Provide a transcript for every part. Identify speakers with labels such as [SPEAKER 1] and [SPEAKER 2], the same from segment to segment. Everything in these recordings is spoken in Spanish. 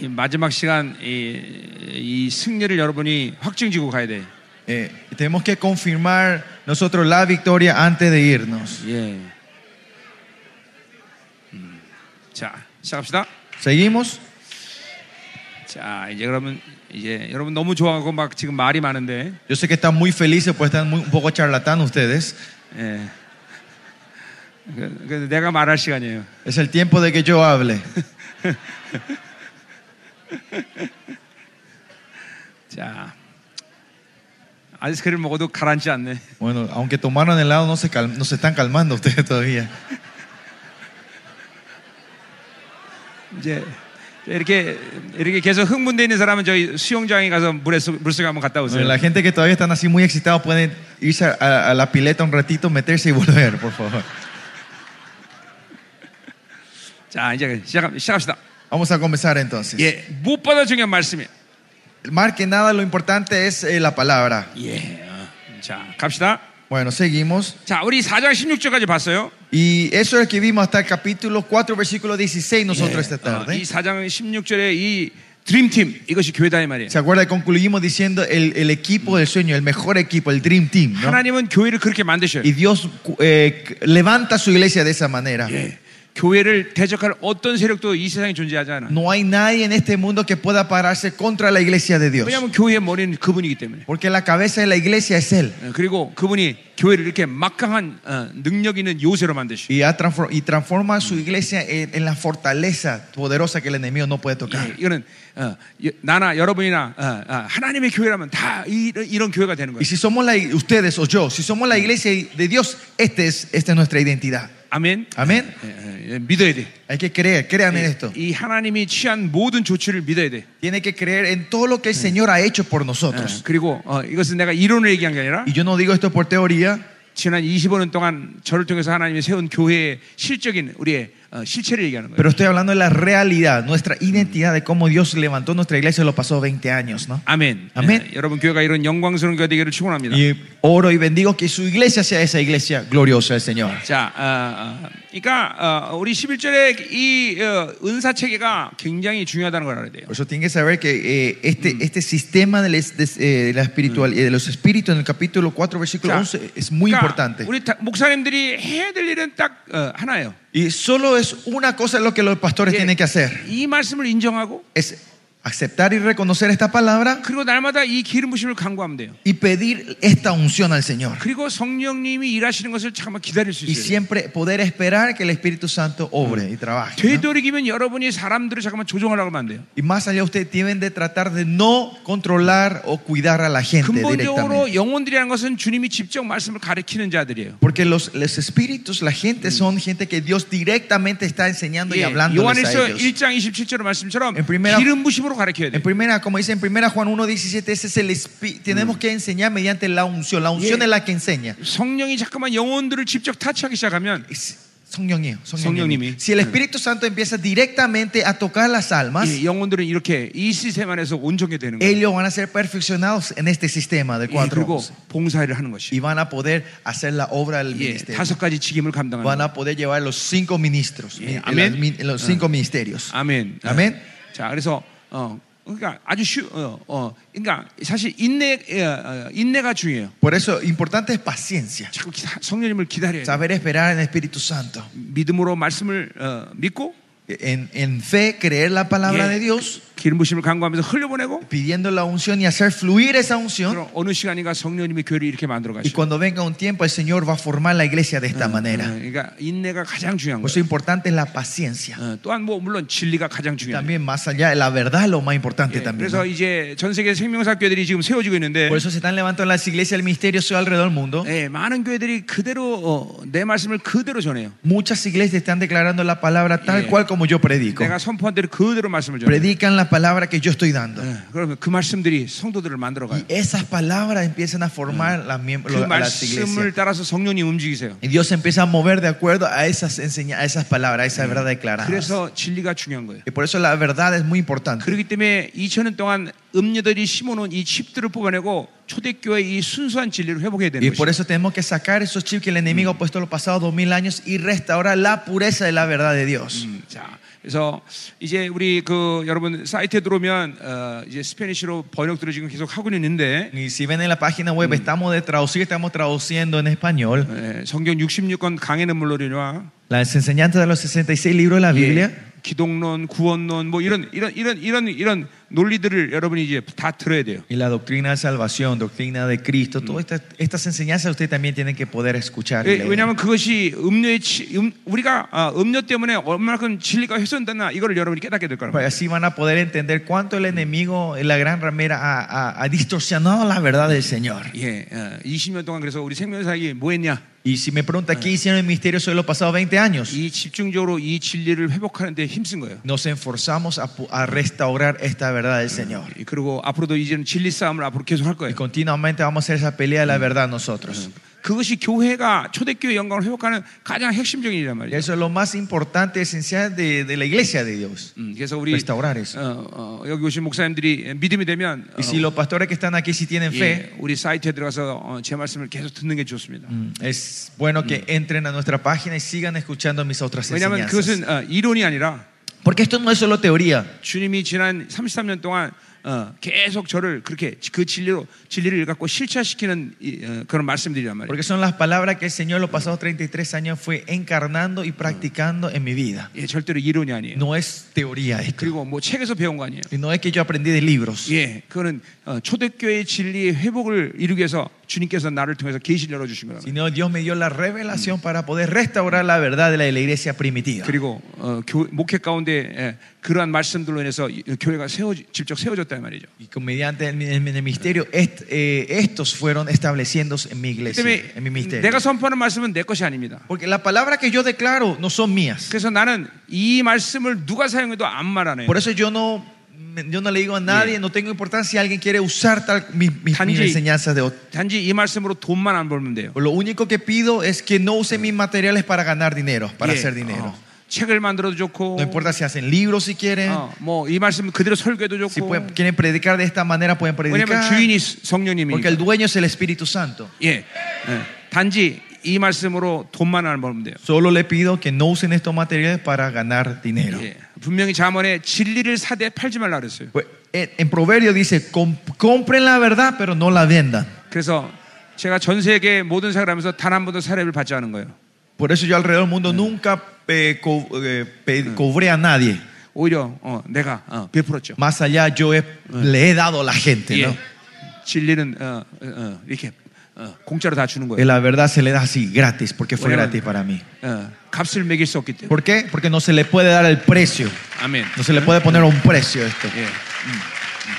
[SPEAKER 1] 이 마지막 시간 이, 이 승리를 여러분이 확증지고 가야 돼.
[SPEAKER 2] Eh, tenemos que confirmar nosotros la victoria antes de irnos.
[SPEAKER 1] 예. 음. 자, 시작합시다.
[SPEAKER 2] ¿Seguimos?
[SPEAKER 1] 자, 이제 그러면 이제 여러분 너무 좋아하고 막 지금 말이 많은데
[SPEAKER 2] Yo sé que están muy felices, pues están muy- un poco charlatán ustedes.
[SPEAKER 1] 예. 그- 그 내가 말할 시간이에요.
[SPEAKER 2] Es el tiempo de que yo hable.
[SPEAKER 1] 자. 아이스크림 먹어도 가라앉지 않네.
[SPEAKER 2] Bueno, aunque tomaron helado, no se, cal- no se están calmando ustedes todavía.
[SPEAKER 1] 이제 이렇게 이렇게 계속 흥분돼 있는 사람은 저희 수영장에 가서 물에 수- 물속에 한번 갔다
[SPEAKER 2] Bueno,
[SPEAKER 1] 오세요.
[SPEAKER 2] la gente que todavía están así muy excitados pueden irse a, a- a la pileta un ratito, meterse y volver, por favor.
[SPEAKER 1] 자, 이제 시작 시작합시다.
[SPEAKER 2] Vamos a comenzar entonces.
[SPEAKER 1] 예, 무엇보다 중요한 말씀이에요.
[SPEAKER 2] Más que nada, lo importante es eh, la palabra.
[SPEAKER 1] 예. 어. 자, 갑시다.
[SPEAKER 2] Bueno, seguimos.
[SPEAKER 1] 자, 우리 4장 16절까지 봤어요.
[SPEAKER 2] Y eso es lo que vimos hasta el capítulo 4, versículo 16 nosotros esta
[SPEAKER 1] 어, 이
[SPEAKER 2] tarde.
[SPEAKER 1] 4장 16절에 이 드림팀 이것이 교회다 이 말이에요.
[SPEAKER 2] ¿Se acuerda? que Concluimos diciendo el, el equipo del sueño, el mejor equipo, el Dream Team. ¿no?
[SPEAKER 1] 하나님은 교회를 그렇게 만드셔요.
[SPEAKER 2] Y Dios eh, levanta su iglesia de esa manera.
[SPEAKER 1] 예. 교회를 대적할 어떤 세력도 이 세상에 존재하지 않아.
[SPEAKER 2] No hay nadie en este mundo que pueda pararse contra la iglesia de Dios.
[SPEAKER 1] 왜냐하면 교회의 머리는 그분이기 때문에.
[SPEAKER 2] Porque la cabeza de la iglesia es Él.
[SPEAKER 1] 어, 그리고 그분이 교회를 이렇게 막강한 어, 능력 있는 요새로 만드시고
[SPEAKER 2] Y, ha transfor- y transforma su iglesia en, en la fortaleza poderosa que el enemigo no puede tocar.
[SPEAKER 1] 예, 이거는 어, 여- 나나 여러분이나 어, 어, 하나님의 교회라면 다 이, 이런 교회가 되는 거예요.
[SPEAKER 2] Y si somos la, i- ustedes o yo, si somos la iglesia de Dios, este es, esta es nuestra identidad.
[SPEAKER 1] 아멘.
[SPEAKER 2] Amén.
[SPEAKER 1] 예, 예, 믿어야 돼.
[SPEAKER 2] Hay que creer, crean en esto.
[SPEAKER 1] 이 하나님이 취한 모든 조치를 믿어야 돼.
[SPEAKER 2] Tiene que creer en todo lo que el Señor ha hecho por
[SPEAKER 1] Ah.
[SPEAKER 2] nosotros.
[SPEAKER 1] 그리고 어, 이것은 내가 이론을 얘기한 게 아니라
[SPEAKER 2] Y yo no digo esto por teoría,
[SPEAKER 1] 지난 25년 동안 저를 통해서 하나님이 세운 교회의 실적인 우리의 어, 실체를 얘기하는 거예요.
[SPEAKER 2] pero estoy hablando de la realidad, nuestra identidad, de cómo Dios levantó nuestra iglesia en los pasados 20 años, ¿no?
[SPEAKER 1] 아멘.
[SPEAKER 2] 아멘.
[SPEAKER 1] 예, 여러분 교회가 이런 영광스러운 교회 되기를 축원합니다.
[SPEAKER 2] Y oro y bendigo que su iglesia sea esa iglesia gloriosa del Señor.
[SPEAKER 1] 자, 어, 어, 그러니까 어, 우리 11절에 이 어, 은사 체계가 굉장히 중요하다는 걸 알아야 돼요.
[SPEAKER 2] Por eso tienen que saber que eh, este, este sistema de, les- des- eh, de la espiritual, eh, de los espíritus en el capítulo 4, versículo
[SPEAKER 1] 자,
[SPEAKER 2] 11 es muy importante.
[SPEAKER 1] 그러니까 우리 다- 목사님들이 해야 될 일은 딱 어, 하나예요.
[SPEAKER 2] Y solo es una cosa lo que los pastores
[SPEAKER 1] 예,
[SPEAKER 2] tienen que hacer,
[SPEAKER 1] 이 말씀을 인정하고
[SPEAKER 2] es aceptar y reconocer esta palabra
[SPEAKER 1] 그리고 날마다 이 기름 부심을 간구하면 돼요.
[SPEAKER 2] y pedir esta unción al Señor.
[SPEAKER 1] 그리고 성령님이 일하시는 것을 잠깐만 기다릴 수
[SPEAKER 2] Y
[SPEAKER 1] 있어요.
[SPEAKER 2] siempre poder esperar que el Espíritu Santo obre y trabaje. ¿no?
[SPEAKER 1] 되도록이면 여러분이 사람들을 잠깐만 조종하려고 하면 안 돼요.
[SPEAKER 2] Y más allá ustedes deben de tratar de no controlar o cuidar a la
[SPEAKER 1] 네,
[SPEAKER 2] gente directamente.
[SPEAKER 1] 근본적으로 영혼들이라는 것은 주님이 직접 말씀을 가르치는 자들이에요.
[SPEAKER 2] Porque los, los espíritus, la gente, son gente que Dios directamente está enseñando y
[SPEAKER 1] 예,
[SPEAKER 2] hablando a
[SPEAKER 1] 요한일서
[SPEAKER 2] ellos.
[SPEAKER 1] 1장 27절 말씀처럼
[SPEAKER 2] En primera-
[SPEAKER 1] 기름 부심으로 가르쳐야 돼요.
[SPEAKER 2] En primera, como dice en primera Juan 1.17, ese es el espí- tenemos que enseñar mediante la unción. La unción
[SPEAKER 1] Yeah.
[SPEAKER 2] es la que enseña.
[SPEAKER 1] 성령이 잠깐만 영혼들을 직접 타치하기 시작하면
[SPEAKER 2] Es- 성령이에요,
[SPEAKER 1] 성령님이.
[SPEAKER 2] 성령님이. Si el Espíritu Santo empieza directamente a tocar las almas,
[SPEAKER 1] 예, 영혼들은 이렇게 이 시스템 안에서 온전히 되는 거예요.
[SPEAKER 2] ellos van a ser perfeccionados en este sistema de
[SPEAKER 1] 예,
[SPEAKER 2] cuatro.
[SPEAKER 1] 그리고 봉사를 하는
[SPEAKER 2] Y
[SPEAKER 1] 것이
[SPEAKER 2] van a poder hacer la obra del
[SPEAKER 1] 예,
[SPEAKER 2] ministerio.
[SPEAKER 1] 다섯 가지 직임을 감당하는
[SPEAKER 2] Van
[SPEAKER 1] 거
[SPEAKER 2] a poder llevar los cinco ministros.
[SPEAKER 1] Yeah. Ah.
[SPEAKER 2] en- en
[SPEAKER 1] Amén.
[SPEAKER 2] las min- en los cinco ministerios.
[SPEAKER 1] 아멘. 네.
[SPEAKER 2] 아멘.
[SPEAKER 1] 자, 그래서 어, 그러니까 아주 쉬, 어, 어, 그러니까 사실 인내 예, 어, 인내가 중요해요.
[SPEAKER 2] Por eso, importante es paciencia.
[SPEAKER 1] 자꾸 기다- 성령님을 기다려야 돼요.
[SPEAKER 2] Saber esperar en el Espíritu Santo.
[SPEAKER 1] 믿음으로 말씀을 어, 믿고
[SPEAKER 2] En, en fe, creer la palabra
[SPEAKER 1] Yeah.
[SPEAKER 2] de Dios,
[SPEAKER 1] 기름 부심을 간구하면서 흘려보내고
[SPEAKER 2] pidiendo la unción y hacer fluir esa unción.
[SPEAKER 1] 그럼 어느 시간인가 성령님이 교회를 이렇게 만들어
[SPEAKER 2] Y
[SPEAKER 1] 가시고
[SPEAKER 2] cuando venga un tiempo, el Señor va a formar la iglesia de
[SPEAKER 1] Ah,
[SPEAKER 2] esta manera.
[SPEAKER 1] 그러니까 인내가 가장 중요한
[SPEAKER 2] Por eso,
[SPEAKER 1] 거예요.
[SPEAKER 2] importante es la paciencia.
[SPEAKER 1] 어, 또한 뭐 물론 진리가 가장 중요해요.
[SPEAKER 2] También, más allá, la verdad es lo más
[SPEAKER 1] 예,
[SPEAKER 2] importante también.
[SPEAKER 1] 그래서
[SPEAKER 2] ¿no?
[SPEAKER 1] 이제 전 세계 생명사 교회들이 지금 세워지고 있는데
[SPEAKER 2] Por eso se están levantando las iglesias del ministerio se va alrededor del mundo.
[SPEAKER 1] 예, 많은 교회들이 그대로 어, 내 말씀을 그대로 전해요.
[SPEAKER 2] Muchas iglesias están declarando la palabra tal
[SPEAKER 1] Yeah.
[SPEAKER 2] cual como yo predico.
[SPEAKER 1] 내가 선포한 대로 그대로 말씀을 전해요.
[SPEAKER 2] Predican la palabra que yo estoy dando.
[SPEAKER 1] 예, 그러면 그 말씀들이 성도들을 만들어
[SPEAKER 2] Y
[SPEAKER 1] 가요.
[SPEAKER 2] esas palabras empiezan a formar las
[SPEAKER 1] 그
[SPEAKER 2] miembros a las iglesias.
[SPEAKER 1] 말씀을 따라서 성령님 움직이세요.
[SPEAKER 2] Y Dios se empieza a mover de acuerdo a esas, enseña, a esas palabras, a esa verdad
[SPEAKER 1] 아,
[SPEAKER 2] declarada.
[SPEAKER 1] 그래서 진리가 중요한 거예요.
[SPEAKER 2] Y por eso la verdad es muy importante.
[SPEAKER 1] 그렇기 때문에 2000년 동안 음녀들이 심어놓은 이 칩들을 뽑아내고 초대교회의 이 순수한 진리를 회복해야 되는
[SPEAKER 2] Y por
[SPEAKER 1] 것이죠.
[SPEAKER 2] eso tenemos que sacar esos chips que el enemigo ha puesto los pasados dos mil años y restaurar la pureza de la verdad de Dios.
[SPEAKER 1] 음, 자, 그래서 이제 우리 그 여러분 사이트에 들어오면 어, 이제 스페니쉬로 번역들을 지금 계속 하고 있는데
[SPEAKER 2] Y si ven en la página web, estamos de traducir, estamos traduciendo en español
[SPEAKER 1] 예, 성경 66권 강해는 물론이나
[SPEAKER 2] las enseñanzas de los 66 libros de
[SPEAKER 1] 아,
[SPEAKER 2] la Biblia.
[SPEAKER 1] 기독론, 구원론 뭐 이런 이런 이런 이런 이런 논리들을 여러분이 이제 다 들어야 돼요.
[SPEAKER 2] Y la doctrina de salvación, doctrina de Cristo, todas estas, estas enseñanzas ustedes también tienen que poder escuchar. y
[SPEAKER 1] 예,
[SPEAKER 2] leer.
[SPEAKER 1] 왜냐하면 그것이 음료의 치- 음, 우리가 아, 음료 때문에 얼마큼 진리가 훼손됐나 이거를 여러분이 깨닫게 될 거라고.
[SPEAKER 2] Pues Así van a poder entender cuánto el enemigo, la gran ramera, ha, ha- ha distorsionado la verdad del Señor.
[SPEAKER 1] 예, 어, 20년 동안 그래서 우리 생명사역이 뭐했냐?
[SPEAKER 2] Y si me pregunta qué hicieron el misterio sobre los pasados 20 años,
[SPEAKER 1] 이 집중적으로 이 진리를 회복하는데 힘쓴 거예요.
[SPEAKER 2] nos enforzamos a, pu- a restaurar esta verdad del Señor.
[SPEAKER 1] 예, 그리고 앞으로도 이제는 진리 싸움을 앞으로 계속 할
[SPEAKER 2] Y
[SPEAKER 1] 거예요.
[SPEAKER 2] continuamente vamos a hacer esa pelea de la verdad nosotros.
[SPEAKER 1] 그것이 교회가 초대교회 영광을 회복하는 가장 핵심적인 일이란 말이에요.
[SPEAKER 2] Eso es lo más importante, esencial de, de la iglesia de Dios.
[SPEAKER 1] 음, 그래서 우리
[SPEAKER 2] Restaurar eso.
[SPEAKER 1] 어, 어, 여기 오신 목사님들이 믿음이 되면 어,
[SPEAKER 2] Y si los pastores que están aquí, si tienen fe,
[SPEAKER 1] 예, 우리 사이트에 들어가서 어, 제 말씀을 계속 듣는 게 좋습니다.
[SPEAKER 2] mm, es bueno que entren a nuestra página y sigan escuchando mis otras
[SPEAKER 1] 왜냐하면
[SPEAKER 2] enseñanzas.
[SPEAKER 1] 그것은 어, 이론이 아니라
[SPEAKER 2] Porque esto no es solo teoría.
[SPEAKER 1] 주님이 지난 33년 동안 어, 계속 저를 그렇게 그 진리로 진리를 갖고 실체시키는 이, 어, 그런 말씀들이란 말이에요.
[SPEAKER 2] Porque son las palabras que el Señor los pasados 33 años fue encarnando y practicando en mi vida.
[SPEAKER 1] 예, 절대로 이론이 아니에요.
[SPEAKER 2] No es teoría esto.
[SPEAKER 1] 그리고 뭐 책에서 배운 거 아니에요.
[SPEAKER 2] Y no es que yo aprendí de libros.
[SPEAKER 1] 예, 그거는 어, 초대교회의 진리의 회복을 이루기 위해서 주님께서 나를 통해서 계시를 열어주신 거라고.
[SPEAKER 2] Sino Dios me dio la revelación para poder restaurar la verdad de la de la iglesia primitiva.
[SPEAKER 1] 그리고 어, 교- 목회 가운데 예, 그러한 말씀들로 인해서 이- 어, 교회가 세워지, 직접 세워졌다는 말이죠.
[SPEAKER 2] Y con- mediante el, el- el ministerio, est- eh, estos fueron estableciéndose en mi iglesia,
[SPEAKER 1] 때문에
[SPEAKER 2] en
[SPEAKER 1] 그 내가
[SPEAKER 2] mi ministerio.
[SPEAKER 1] 선포하는 말씀은 내 것이 아닙니다.
[SPEAKER 2] Porque las palabras que yo declaro no son mías.
[SPEAKER 1] 그래서 나는 이 말씀을 누가 사용해도 안 말하네요.
[SPEAKER 2] Por eso yo no, yo no le digo a nadie, no tengo importancia si alguien quiere usar tal, mis, mis- mis
[SPEAKER 1] Tanji.
[SPEAKER 2] enseñanzas de otro.
[SPEAKER 1] 단지 이 말씀으로 돈만 안 벌면 돼요.
[SPEAKER 2] Lo único que pido es que no use mis materiales para ganar dinero, para
[SPEAKER 1] 예,
[SPEAKER 2] hacer dinero.
[SPEAKER 1] 어, 책을 만들어도 좋고,
[SPEAKER 2] No importa si hacen libros si quieren,
[SPEAKER 1] 뭐 이 말씀 그대로 설교해도
[SPEAKER 2] si
[SPEAKER 1] 좋고.
[SPEAKER 2] pueden- quieren predicar de esta manera pueden
[SPEAKER 1] 왜냐하면
[SPEAKER 2] predicar.
[SPEAKER 1] 주인이 성령님이니까.
[SPEAKER 2] Porque el dueño es el Espíritu Santo.
[SPEAKER 1] 예, 예. 단지 이 말씀으로 돈만 안 벌면 돼요.
[SPEAKER 2] Solo le pido que no usen estos materiales para ganar dinero.
[SPEAKER 1] 예. 분명히 자문에 진리를 사되 팔지 말라 그랬어요.
[SPEAKER 2] Pues, En en Proverbio dice, "Com- compren la verdad, pero no la vendan.
[SPEAKER 1] 그래서 제가 전 세계 모든 사역을 하면서 단 한 번도 사례를 받지 않은 거예요.
[SPEAKER 2] Por eso yo alrededor del mundo nunca eh, co- eh, pe- cobré a nadie.
[SPEAKER 1] 오히려 어, 내가 어, 베풀었죠.
[SPEAKER 2] Más allá yo he- le he dado a la gente.
[SPEAKER 1] 예.
[SPEAKER 2] ¿no?
[SPEAKER 1] 진리는 어, 어, 어, 이렇게 어, 공짜로 다 주는
[SPEAKER 2] Y
[SPEAKER 1] 거예요.
[SPEAKER 2] La verdad se le da así, gratis, porque fue
[SPEAKER 1] Bueno.
[SPEAKER 2] gratis para mí.
[SPEAKER 1] 어, 값을 매길 수 없기 때문에.
[SPEAKER 2] ¿Por qué? Porque no se le puede dar el precio.
[SPEAKER 1] 아멘.
[SPEAKER 2] No se le puede poner un precio a esto.
[SPEAKER 1] 예. 음, 음.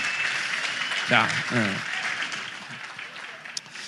[SPEAKER 1] 자, 어.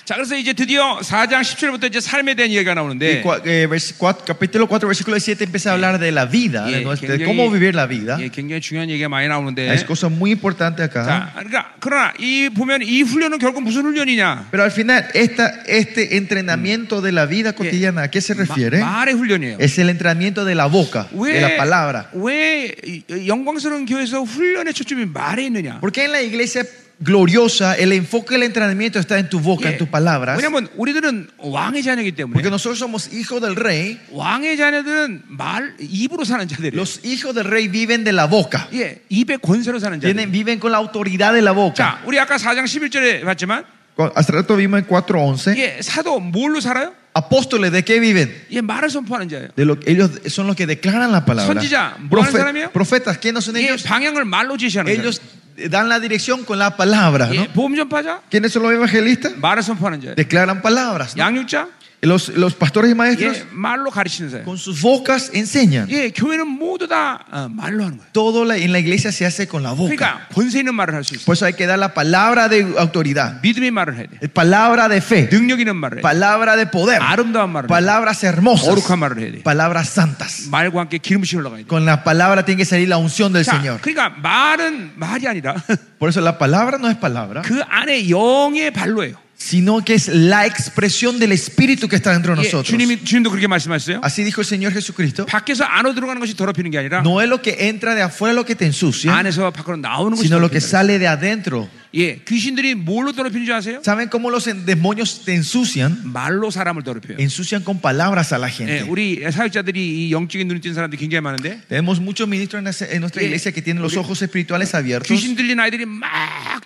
[SPEAKER 1] 자, 그래서 이제 드디어 4장 17절부터 이제 삶에 대한 이야기가
[SPEAKER 2] Y
[SPEAKER 1] 나오는데
[SPEAKER 2] cua- eh, vers- cuat- capítulo 4, versículo 7 empieza a hablar de la vida,
[SPEAKER 1] 예,
[SPEAKER 2] de, nuestra- de cómo vivir la vida.
[SPEAKER 1] 예, 굉장히 중요한 얘기가 많이 나오는데
[SPEAKER 2] Hay cosas muy importantes acá.
[SPEAKER 1] 자, 그러니까 그러나 이 보면 이 훈련은 결국 무슨 훈련이냐?
[SPEAKER 2] Pero al final, esta, este entrenamiento de la vida cotidiana, ¿a qué se refiere?
[SPEAKER 1] 마- 말의 훈련이에요.
[SPEAKER 2] Es el entrenamiento de la boca, de la
[SPEAKER 1] 왜,
[SPEAKER 2] palabra.
[SPEAKER 1] 왜 이- 이 영광스러운 교회에서 훈련의 초점이 말에 있느냐?
[SPEAKER 2] Porque en la iglesia gloriosa el enfoque del entrenamiento está en tu boca, en tus palabras.
[SPEAKER 1] 왜냐하면 우리들은 왕의 자녀이기 때문에
[SPEAKER 2] Porque nosotros somos hijos del rey.
[SPEAKER 1] 왕의 자녀들은 말 입으로 사는 자들이에요.
[SPEAKER 2] Los hijos del rey viven de la boca.
[SPEAKER 1] 예, 입의 권세로 사는 자들.
[SPEAKER 2] Tienen- viven con la autoridad de la boca.
[SPEAKER 1] 자, 우리 아까 4장 11절에 봤지만
[SPEAKER 2] Cu- Hace rato vimos en 4.11.
[SPEAKER 1] 예, 사도 뭘로 살아요?
[SPEAKER 2] Apóstoles, ¿de qué viven?
[SPEAKER 1] 예, 말을 선포하는 자예요.
[SPEAKER 2] De lo, ellos son los que declaran la palabra.
[SPEAKER 1] Sonjilla, ¿buenos
[SPEAKER 2] Profe-
[SPEAKER 1] saramio?
[SPEAKER 2] profetas, ¿quiénes son
[SPEAKER 1] 예,
[SPEAKER 2] ellos?
[SPEAKER 1] 방향을 말로 지시하는 자예요.
[SPEAKER 2] Ellos dan la dirección con la palabra. ¿no?
[SPEAKER 1] 예, 보험 전파자
[SPEAKER 2] ¿Quiénes son los evangelistas?
[SPEAKER 1] 말을 선포하는 자예요.
[SPEAKER 2] Declaran palabras. ¿no?
[SPEAKER 1] 양육자
[SPEAKER 2] Los, los pastores y maestros
[SPEAKER 1] 예, 말로 가르치는 사예요.
[SPEAKER 2] con sus bocas enseñan.
[SPEAKER 1] 예, 교회는 modu 다 어, 말로 하는 거예요.
[SPEAKER 2] Todo la- en la iglesia se hace con la boca.
[SPEAKER 1] 그러니까 권세 있는 말을 할 수 있어요.
[SPEAKER 2] Por eso hay que dar la palabra de autoridad,
[SPEAKER 1] 믿음의 말을 해야 돼.
[SPEAKER 2] palabra de fe,
[SPEAKER 1] 능력 있는 말을 해야 돼.
[SPEAKER 2] palabra de poder,
[SPEAKER 1] 아름다운 말을 해야 돼.
[SPEAKER 2] palabras hermosas,
[SPEAKER 1] 거룩한 말을 해야 돼.
[SPEAKER 2] palabras santas.
[SPEAKER 1] 말과 함께 기름이 올라가야 돼.
[SPEAKER 2] Con la palabra tiene que salir la unción del
[SPEAKER 1] 자,
[SPEAKER 2] Señor.
[SPEAKER 1] 그러니까 말은 말이 아니라
[SPEAKER 2] Por eso la palabra no es palabra,
[SPEAKER 1] 그 안에 영의 발로예요.
[SPEAKER 2] sino que es la expresión del Espíritu que está dentro de
[SPEAKER 1] 예,
[SPEAKER 2] nosotros.
[SPEAKER 1] 주님이 주님도 그렇게 말씀하셨어요.
[SPEAKER 2] Así dijo el Señor Jesucristo.
[SPEAKER 1] 밖에서 안으로 들어가는 것이 더럽히는 게 아니라
[SPEAKER 2] Ah. No es lo que entra de afuera lo que te ensucia,
[SPEAKER 1] 안에서 밖으로 나오는 것이
[SPEAKER 2] sino lo que
[SPEAKER 1] 더럽히는 거예요.
[SPEAKER 2] sale de adentro.
[SPEAKER 1] 예, 귀신들이 뭘로 더럽히는 줄 아세요?
[SPEAKER 2] ¿Saben cómo los en- demonios te ensucian?
[SPEAKER 1] 말로 사람을 더럽혀요.
[SPEAKER 2] Ensucian con palabras a la
[SPEAKER 1] 예,
[SPEAKER 2] gente.
[SPEAKER 1] 우리 사역자들이 이 영적인 눈이 뜬 사람들이 굉장히 많은데
[SPEAKER 2] Tenemos muchos ministros en ese- en nuestra
[SPEAKER 1] Eh,
[SPEAKER 2] iglesia que tienen los ojos espirituales abiertos.
[SPEAKER 1] 귀신 들린 아이들이 막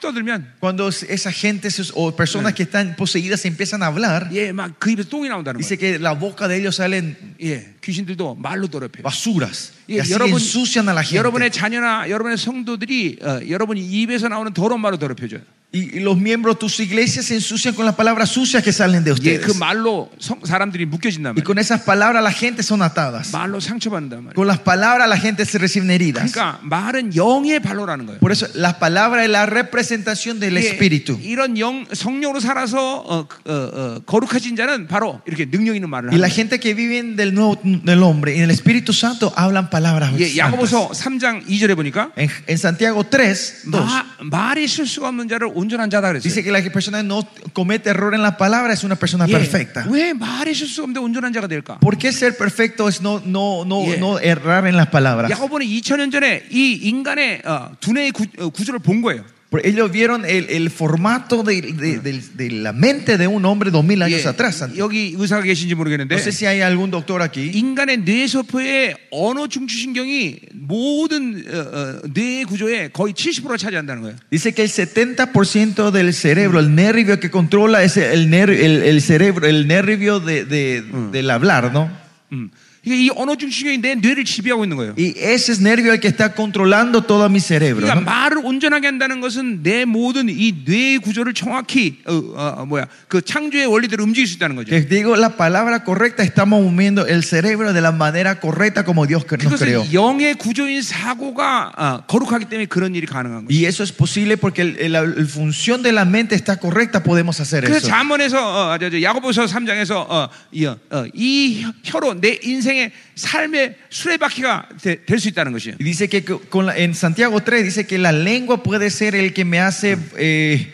[SPEAKER 1] 떠들면
[SPEAKER 2] Cuando esa gente esos- o personas que están poseídas empiezan a hablar,
[SPEAKER 1] 예, 막 그 입에서 똥이 나온다는 거예요.
[SPEAKER 2] dice que la boca de ellos salen
[SPEAKER 1] 예, 귀신들도 말로 더럽혀요.
[SPEAKER 2] basuras y
[SPEAKER 1] 예,
[SPEAKER 2] así ensucian a la
[SPEAKER 1] 여러분의
[SPEAKER 2] gente.
[SPEAKER 1] 자녀나 여러분의 성도들이 어, 여러분 입에서 나오는 더러운 말로 더럽혀져요.
[SPEAKER 2] Y y los miembros de tus iglesias se ensucian con las palabras sucias que salen de
[SPEAKER 1] 예, 그
[SPEAKER 2] ustedes.
[SPEAKER 1] 말로 성- 사람들이 묶여진단
[SPEAKER 2] Y
[SPEAKER 1] 말이에요.
[SPEAKER 2] con esas palabras la gente son atadas.
[SPEAKER 1] 말로 상처받는단 말이에요.
[SPEAKER 2] Con las palabras la gente se reciben heridas.
[SPEAKER 1] 그러니까 말은 영의 발로라는 거예요.
[SPEAKER 2] Por eso las palabras es la representación del
[SPEAKER 1] 예,
[SPEAKER 2] espíritu.
[SPEAKER 1] 이런 영 성령으로 살아서 어, 어, 어, 거룩해진 자는 바로 이렇게 능력 있는 말을
[SPEAKER 2] Y la
[SPEAKER 1] 하는
[SPEAKER 2] gente que vive en del nuevo del hombre y en el Espíritu Santo hablan palabras
[SPEAKER 1] 거예요. 예,
[SPEAKER 2] santas.
[SPEAKER 1] 야고보서 3장 2절에 보니까
[SPEAKER 2] En, en Santiago 3, 2
[SPEAKER 1] 마, 말이 실수가 없는 자를 온전한 자다
[SPEAKER 2] dice
[SPEAKER 1] 그랬어요.
[SPEAKER 2] que la persona que no comete error en las palabras es una persona
[SPEAKER 1] 예,
[SPEAKER 2] perfecta.
[SPEAKER 1] 왜 말이 실수가 없는데 온전한 자가 될까?
[SPEAKER 2] ¿Por qué ser perfecto es no, no, no,
[SPEAKER 1] Yeah.
[SPEAKER 2] no errar en las palabras?
[SPEAKER 1] 야고보는 2000년 전에 이 인간의 어, 두뇌의 구, 조를본 거예요.
[SPEAKER 2] Porque Ellos vieron el, el formato de, de- del- de la mente de un hombre dos mil
[SPEAKER 1] 예,
[SPEAKER 2] años atrás. Santiago.
[SPEAKER 1] 여기 의사가 계신지 모르겠는데
[SPEAKER 2] No sé si hay algún doctor aquí.
[SPEAKER 1] 인간의 뇌세포의 언어 중추신경이 모든 어, 어, 뇌 구조의 거의 70%를 차지한다는 거예요.
[SPEAKER 2] Dice que el 70% del cerebro, el nervio que controla es el, ner- el, el cerebro, el nervio de, de- del hablar, ¿no?
[SPEAKER 1] 음. 이게 이 언어 중추신경이 내 뇌를 지배하고 있는 거예요.
[SPEAKER 2] Y ese es nervio el que está controlando todo mi cerebro.
[SPEAKER 1] 그러니까
[SPEAKER 2] ¿no?
[SPEAKER 1] 말을 온전하게 한다는 것은 내 모든 이 뇌의 구조를 정확히 어, 어, 어, 뭐야 그 창조의 원리대로 움직일 수 있다는 거죠.
[SPEAKER 2] Que digo la palabra correcta, estamos moviendo el cerebro de la manera correcta como Dios que nos creó.
[SPEAKER 1] 그것은 영의 구조인 사고가 어, 거룩하기 때문에 그런 일이 가능한 거예요.
[SPEAKER 2] Y eso es posible porque el- el- la la función de la mente está correcta, podemos hacer
[SPEAKER 1] 그래서
[SPEAKER 2] eso.
[SPEAKER 1] 잠언에서 어, 저, 저, 야고보서 3장에서 어, 이, 어, 어, 이 혀- 혀로 내 인생의 삶의 수레바퀴가 될 수 있다는 것이에요.
[SPEAKER 2] Y dice que co- con la- en Santiago 3 dice que la lengua puede ser el que me hace. Eh,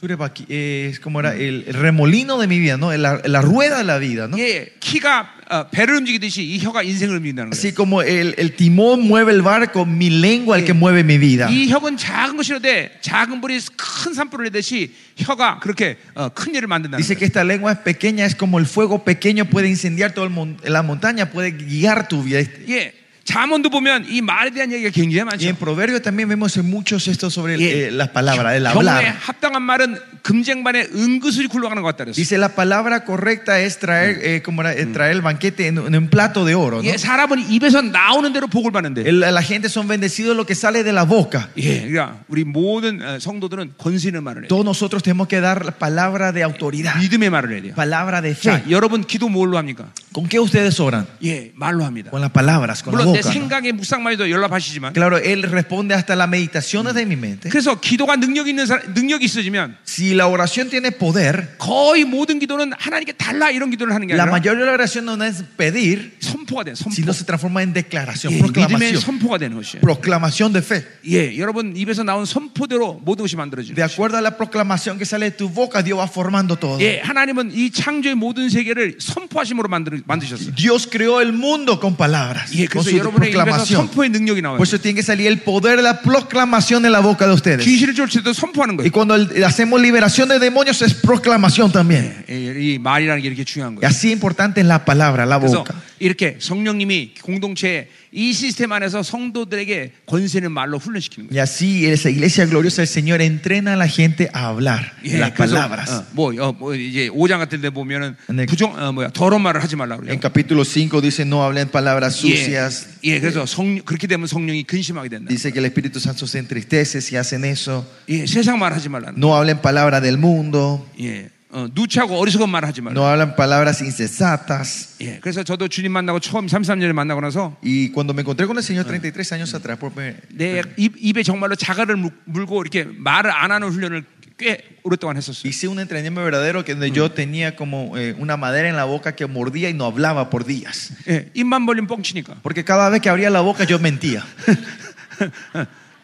[SPEAKER 2] Surebaki, eh, es como era el el remolino de mi vida, ¿no? La, la rueda de la vida, ¿no?
[SPEAKER 1] 예, 키가 어, 배를 움직이듯이 이 혀가 인생을 움직인다는 거예요.
[SPEAKER 2] Así como el, el timón mueve el barco, mi lengua el que mueve mi vida.
[SPEAKER 1] 이 혀는 작은 것이로되 작은 불이 큰 산불을 내듯이 혀가 그렇게 어, 큰 일을 만든다는
[SPEAKER 2] Dice
[SPEAKER 1] 거예요.
[SPEAKER 2] que esta lengua es pequeña, es como el fuego pequeño puede incendiar toda la montaña, puede guiar tu vida.
[SPEAKER 1] 예, 잠언도 보면 이 말에 대한 얘기가 굉장히
[SPEAKER 2] Y
[SPEAKER 1] 많죠.
[SPEAKER 2] en Proverbio también vemos en muchos esto sobre el,
[SPEAKER 1] Yeah.
[SPEAKER 2] eh, las palabras, el
[SPEAKER 1] 경우에
[SPEAKER 2] hablar.
[SPEAKER 1] 합당한 말은 금쟁반에 은근슬이 굴러가는 것 같다 그랬어요.
[SPEAKER 2] Dice la palabra correcta es traer, eh, como era, eh, traer el banquete en, en un plato de oro. ¿no?
[SPEAKER 1] 예, 사람은 입에서 나오는 대로 복을 받는데.
[SPEAKER 2] El- la gente son bendecidos lo que sale de la boca.
[SPEAKER 1] 예, 그러니까 우리 모든 어, 성도들은 권수 있는 말을 해요.
[SPEAKER 2] Todos nosotros tenemos que dar la palabra de autoridad,
[SPEAKER 1] 믿음의 말을 해야 돼요.
[SPEAKER 2] palabra de fe.
[SPEAKER 1] 자, 여러분 기도 뭘로 합니까?
[SPEAKER 2] ¿Con qué ustedes oran?
[SPEAKER 1] 예, 말로 합니다.
[SPEAKER 2] Con las palabras, con la
[SPEAKER 1] 물론 내
[SPEAKER 2] boca. ¿no?
[SPEAKER 1] 생각의 묵상만에도 연락하시지만
[SPEAKER 2] Claro, Él responde hasta las meditaciones de mi mente.
[SPEAKER 1] 그래서 기도가 능력 있는 사람, 능력이 있어지면
[SPEAKER 2] Si la oración tiene poder,
[SPEAKER 1] 거의 모든 기도는 하나님께 달라 이런 기도를 하는 게
[SPEAKER 2] la
[SPEAKER 1] 아니라
[SPEAKER 2] mayoría de la oración no es pedir,
[SPEAKER 1] 선포가 돼요. 선포.
[SPEAKER 2] sino se transforma en declaración,
[SPEAKER 1] 예, 믿음의
[SPEAKER 2] proclamación.
[SPEAKER 1] 선포가 되는 것이에요.
[SPEAKER 2] Proclamación de fe.
[SPEAKER 1] 예, 여러분 입에서 나온 선포대로 모든 것이
[SPEAKER 2] De
[SPEAKER 1] 만들어지는 것이에요.
[SPEAKER 2] acuerdo a la proclamación que sale de tu boca, Dios va formando todo.
[SPEAKER 1] 예, 하나님은 이 창조의 모든 세계를 선포하심으로 만들, 만드셨어요.
[SPEAKER 2] Dios creó el mundo con palabras,
[SPEAKER 1] 예,
[SPEAKER 2] con
[SPEAKER 1] 그래서
[SPEAKER 2] su
[SPEAKER 1] 여러분의 입에서
[SPEAKER 2] proclamación.
[SPEAKER 1] 선포의 능력이 나와요.
[SPEAKER 2] Por eso tiene que salir el poder de la proclamación de la boca de ustedes.
[SPEAKER 1] 귀신을 쫓을 때도 선포하는
[SPEAKER 2] Y
[SPEAKER 1] 거예요.
[SPEAKER 2] cuando el- hacemos liberación de demonios es proclamación también.
[SPEAKER 1] 예, 이, 이 말이라는 게 이렇게 중요한
[SPEAKER 2] Y
[SPEAKER 1] 거예요.
[SPEAKER 2] así importante es la palabra, la
[SPEAKER 1] 그래서
[SPEAKER 2] boca.
[SPEAKER 1] 이렇게 성령님이 공동체에 이 시스템 안에서 성도들에게 권세는 말로 훈련시키는 거예요.
[SPEAKER 2] Y así esa iglesia gloriosa del Señor entrena a la gente a hablar
[SPEAKER 1] 예,
[SPEAKER 2] las
[SPEAKER 1] 그래서,
[SPEAKER 2] palabras.
[SPEAKER 1] 어, 뭐, 어, 뭐 이제 5장 같은 데 보면은
[SPEAKER 2] 네.
[SPEAKER 1] 부정 어, 뭐야 더러운 말을 하지 말라 그래요.
[SPEAKER 2] En capítulo 5 dice no hablen palabras
[SPEAKER 1] 예,
[SPEAKER 2] sucias.
[SPEAKER 1] 예, 그래서 성, 그렇게 되면 성령이 근심하게 된다.
[SPEAKER 2] Dice que el Espíritu Santo se entristece si hacen eso.
[SPEAKER 1] 예, 세상 말 하지 말라는.
[SPEAKER 2] No hablen palabras del mundo.
[SPEAKER 1] 예, 어, 누추하고 어리석은 말 하지 말라.
[SPEAKER 2] No hablan palabras insensatas.
[SPEAKER 1] 예, 그래서 저도 주님 만나고 처음 33년에 만나고 나서
[SPEAKER 2] Y cuando me encontré con el Señor 33 años atrás, pues, por primera-
[SPEAKER 1] 내 입, 입에 정말로 자갈을 물- 물고 이렇게 말을 안 하는 훈련을 꽤 오랫동안 했었어요.
[SPEAKER 2] hice un entrenamiento verdadero que donde yo tenía como eh, una madera en la boca que mordía y no hablaba por días.
[SPEAKER 1] 예, 입만 벌리면 뻥치니까.
[SPEAKER 2] Porque cada vez que abría la boca yo mentía.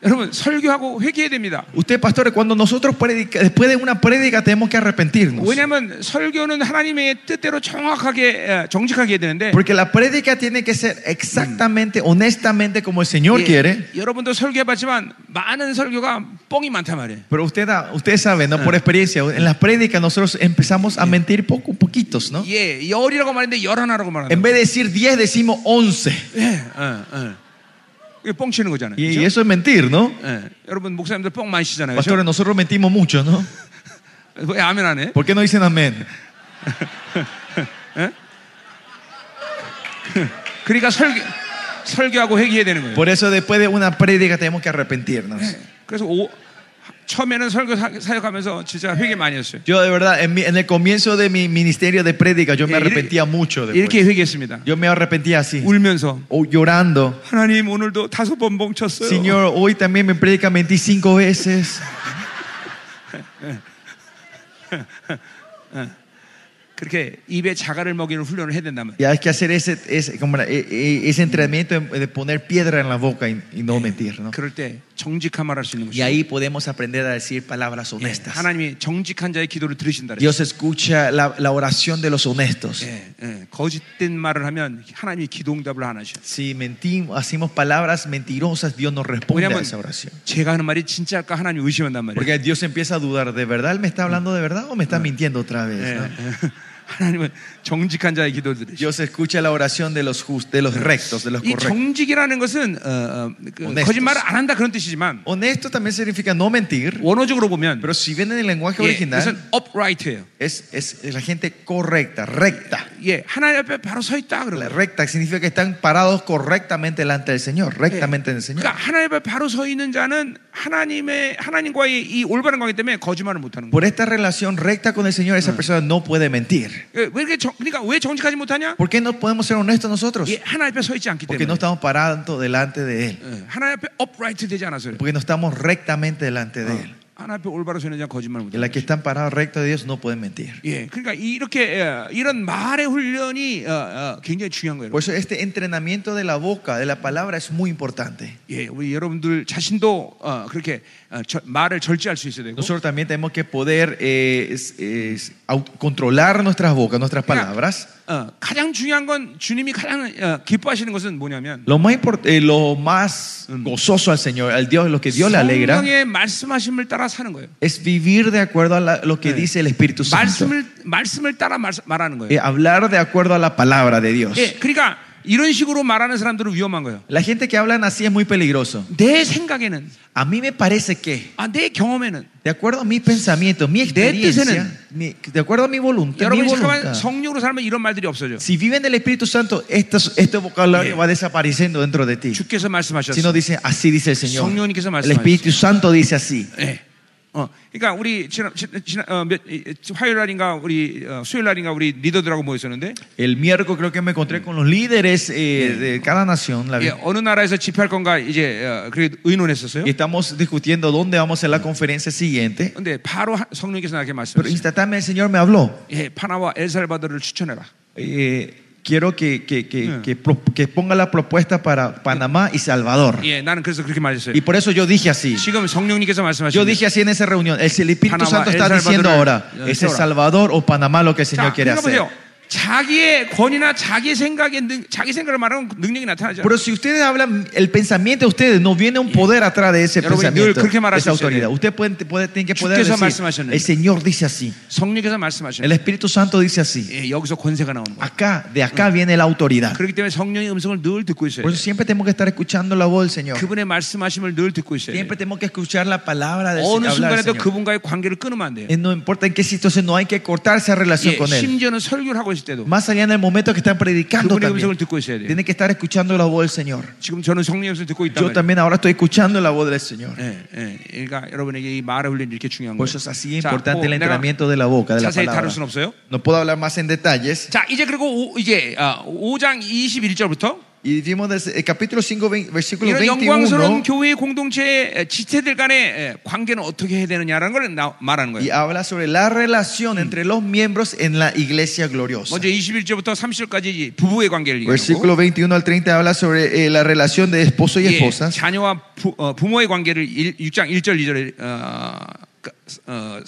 [SPEAKER 1] 여러분 설교하고 회개해야 됩니다.
[SPEAKER 2] Usted, pastores, cuando nosotros predica- después de una prédica tenemos que arrepentirnos.
[SPEAKER 1] 왜냐하면 설교는 하나님의 뜻대로 정확하게 에, 정직하게 해야 되는데
[SPEAKER 2] Porque la prédica tiene que ser exactamente, honestamente como el Señor
[SPEAKER 1] 예,
[SPEAKER 2] quiere.
[SPEAKER 1] 여러분도 설교해봤지만 많은 설교가 뻥이 많단 말이에요.
[SPEAKER 2] Pero usted, da- usted sabe, ¿no? Por experiencia, en las prédicas nosotros empezamos a mentir poco, poquitos, ¿no?
[SPEAKER 1] 예, 열이라고 말했는데 열하나라고 말하는
[SPEAKER 2] En vez de decir 10, decimos 11.
[SPEAKER 1] 거예요. 예, 예, 예. 이게 뻥치는 거잖아요.
[SPEAKER 2] Y,
[SPEAKER 1] 그죠?
[SPEAKER 2] y eso es mentir, ¿no?
[SPEAKER 1] 예. 여러분 목사님들 뻥 많이 치잖아요. 그죠?
[SPEAKER 2] Pastores, nosotros mentimos mucho, ¿no?
[SPEAKER 1] 왜 아멘 안 해?
[SPEAKER 2] ¿Por qué no dicen amén?
[SPEAKER 1] 그러니까 설교, 설교하고 회개해야 되는 거예요.
[SPEAKER 2] Por eso después de una prédica tenemos que arrepentirnos.
[SPEAKER 1] 그래서 오- 처음에는 설교 사- 사역하면서 진짜 회개 많이 했어요.
[SPEAKER 2] Yo de verdad, en, mi- en el comienzo de mi ministerio de prédica, yo me
[SPEAKER 1] Eh, iré-
[SPEAKER 2] arrepentía mucho. después.
[SPEAKER 1] 이렇게 회개했습니다.
[SPEAKER 2] Yo me arrepentía así,
[SPEAKER 1] 울면서
[SPEAKER 2] o llorando.
[SPEAKER 1] 하나님 오늘도 다섯 번 멈췄어요.
[SPEAKER 2] Señor, hoy también me predica mentí cinco veces.
[SPEAKER 1] 그렇게 입에 자갈을 먹이는 훈련을 해야 된단 말이에요.
[SPEAKER 2] Y hay que hacer ese, ese, como era, e- e- ese entrenamiento de- de poner piedra en la boca y, y no mentir. ¿no?
[SPEAKER 1] 그럴 때 정직한 말할 수 있는
[SPEAKER 2] Y
[SPEAKER 1] 것이죠. 네,
[SPEAKER 2] ahí podemos aprender a decir palabras honestas.
[SPEAKER 1] 하나님이 정직한 자의 기도를 들으신다. 그랬어요.
[SPEAKER 2] Dios escucha la, la oración de los honestos.
[SPEAKER 1] 예, 예. 거짓된 말을 하면 하나님이 기도응답을 안 하셔.
[SPEAKER 2] Si mentimos, hacemos palabras mentirosas, Dios nos responde a
[SPEAKER 1] 왜냐하면
[SPEAKER 2] esa oración.
[SPEAKER 1] 제가 하는 말이 진짜일까 하나님 의심한단 말이에요.
[SPEAKER 2] Porque Dios empieza a dudar, ¿de verdad él me está hablando de verdad o me está mintiendo otra vez?
[SPEAKER 1] 예,
[SPEAKER 2] no?
[SPEAKER 1] 예. 하나님은 정직한 자의 기도를 들으셔.
[SPEAKER 2] Dios escucha la oración de los, just- de los rectos, de los
[SPEAKER 1] 이
[SPEAKER 2] correctos.
[SPEAKER 1] 정직이라는 것은 어, 어, 그
[SPEAKER 2] Honestos.
[SPEAKER 1] 거짓말을 안 한다 그런 뜻이지만
[SPEAKER 2] Honesto también significa no mentir,
[SPEAKER 1] 원어적으로 보면
[SPEAKER 2] pero si ven en el lenguaje
[SPEAKER 1] 예,
[SPEAKER 2] original,
[SPEAKER 1] 그것은 upright예요.
[SPEAKER 2] es, es la gente correcta, recta.
[SPEAKER 1] 예, 하나님 앞에 바로 서 있다 그러고.
[SPEAKER 2] La recta significa que están parados correctamente delante del Señor, rectamente en el Señor.
[SPEAKER 1] 그러니까 하나님 앞에 바로 서 있는 자는 하나님의 하나님과의 이 올바른 관계 때문에 거짓말을 못 하는 거예요.
[SPEAKER 2] Por esta relación recta con el Señor, esa persona no puede mentir.
[SPEAKER 1] 예, 왜 이렇게 정, 그러니까 왜 정직하지 못하냐?
[SPEAKER 2] ¿Por qué no podemos ser honestos nosotros?
[SPEAKER 1] 예, 하나님 앞에 서 있지 않기
[SPEAKER 2] Porque
[SPEAKER 1] 때문에.
[SPEAKER 2] no estamos parados delante de Él.
[SPEAKER 1] 예, 하나님 앞에 upright 되지 않아서 그래요. 예,
[SPEAKER 2] Porque no estamos rectamente delante
[SPEAKER 1] Ah.
[SPEAKER 2] de Él.
[SPEAKER 1] 하나님 앞에 올바로 서 있는 자는 거짓말을 못
[SPEAKER 2] Y
[SPEAKER 1] 하는
[SPEAKER 2] la que
[SPEAKER 1] 거예요.
[SPEAKER 2] están parados recto de Dios no pueden mentir.
[SPEAKER 1] 예, 그러니까 이렇게 예, 이런 말의 훈련이 어, 어, 굉장히 중요한 거예요.
[SPEAKER 2] Por eso este entrenamiento de la boca, de la palabra, es muy importante.
[SPEAKER 1] 예, 우리 여러분들 자신도 어, 그렇게 어, 저- 말을 절제할 수 있어야 되고.
[SPEAKER 2] Nosotros también tenemos que poder eh, es- es au- controlar nuestras bocas, nuestras
[SPEAKER 1] Mira.
[SPEAKER 2] palabras.
[SPEAKER 1] 어, 가장 중요한 건 주님이 가장 어, 기뻐하시는 것은 뭐냐면
[SPEAKER 2] Lo más, import- eh, lo más gozoso al Señor, al Dios, lo que Dios le alegra,
[SPEAKER 1] 성령의 말씀하심을 따라 사는 거예요.
[SPEAKER 2] es vivir de acuerdo a la- lo que dice el Espíritu Santo.
[SPEAKER 1] 말씀을 말씀을 따라 말, 말하는 거예요.
[SPEAKER 2] Eh, hablar de acuerdo a la palabra de Dios.
[SPEAKER 1] 예, 그러니까 이런 식으로 말하는 사람들은 위험한 거예요.
[SPEAKER 2] La gente que hablan así es muy peligroso.
[SPEAKER 1] 내 생각에는,
[SPEAKER 2] A mí me parece que,
[SPEAKER 1] 아, 내 경험에는
[SPEAKER 2] de acuerdo a mis pensamientos, mi experiencia,
[SPEAKER 1] 뜻에는-
[SPEAKER 2] mi- de acuerdo a mi voluntad, mi
[SPEAKER 1] 여러분이 잠깐만
[SPEAKER 2] voluntad.
[SPEAKER 1] 성령으로 살면 이런 말들이 없어져.
[SPEAKER 2] Si viven del Espíritu Santo, este, este vocabulario va desapareciendo dentro de ti.
[SPEAKER 1] 주께서
[SPEAKER 2] Si no
[SPEAKER 1] 말씀하셨어.
[SPEAKER 2] dice, así dice el Señor.
[SPEAKER 1] 성령님께서
[SPEAKER 2] El Espíritu Santo dice así.
[SPEAKER 1] 예. 어, 그러니까 우리 지난 지- 지난 어, 몇, 이- 이- 화요일 날인가 우리 어, 수요일 날인가 우리 리더들하고 모였었는데
[SPEAKER 2] El miércoles creo que me encontré con los líderes eh, de cada nación. la
[SPEAKER 1] 예,
[SPEAKER 2] Biblia.
[SPEAKER 1] 어느 나라에서 집회할 건가 이제 어, 그래 의논했었어요.
[SPEAKER 2] Y estamos discutiendo dónde vamos a hacer la conferencia siguiente.
[SPEAKER 1] 근데 바로 하- 성령님께서 나에게
[SPEAKER 2] Pero
[SPEAKER 1] 말씀하셨어요.
[SPEAKER 2] instantáneamente el Señor me habló.
[SPEAKER 1] 예, 파나와 엘살바도를 추천해라.
[SPEAKER 2] Eh, quiero que, que, que, que pro- que ponga la propuesta para Panamá y Salvador.
[SPEAKER 1] 예, 나는 그래서 그렇게 말했어요.
[SPEAKER 2] Y por eso yo dije así.
[SPEAKER 1] 지금 성령님께서
[SPEAKER 2] Yo
[SPEAKER 1] 말씀하셨어요.
[SPEAKER 2] dije así en esa reunión. El Espíritu
[SPEAKER 1] Panamá,
[SPEAKER 2] Santo
[SPEAKER 1] El
[SPEAKER 2] está
[SPEAKER 1] Salvador,
[SPEAKER 2] diciendo ahora,
[SPEAKER 1] eh,
[SPEAKER 2] es el
[SPEAKER 1] ahora.
[SPEAKER 2] Salvador o Panamá lo que el Señor
[SPEAKER 1] 자,
[SPEAKER 2] quiere
[SPEAKER 1] 그러니까
[SPEAKER 2] hacer.
[SPEAKER 1] 보세요. 자기의 권위나 자기 생각의 능, 자기 생각을 말하면 능력이 나타나죠.
[SPEAKER 2] Pero si ustedes hablan el pensamiento de ustedes, no viene un poder atrás de ese
[SPEAKER 1] Pero bueno,
[SPEAKER 2] pensamiento,
[SPEAKER 1] 그렇게
[SPEAKER 2] de
[SPEAKER 1] 말할
[SPEAKER 2] esa
[SPEAKER 1] 수 있어야
[SPEAKER 2] autoridad.
[SPEAKER 1] 돼요.
[SPEAKER 2] Ustedes pueden, pueden- tienen que poder
[SPEAKER 1] 주께서
[SPEAKER 2] decir,
[SPEAKER 1] 말씀하셨는데.
[SPEAKER 2] el Señor dice así,
[SPEAKER 1] 성령께서
[SPEAKER 2] el
[SPEAKER 1] 말씀하셨어요.
[SPEAKER 2] Espíritu Santo dice así.
[SPEAKER 1] 예, 여기서 권세가 나오는 거예요.
[SPEAKER 2] Acá, de acá viene la autoridad.
[SPEAKER 1] 그렇기 때문에 성령의 음성을 늘 듣고 있어요.
[SPEAKER 2] Por eso siempre tenemos Mm. que estar escuchando la voz del Señor.
[SPEAKER 1] 그분의 말씀하심을 늘 듣고 있어요. 예.
[SPEAKER 2] Siempre tenemos que Oh, escuchar la palabra del
[SPEAKER 1] 어느
[SPEAKER 2] hablar del
[SPEAKER 1] 순간에도
[SPEAKER 2] Señor.
[SPEAKER 1] 그분과의 관계를 끊으면 안 돼요.
[SPEAKER 2] Eh, No importa en qué situación, no hay que cortar esa relación
[SPEAKER 1] 예,
[SPEAKER 2] con Él.
[SPEAKER 1] 심지어는 설교를 하고 있을 때도
[SPEAKER 2] Más allá en el momento que están predicando
[SPEAKER 1] 그분의 음성을
[SPEAKER 2] también,
[SPEAKER 1] 듣고 있어야 돼요.
[SPEAKER 2] tienen que estar escuchando la voz del Señor.
[SPEAKER 1] 지금 저는 성령의 음성을 듣고 있다
[SPEAKER 2] Yo
[SPEAKER 1] 말이에요.
[SPEAKER 2] también ahora estoy escuchando la voz del Señor.
[SPEAKER 1] 예, 예. 그러니까 여러분에게 이 말을 훈련이 이렇게 중요한
[SPEAKER 2] Por
[SPEAKER 1] 거예요.
[SPEAKER 2] Pues eso es así
[SPEAKER 1] 자,
[SPEAKER 2] importante
[SPEAKER 1] 뭐
[SPEAKER 2] el
[SPEAKER 1] 내가
[SPEAKER 2] entrenamiento de la boca, de la
[SPEAKER 1] 자세히 다룰
[SPEAKER 2] palabra.
[SPEAKER 1] 순 없어요.
[SPEAKER 2] No puedo hablar más en detalles.
[SPEAKER 1] 자, 이제 그리고 오, 이제 아, 5장 21절부터
[SPEAKER 2] Y vimos desde el capítulo 5, ve- versículo
[SPEAKER 1] 이런 영광스러운
[SPEAKER 2] 21.
[SPEAKER 1] 교회 공동체의 지체들 간의 에, 관계는 어떻게 해야 되느냐라는 걸 나- 말하는
[SPEAKER 2] Y
[SPEAKER 1] 거예요.
[SPEAKER 2] habla sobre la relación entre los miembros en la iglesia gloriosa.
[SPEAKER 1] 먼저 21절부터 30절까지 부부의 관계를 얘기하고
[SPEAKER 2] Versículo 21 al 30 habla sobre eh, la relación de esposo y
[SPEAKER 1] 예,
[SPEAKER 2] esposas.
[SPEAKER 1] 자녀와 부, 모의 관계를 6장 1절 2절에 어, 그, 어,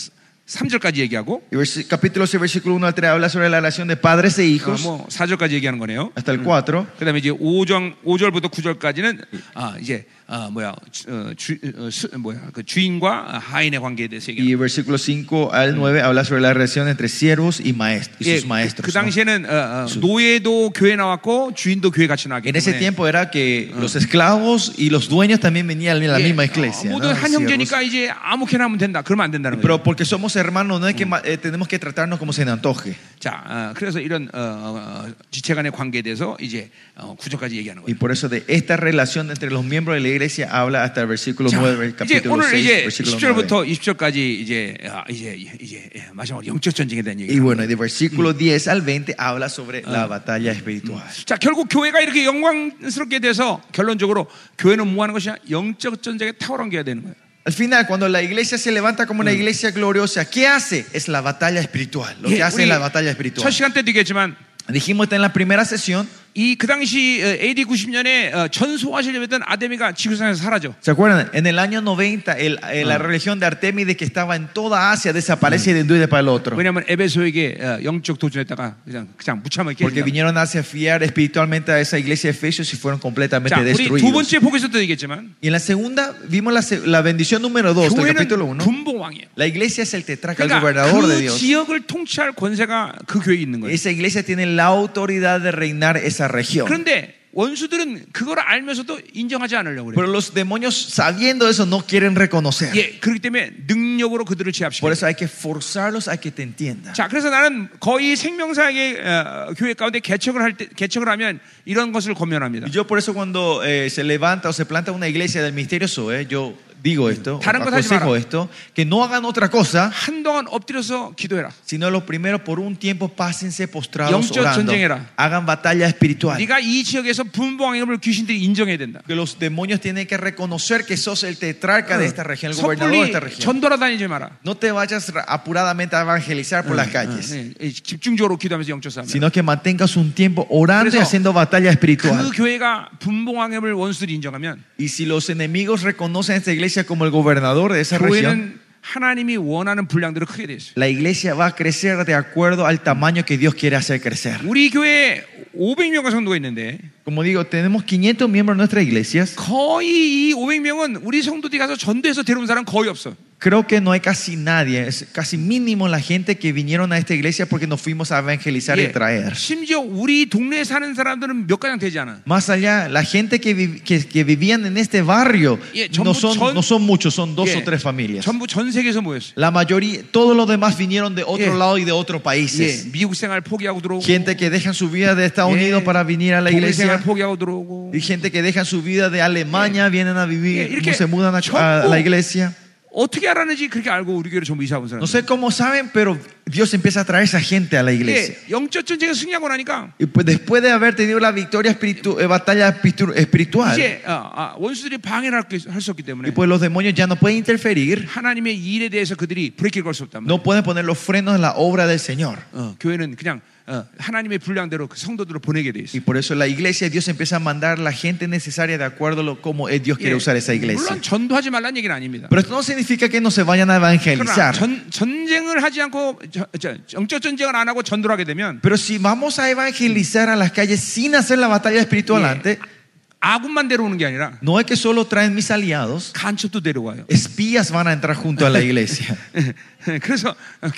[SPEAKER 1] 3절까지 얘기하고
[SPEAKER 2] Y versi- capítulo 6, versículo 1 al 3 habla sobre la relación de padres e
[SPEAKER 1] 아,
[SPEAKER 2] hijos,
[SPEAKER 1] 뭐 4절까지 얘기하는 거네요.
[SPEAKER 2] hasta el 4.
[SPEAKER 1] 그다음에 이제 5장 5절부터 9절까지는 아 이제 아 뭐야 주- 어, 주, 어, 수- 뭐야 그 주인과 하인의 관계에 대해서 얘기하는
[SPEAKER 2] Y versículo 5 al 9 habla sobre la relación entre siervos y, maest- y
[SPEAKER 1] 예,
[SPEAKER 2] sus maestros.
[SPEAKER 1] 그
[SPEAKER 2] ¿no?
[SPEAKER 1] 당시에는 어, 어, 노예도 교회 나왔고 주인도 교회 같이 나왔기
[SPEAKER 2] En ese
[SPEAKER 1] 때문에
[SPEAKER 2] tiempo era que los esclavos y los dueños también venían a la
[SPEAKER 1] 예,
[SPEAKER 2] misma
[SPEAKER 1] 어,
[SPEAKER 2] iglesia. ¿no?
[SPEAKER 1] 모두 한
[SPEAKER 2] Siervos.
[SPEAKER 1] 형제니까 이제 아무렇게나 하면 된다. 그러면 안 된다는 거예요.
[SPEAKER 2] Pero porque somos hermanos, no es que ma- eh, tenemos que tratarnos como se nos antoje.
[SPEAKER 1] 자, 어, 그래서 이런 어, 어, 지체 간의 관계에 대해서 이제 어, 구절까지 얘기하는
[SPEAKER 2] Y
[SPEAKER 1] 거예요.
[SPEAKER 2] por eso de esta relación entre los miembros de la iglesia habla hasta el versículo
[SPEAKER 1] 자,
[SPEAKER 2] 9, el
[SPEAKER 1] 이제
[SPEAKER 2] capítulo
[SPEAKER 1] 오늘
[SPEAKER 2] 6,
[SPEAKER 1] 이제
[SPEAKER 2] versículo 9.
[SPEAKER 1] 10절부터 20절까지 이제 아, 이제 이제 예, 마지막으로 영적 전쟁에 대한
[SPEAKER 2] Y
[SPEAKER 1] 얘기.
[SPEAKER 2] bueno, y de versículo 10 al 20 habla sobre la batalla espiritual.
[SPEAKER 1] 자, 결국 교회가 이렇게 영광스럽게 돼서 결론적으로 교회는 뭐 하는 것이냐? 영적 전쟁에 탁월한 게야 되는 거예요.
[SPEAKER 2] Al final, cuando la iglesia se levanta como una iglesia gloriosa, ¿qué hace? Es la batalla espiritual. Lo
[SPEAKER 1] 예,
[SPEAKER 2] que hace es la batalla
[SPEAKER 1] 우리 첫
[SPEAKER 2] espiritual.
[SPEAKER 1] 시간 때도 얘기했지만
[SPEAKER 2] Dijimos en la primera sesión,
[SPEAKER 1] 이 그 당시 어, AD 90년에 어, 전소화시를 했던 아데미가 지구상에서 사라져.
[SPEAKER 2] ¿se acuerdan? En el año 90, el- eh, la religión de Artemide que estaba en toda Asia desaparece de un día para el otro.
[SPEAKER 1] 왜냐하면 에베소에게 어, 영적 도전했다가 그냥 그냥 무참하게
[SPEAKER 2] Porque
[SPEAKER 1] 깨진다.
[SPEAKER 2] vinieron a fiar espiritualmente a esa iglesia de Efesios y fueron completamente
[SPEAKER 1] 자, 우리 두
[SPEAKER 2] destruidos.
[SPEAKER 1] 번째 포기에서도 얘기했지만
[SPEAKER 2] Y en la segunda vimos la, se- la bendición número 2 del capítulo
[SPEAKER 1] 교회는
[SPEAKER 2] 1.
[SPEAKER 1] 군복왕이에요.
[SPEAKER 2] La iglesia es el tetraca, el
[SPEAKER 1] 그러니까
[SPEAKER 2] gobernador de
[SPEAKER 1] 그
[SPEAKER 2] Dios.
[SPEAKER 1] 지역을 통치할 권세가 그 교회에 있는 거예요.
[SPEAKER 2] Esa iglesia tiene la autoridad de reinar esa región.
[SPEAKER 1] 그런데 원수들은 그걸 알면서도 인정하지 않으려고 그래요.
[SPEAKER 2] Pero los demonios, sabiendo eso, no quieren reconocer.
[SPEAKER 1] 예, 그렇기 때문에 능력으로 그들을 제압시켜요.
[SPEAKER 2] Por eso hay que forzarlos a que te entiendan.
[SPEAKER 1] 자, 그래서 나는 거의 생명사의 어, 교회 가운데 개척을 할 때, 개척을 하면 이런 것을 권면합니다.
[SPEAKER 2] Y yo por eso cuando eh, se levanta o se planta una iglesia del misterio Zoe, yo digo esto,
[SPEAKER 1] 다른 것 하지
[SPEAKER 2] aconsejo
[SPEAKER 1] 마라.
[SPEAKER 2] esto, que no hagan otra cosa,
[SPEAKER 1] 한동안 엎드려서 기도해라.
[SPEAKER 2] sino los primeros por un tiempo pásense postrados
[SPEAKER 1] 영적
[SPEAKER 2] orando.
[SPEAKER 1] 전쟁해라.
[SPEAKER 2] Hagan batalla espiritual.
[SPEAKER 1] 네가 이 지역에서 분봉왕임을 귀신들이 인정해야 된다.
[SPEAKER 2] que los demonios tienen que reconocer que sos el tetrarca
[SPEAKER 1] Ah,
[SPEAKER 2] de esta región, el gobernador de
[SPEAKER 1] 섣불리
[SPEAKER 2] esta región.
[SPEAKER 1] 전돌아 다니지 마라.
[SPEAKER 2] No te vayas ra- apuradamente a evangelizar por las calles,
[SPEAKER 1] 예, 예, 집중적으로 기도하면서 영적 싸움.
[SPEAKER 2] sino que mantengas un tiempo orando y
[SPEAKER 1] 그래서
[SPEAKER 2] haciendo batalla
[SPEAKER 1] 그
[SPEAKER 2] espiritual.
[SPEAKER 1] 교회가 분봉왕임을 원수들이 인정하면
[SPEAKER 2] Y si los enemigos reconocen a esta iglesia como el gobernador de esa región,
[SPEAKER 1] 교회는 하나님이 원하는 분량대로 크게 돼 있어요.
[SPEAKER 2] la iglesia va a crecer de acuerdo al tamaño que Dios quiere hacer crecer.
[SPEAKER 1] 우리 교회에 500명의 성도가 있는데
[SPEAKER 2] Como digo, tenemos 500 miembros de nuestras iglesias.
[SPEAKER 1] 거의 이 500명은 우리 성도들이 가서 전도해서 데려온 사람 거의 없어.
[SPEAKER 2] Creo que no hay casi nadie, es casi mínimo la gente que vinieron a esta iglesia porque nos fuimos a evangelizar y
[SPEAKER 1] 예,
[SPEAKER 2] traer.
[SPEAKER 1] 심지어 우리 동네에 사는 사람들은 몇 가장 되지 않아.
[SPEAKER 2] Más allá, la gente que, vi- que- que vivían en este barrio
[SPEAKER 1] Yeah,
[SPEAKER 2] no
[SPEAKER 1] 전부
[SPEAKER 2] son,
[SPEAKER 1] 전-
[SPEAKER 2] no son muchos, son dos
[SPEAKER 1] 예,
[SPEAKER 2] o tres familias.
[SPEAKER 1] 전부 전 세계에서 모였어.
[SPEAKER 2] La mayoría, todos los demás vinieron de otro
[SPEAKER 1] Yeah.
[SPEAKER 2] lado y de otros países.
[SPEAKER 1] 예, 미국 생활 포기하고 들어오고,
[SPEAKER 2] Gente que dejan su vida de Estados
[SPEAKER 1] Yeah.
[SPEAKER 2] Unidos para venir a la
[SPEAKER 1] 독일 생활
[SPEAKER 2] iglesia
[SPEAKER 1] 포기하고 들어오고,
[SPEAKER 2] y gente que dejan su vida de Alemania, vienen
[SPEAKER 1] Yeah,
[SPEAKER 2] a vivir,
[SPEAKER 1] 이렇게
[SPEAKER 2] se mudan a, a
[SPEAKER 1] 전부-
[SPEAKER 2] la iglesia.
[SPEAKER 1] 어떻게 알았는지 그렇게 알고 우리 교회를 전부 이사 온 사람.
[SPEAKER 2] No sé cómo saben, pero Dios empieza a traer esa gente a la iglesia.
[SPEAKER 1] 예, 영적 전쟁에 승리하고 나니까
[SPEAKER 2] Y pues después de haber tenido la victoria espiritu- eh, batalla espiritu- espiritual,
[SPEAKER 1] 이제 어, 아, 원수들이 방해를 할 수 없기
[SPEAKER 2] y
[SPEAKER 1] 때문에
[SPEAKER 2] pues los demonios ya no pueden interferir.
[SPEAKER 1] 하나님의 일에 대해서 그들이 브레이크를 걸 수 없단 말이야.
[SPEAKER 2] No pueden poner los frenos en la obra del Señor.
[SPEAKER 1] 어, 교회는 그냥 어, 하나님의 분량대로 그 성도들을 보내게 돼 있어.
[SPEAKER 2] Y por eso la iglesia, Dios empieza a mandar la gente necesaria de acuerdo a lo, como es Dios
[SPEAKER 1] 예,
[SPEAKER 2] quiere usar esa iglesia.
[SPEAKER 1] 물론 전도하지 말란 얘기는 아닙니다.
[SPEAKER 2] Pero esto no significa que no se vayan a
[SPEAKER 1] 그러나
[SPEAKER 2] evangelizar.
[SPEAKER 1] 전, 전쟁을 하지 않고 저- 저- 영적 전쟁을 안 하고 전도를 하게 되면
[SPEAKER 2] Pero si vamos a evangelizar a las calles sin hacer la batalla espiritual
[SPEAKER 1] 예,
[SPEAKER 2] antes,
[SPEAKER 1] 아군만 데려오는 게 아니라
[SPEAKER 2] no es que solo traen mis aliados,
[SPEAKER 1] 간첩도 데려와요.
[SPEAKER 2] espías van a entrar junto a la iglesia.
[SPEAKER 1] 그래서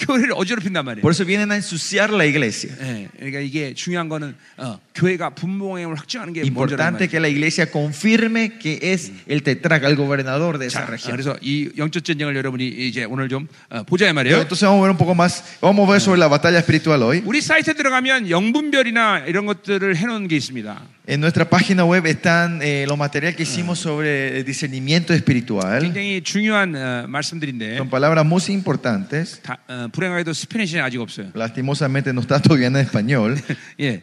[SPEAKER 1] 교회를 어지럽힌단 말이에요.
[SPEAKER 2] Por eso vienen a ensuciar la iglesia.
[SPEAKER 1] 예, 그러니까 이게 중요한 거는 어, 교회가 분봉행을 확증하는 게 먼저라는
[SPEAKER 2] Importante
[SPEAKER 1] 말이에요.
[SPEAKER 2] que la iglesia confirme que es
[SPEAKER 1] Mm.
[SPEAKER 2] el tetraca, el gobernador de
[SPEAKER 1] 자,
[SPEAKER 2] esa
[SPEAKER 1] 어,
[SPEAKER 2] región.
[SPEAKER 1] 그래서 이 영적 전쟁을 여러분이 이제 오늘 좀 어, 보자 이 말이에요.
[SPEAKER 2] Entonces vamos a ver un poco más, vamos a ver
[SPEAKER 1] Ah.
[SPEAKER 2] sobre la batalla espiritual hoy.
[SPEAKER 1] 우리 사이트에 들어가면 영분별이나 이런 것들을 해놓은 게 있습니다.
[SPEAKER 2] En nuestra página web están eh, los materiales
[SPEAKER 1] Ah.
[SPEAKER 2] que hicimos sobre discernimiento espiritual.
[SPEAKER 1] 굉장히 중요한 어,
[SPEAKER 2] Son
[SPEAKER 1] 말씀들인데
[SPEAKER 2] palabras muy importantes.
[SPEAKER 1] 다, 어, 불행하게도 스페니시는 아직 없어요.
[SPEAKER 2] Lastimosamente no está todavía en español.
[SPEAKER 1] 예.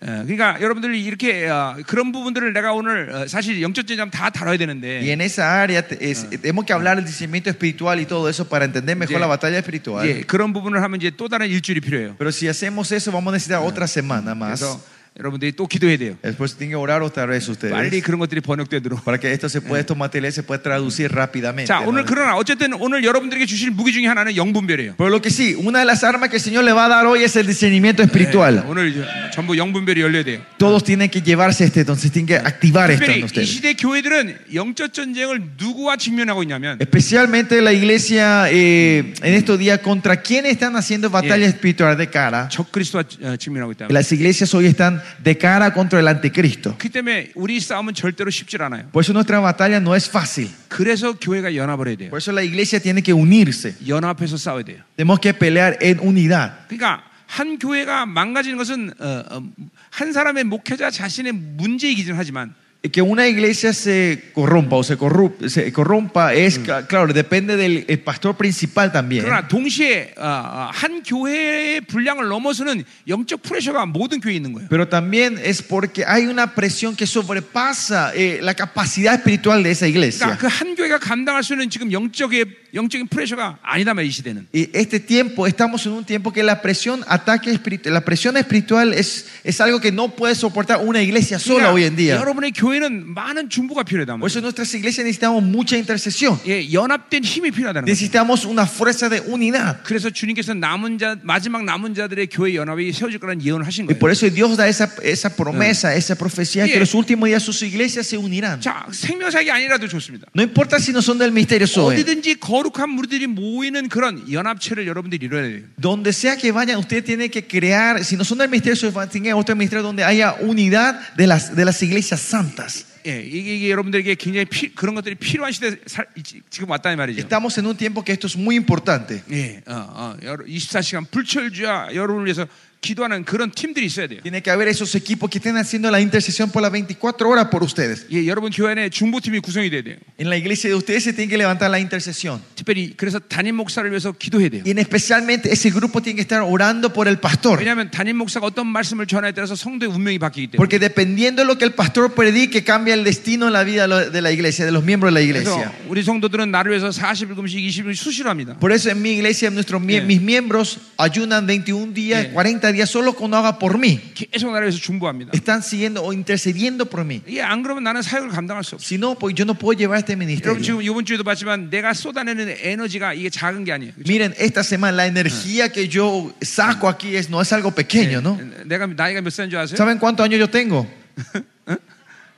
[SPEAKER 1] 어, 그러니까 여러분들이 이렇게 어, 그런 부분들을 내가 오늘 어, 사실 영적 전쟁 다 다뤄야
[SPEAKER 2] Y
[SPEAKER 1] 되는데
[SPEAKER 2] en esa área te- es- tenemos que hablar del discernimiento espiritual y todo eso para entender mejor
[SPEAKER 1] Ah. Yeah.
[SPEAKER 2] la batalla
[SPEAKER 1] 예,
[SPEAKER 2] espiritual.
[SPEAKER 1] 그런 부분을 하면 이제 또 다른 일주일이 필요해요.
[SPEAKER 2] Pero si hacemos eso vamos a necesitar otra semana más.
[SPEAKER 1] 그래서 여러분들이 또 기도해야 돼요.
[SPEAKER 2] Después tienen que orar otra vez
[SPEAKER 1] 빨리
[SPEAKER 2] ustedes
[SPEAKER 1] 그런 것들이 번역되도록.
[SPEAKER 2] para que esto se pueda, estos materiales se pueda traducir rápidamente.
[SPEAKER 1] 자,
[SPEAKER 2] ¿no?
[SPEAKER 1] 오늘 그러나 어쨌든 오늘 여러분들에게 주실 무기 중에 하나는 영분별이에요.
[SPEAKER 2] Pero lo que sí, una de las armas que el Señor le va a dar hoy es el discernimiento
[SPEAKER 1] 네,
[SPEAKER 2] espiritual.
[SPEAKER 1] 오늘 전부 영분별이 열려야 돼요.
[SPEAKER 2] Todos tienen que llevarse este, entonces tienen que activar esto
[SPEAKER 1] 특별히
[SPEAKER 2] en
[SPEAKER 1] 이
[SPEAKER 2] ustedes.
[SPEAKER 1] 시대 교회들은 영적 전쟁을 누구와 직면하고 있냐면
[SPEAKER 2] 네. Especialmente la iglesia eh, en estos días, ¿contra quién están haciendo batalla
[SPEAKER 1] Yeah.
[SPEAKER 2] espiritual de cara?
[SPEAKER 1] 적그리스도와 어, 직면하고 있다.
[SPEAKER 2] Las iglesias hoy están de cara contra el anticristo.
[SPEAKER 1] 그렇기 때문에 우리 싸움은 절대로 쉽지 않아요.
[SPEAKER 2] Por eso nuestra batalla no es fácil.
[SPEAKER 1] 그래서 교회가 연합을 해야 돼요.
[SPEAKER 2] Por eso la iglesia tiene que unirse.
[SPEAKER 1] 연합해서 싸워야 돼요.
[SPEAKER 2] Tenemos que pelear en unidad.
[SPEAKER 1] 그러니까 한 교회가 망가지는 것은 어, 어, 한 사람의 목회자 자신의 문제이기는 하지만
[SPEAKER 2] Y Que una iglesia se corrompa o se, corrup- se corrompa es, ca- claro, depende del el pastor principal también. ¿eh?
[SPEAKER 1] 그러나 동시에 어, 어, 한 교회의 분량을 넘어서는 영적 프레셔가 모든 교회에 있는 거예요.
[SPEAKER 2] Pero también es porque hay una presión que sobrepasa eh, la capacidad espiritual de esa iglesia.
[SPEAKER 1] 그러니까 그 한 교회가 감당할 수 있는 지금 영적의 영적인 프레셔가 아니다 말이 이 시대는.
[SPEAKER 2] Y este tiempo, estamos en un tiempo que la presión, ataque espiritu- la presión espiritual es, es algo que no puede soportar una iglesia sola hoy en día.
[SPEAKER 1] 그러니까 여러분의 교회는 많은 중보가 필요하다.
[SPEAKER 2] Por eso en nuestras iglesias necesitamos mucha intercesión.
[SPEAKER 1] 예, 연합된 힘이 필요하다는 거예요.
[SPEAKER 2] Necesitamos una fuerza de unidad.
[SPEAKER 1] 그래서 주님께서 남은 자 마지막 남은 자들의 교회 연합이 세워질 거라는 예언을 하신
[SPEAKER 2] Y
[SPEAKER 1] 거예요.
[SPEAKER 2] por eso Dios da esa, esa promesa, esa profecía,
[SPEAKER 1] Sí.
[SPEAKER 2] que los últimos días sus iglesias se unirán.
[SPEAKER 1] 자, 생명사역이 아니라도 좋습니다.
[SPEAKER 2] No importa si no son del misterio hoy.
[SPEAKER 1] 어디든지 거룩한 무리들이 모이는 그런 연합체를 여러분들이 이뤄야 돼요.
[SPEAKER 2] Donde sea que vayan, usted tiene que crear, si no son del misterio Zoe, tiene otro misterio donde haya unidad de las, de las iglesias santas.
[SPEAKER 1] 예, 이게, 이게 여러분들에게 굉장히 피- 그런 것들이 필요한 시대 살, 이- 지금 왔다는 말이죠.
[SPEAKER 2] Estamos en un tiempo que esto es muy importante.
[SPEAKER 1] 예, 어, 어, 여러- 24시간 불철주야 여러분을 위해서 기도하는 그런 팀들이 있어야 돼요.
[SPEAKER 2] Tiene que haber esos equipos que estén haciendo la intercesión por las 24 horas por ustedes.
[SPEAKER 1] 예, 여러분 교회 안에 중보팀이 구성이 돼야 돼요.
[SPEAKER 2] En la iglesia de ustedes se tiene que levantar la intercesión.
[SPEAKER 1] 특별히 그래서 담임 목사를 위해서 기도해야 돼요.
[SPEAKER 2] Y en especialmente ese grupo tiene que estar orando por el pastor.
[SPEAKER 1] 왜냐하면 담임 목사가 어떤 말씀을 전하에 따라서 성도의 운명이 바뀌기 때문에.
[SPEAKER 2] Porque dependiendo de lo que el pastor predique, cambia el destino en la vida de lo- de la iglesia, de los miembros de la
[SPEAKER 1] 그래서
[SPEAKER 2] iglesia.
[SPEAKER 1] 우리 성도들은 나를 위해서 41금식 20일 수시로 합니다.
[SPEAKER 2] Por eso en mi iglesia, nuestros, mie-
[SPEAKER 1] Sí.
[SPEAKER 2] mis miembros ayunan 21 días,
[SPEAKER 1] Sí.
[SPEAKER 2] 40 días solo cuando haga por mí.
[SPEAKER 1] 계속 나를 위해서 중보합니다.
[SPEAKER 2] Están siguiendo o intercediendo por mí.
[SPEAKER 1] 이게 안 그러면 나는 사역을 감당할 수 없어.
[SPEAKER 2] Si no, pues yo no puedo llevar este
[SPEAKER 1] 여러분
[SPEAKER 2] ministerio.
[SPEAKER 1] 지금 이번 주에도 봤지만 내가 쏟아내는 에너지가 이게 작은 게 아니에요.
[SPEAKER 2] Miren, esta semana la energía que yo saco aquí es, no es algo pequeño, ¿no?
[SPEAKER 1] 네, 내가 나이가 몇 살인 줄 아세요?
[SPEAKER 2] ¿Saben cuántos años yo tengo?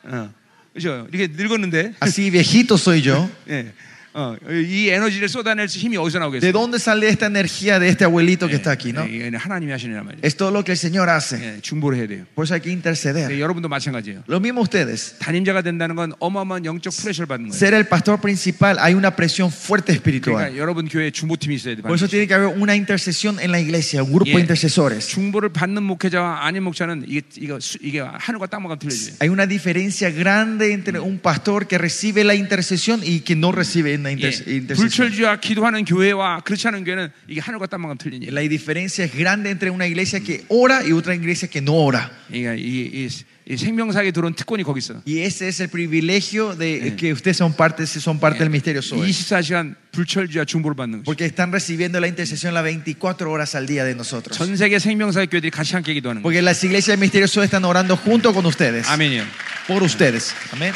[SPEAKER 1] 어. 그죠? 이렇게 늙었는데.
[SPEAKER 2] Así viejito soy yo.
[SPEAKER 1] 예. 어, 이 에너지를 쏟아낼 수 힘이 어디서
[SPEAKER 2] ¿De
[SPEAKER 1] 나오겠어요?
[SPEAKER 2] dónde sale esta energía de este abuelito que está aquí, no?
[SPEAKER 1] 예, 이거는 하나님이 하시는 말이에요.
[SPEAKER 2] Es todo lo que el Señor hace.
[SPEAKER 1] 예, 중보를 해야 돼요.
[SPEAKER 2] Por eso hay que interceder.
[SPEAKER 1] 네, 여러분도 마찬가지예요.
[SPEAKER 2] Lo mismo ustedes.
[SPEAKER 1] 단임자가 된다는 건 어마어마한 영적 프레셔를 받는 거예요.
[SPEAKER 2] Ser el pastor principal, hay una presión fuerte espiritual.
[SPEAKER 1] 그러니까 여러분 교회에 중보팀이 있어야 돼.
[SPEAKER 2] Por eso
[SPEAKER 1] 반드시.
[SPEAKER 2] tiene que haber una intercesión en la iglesia, un grupo
[SPEAKER 1] Yeah.
[SPEAKER 2] de intercesores.
[SPEAKER 1] 중보를 받는 목회자와 아닌 목자는 이게 이거 수- 이게 하늘과 땅만큼 틀려져요.
[SPEAKER 2] Hay una diferencia grande entre un pastor que recibe la intercesión y que no recibe la
[SPEAKER 1] 예,
[SPEAKER 2] interce- intercesión.
[SPEAKER 1] 불철주야 기도하는 교회와 그렇지 않은 교회는 이게 하늘과 땅만큼 틀린 일.
[SPEAKER 2] La diferencia es grande entre una iglesia que ora y otra iglesia que no ora.
[SPEAKER 1] 그러니까 이, 이, 이 생명사에 들어온 특권이 거기 있어.
[SPEAKER 2] Y ese es el privilegio de que ustedes son parte, si son parte del misterio Zoe.
[SPEAKER 1] 24시간 불철주야 중보를 받는 거죠.
[SPEAKER 2] Porque están recibiendo la intercesión las 24 horas al día de nosotros.
[SPEAKER 1] 전 세계 생명사의 교회들이 같이 함께 기도하는 거예요.
[SPEAKER 2] Porque las iglesias del misterio Zoe están orando junto con ustedes.
[SPEAKER 1] 아멘이요.
[SPEAKER 2] Por ustedes. Amén.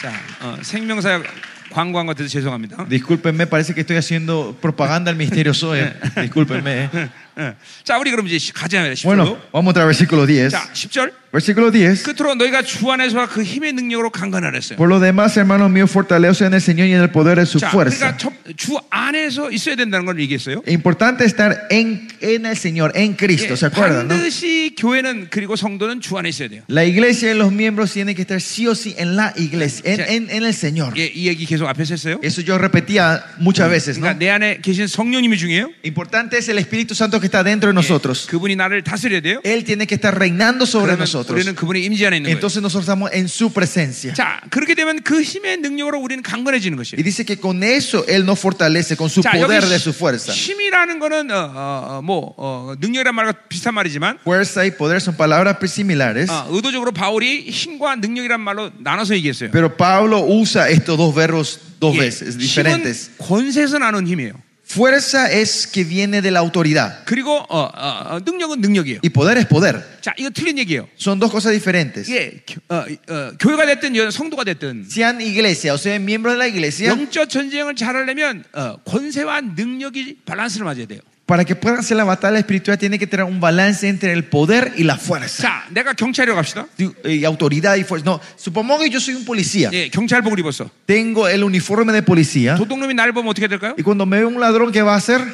[SPEAKER 1] 자, 어, 생명사 광고한 것 같아서 죄송합니다.
[SPEAKER 2] 네. Discúlpenme, parece que estoy haciendo propaganda al misterio Zoe. Discúlpenme. eh.
[SPEAKER 1] 예. 자, 우리 그럼 이제 가자 말이야. 10절로.
[SPEAKER 2] Bueno, vamos otra al versículo 10.
[SPEAKER 1] 자, 10절.
[SPEAKER 2] Versículo 10.
[SPEAKER 1] 끝으로 너희가 주 안에서와 그 힘의 능력으로 강건하랬어요.
[SPEAKER 2] Por lo demás, hermanos míos, fortalece en el Señor y en el poder de su
[SPEAKER 1] 자,
[SPEAKER 2] fuerza.
[SPEAKER 1] 그러니까 첫- 주 안에서 있어야 된다는 걸 얘기했어요.
[SPEAKER 2] Importante estar en, en el Señor, en Cristo,
[SPEAKER 1] 예,
[SPEAKER 2] ¿se acuerdan? no?
[SPEAKER 1] 반드시 교회는 그리고 성도는 주 안에 있어야 돼요.
[SPEAKER 2] La iglesia y los miembros tienen que estar sí o sí en la iglesia, en,
[SPEAKER 1] Ya.
[SPEAKER 2] en- en el Señor.
[SPEAKER 1] 예, 이 얘기 계속 앞에서 했어요.
[SPEAKER 2] Eso yo repetía muchas veces, ¿no?
[SPEAKER 1] 그러니까 내 안에 계신 성령님이 중요해요. 예,
[SPEAKER 2] Importante es el Espíritu Santo que está dentro de nosotros.
[SPEAKER 1] 그분이 나를 다스려야 돼요.
[SPEAKER 2] Él tiene que estar reinando sobre
[SPEAKER 1] 그러면
[SPEAKER 2] nosotros.
[SPEAKER 1] 우리는 그분의 임재 안에 있는 거예요.
[SPEAKER 2] Entonces nosotros estamos en su presencia.
[SPEAKER 1] 자, 그렇게 되면 그 힘의 능력으로 우리는 강건해지는
[SPEAKER 2] Y
[SPEAKER 1] 것이에요.
[SPEAKER 2] dice que con eso Él nos fortalece, con su
[SPEAKER 1] 자, 여기
[SPEAKER 2] poder de su fuerza.
[SPEAKER 1] 힘이라는 거는 어, 어, 어, 뭐 어, 능력이란 말과 비슷한 말이지만
[SPEAKER 2] Fuerza y poder son palabras pues similares,
[SPEAKER 1] 어, 의도적으로 바울이 힘과 능력이란 말로 나눠서 얘기했어요.
[SPEAKER 2] pero Pablo usa estos dos verbos dos
[SPEAKER 1] 예,
[SPEAKER 2] veces diferentes.
[SPEAKER 1] 힘은 권세에서 나는 힘이에요.
[SPEAKER 2] Fuerza es que viene de la autoridad
[SPEAKER 1] 그리고 어, 어, 어, 능력은 능력이에요.
[SPEAKER 2] y poder es poder.
[SPEAKER 1] 자, 이거 틀린 얘기예요.
[SPEAKER 2] Son dos cosas diferentes.
[SPEAKER 1] 이게 교- 어, 어, 교회가 됐든 여- 성도가 됐든
[SPEAKER 2] Sean iglesia o sean miembros de la iglesia,
[SPEAKER 1] 영적 전쟁을 잘 하려면 어, 권세와 능력이 밸런스를 맞아야 돼요.
[SPEAKER 2] para que puedan hacer la batalla espiritual, tiene que tener un balance entre el poder y la fuerza.
[SPEAKER 1] 자, 내가 경찰이라고 합시다.
[SPEAKER 2] Digo, eh, autoridad y fuerza. No, supongamos que yo soy un policía.
[SPEAKER 1] 예, 경찰복을 입었어.
[SPEAKER 2] Tengo el uniforme de policía.
[SPEAKER 1] 도둑놈이 날 보면 어떻게 될까요?
[SPEAKER 2] Y cuando me ve un ladrón, ¿qué va a hacer?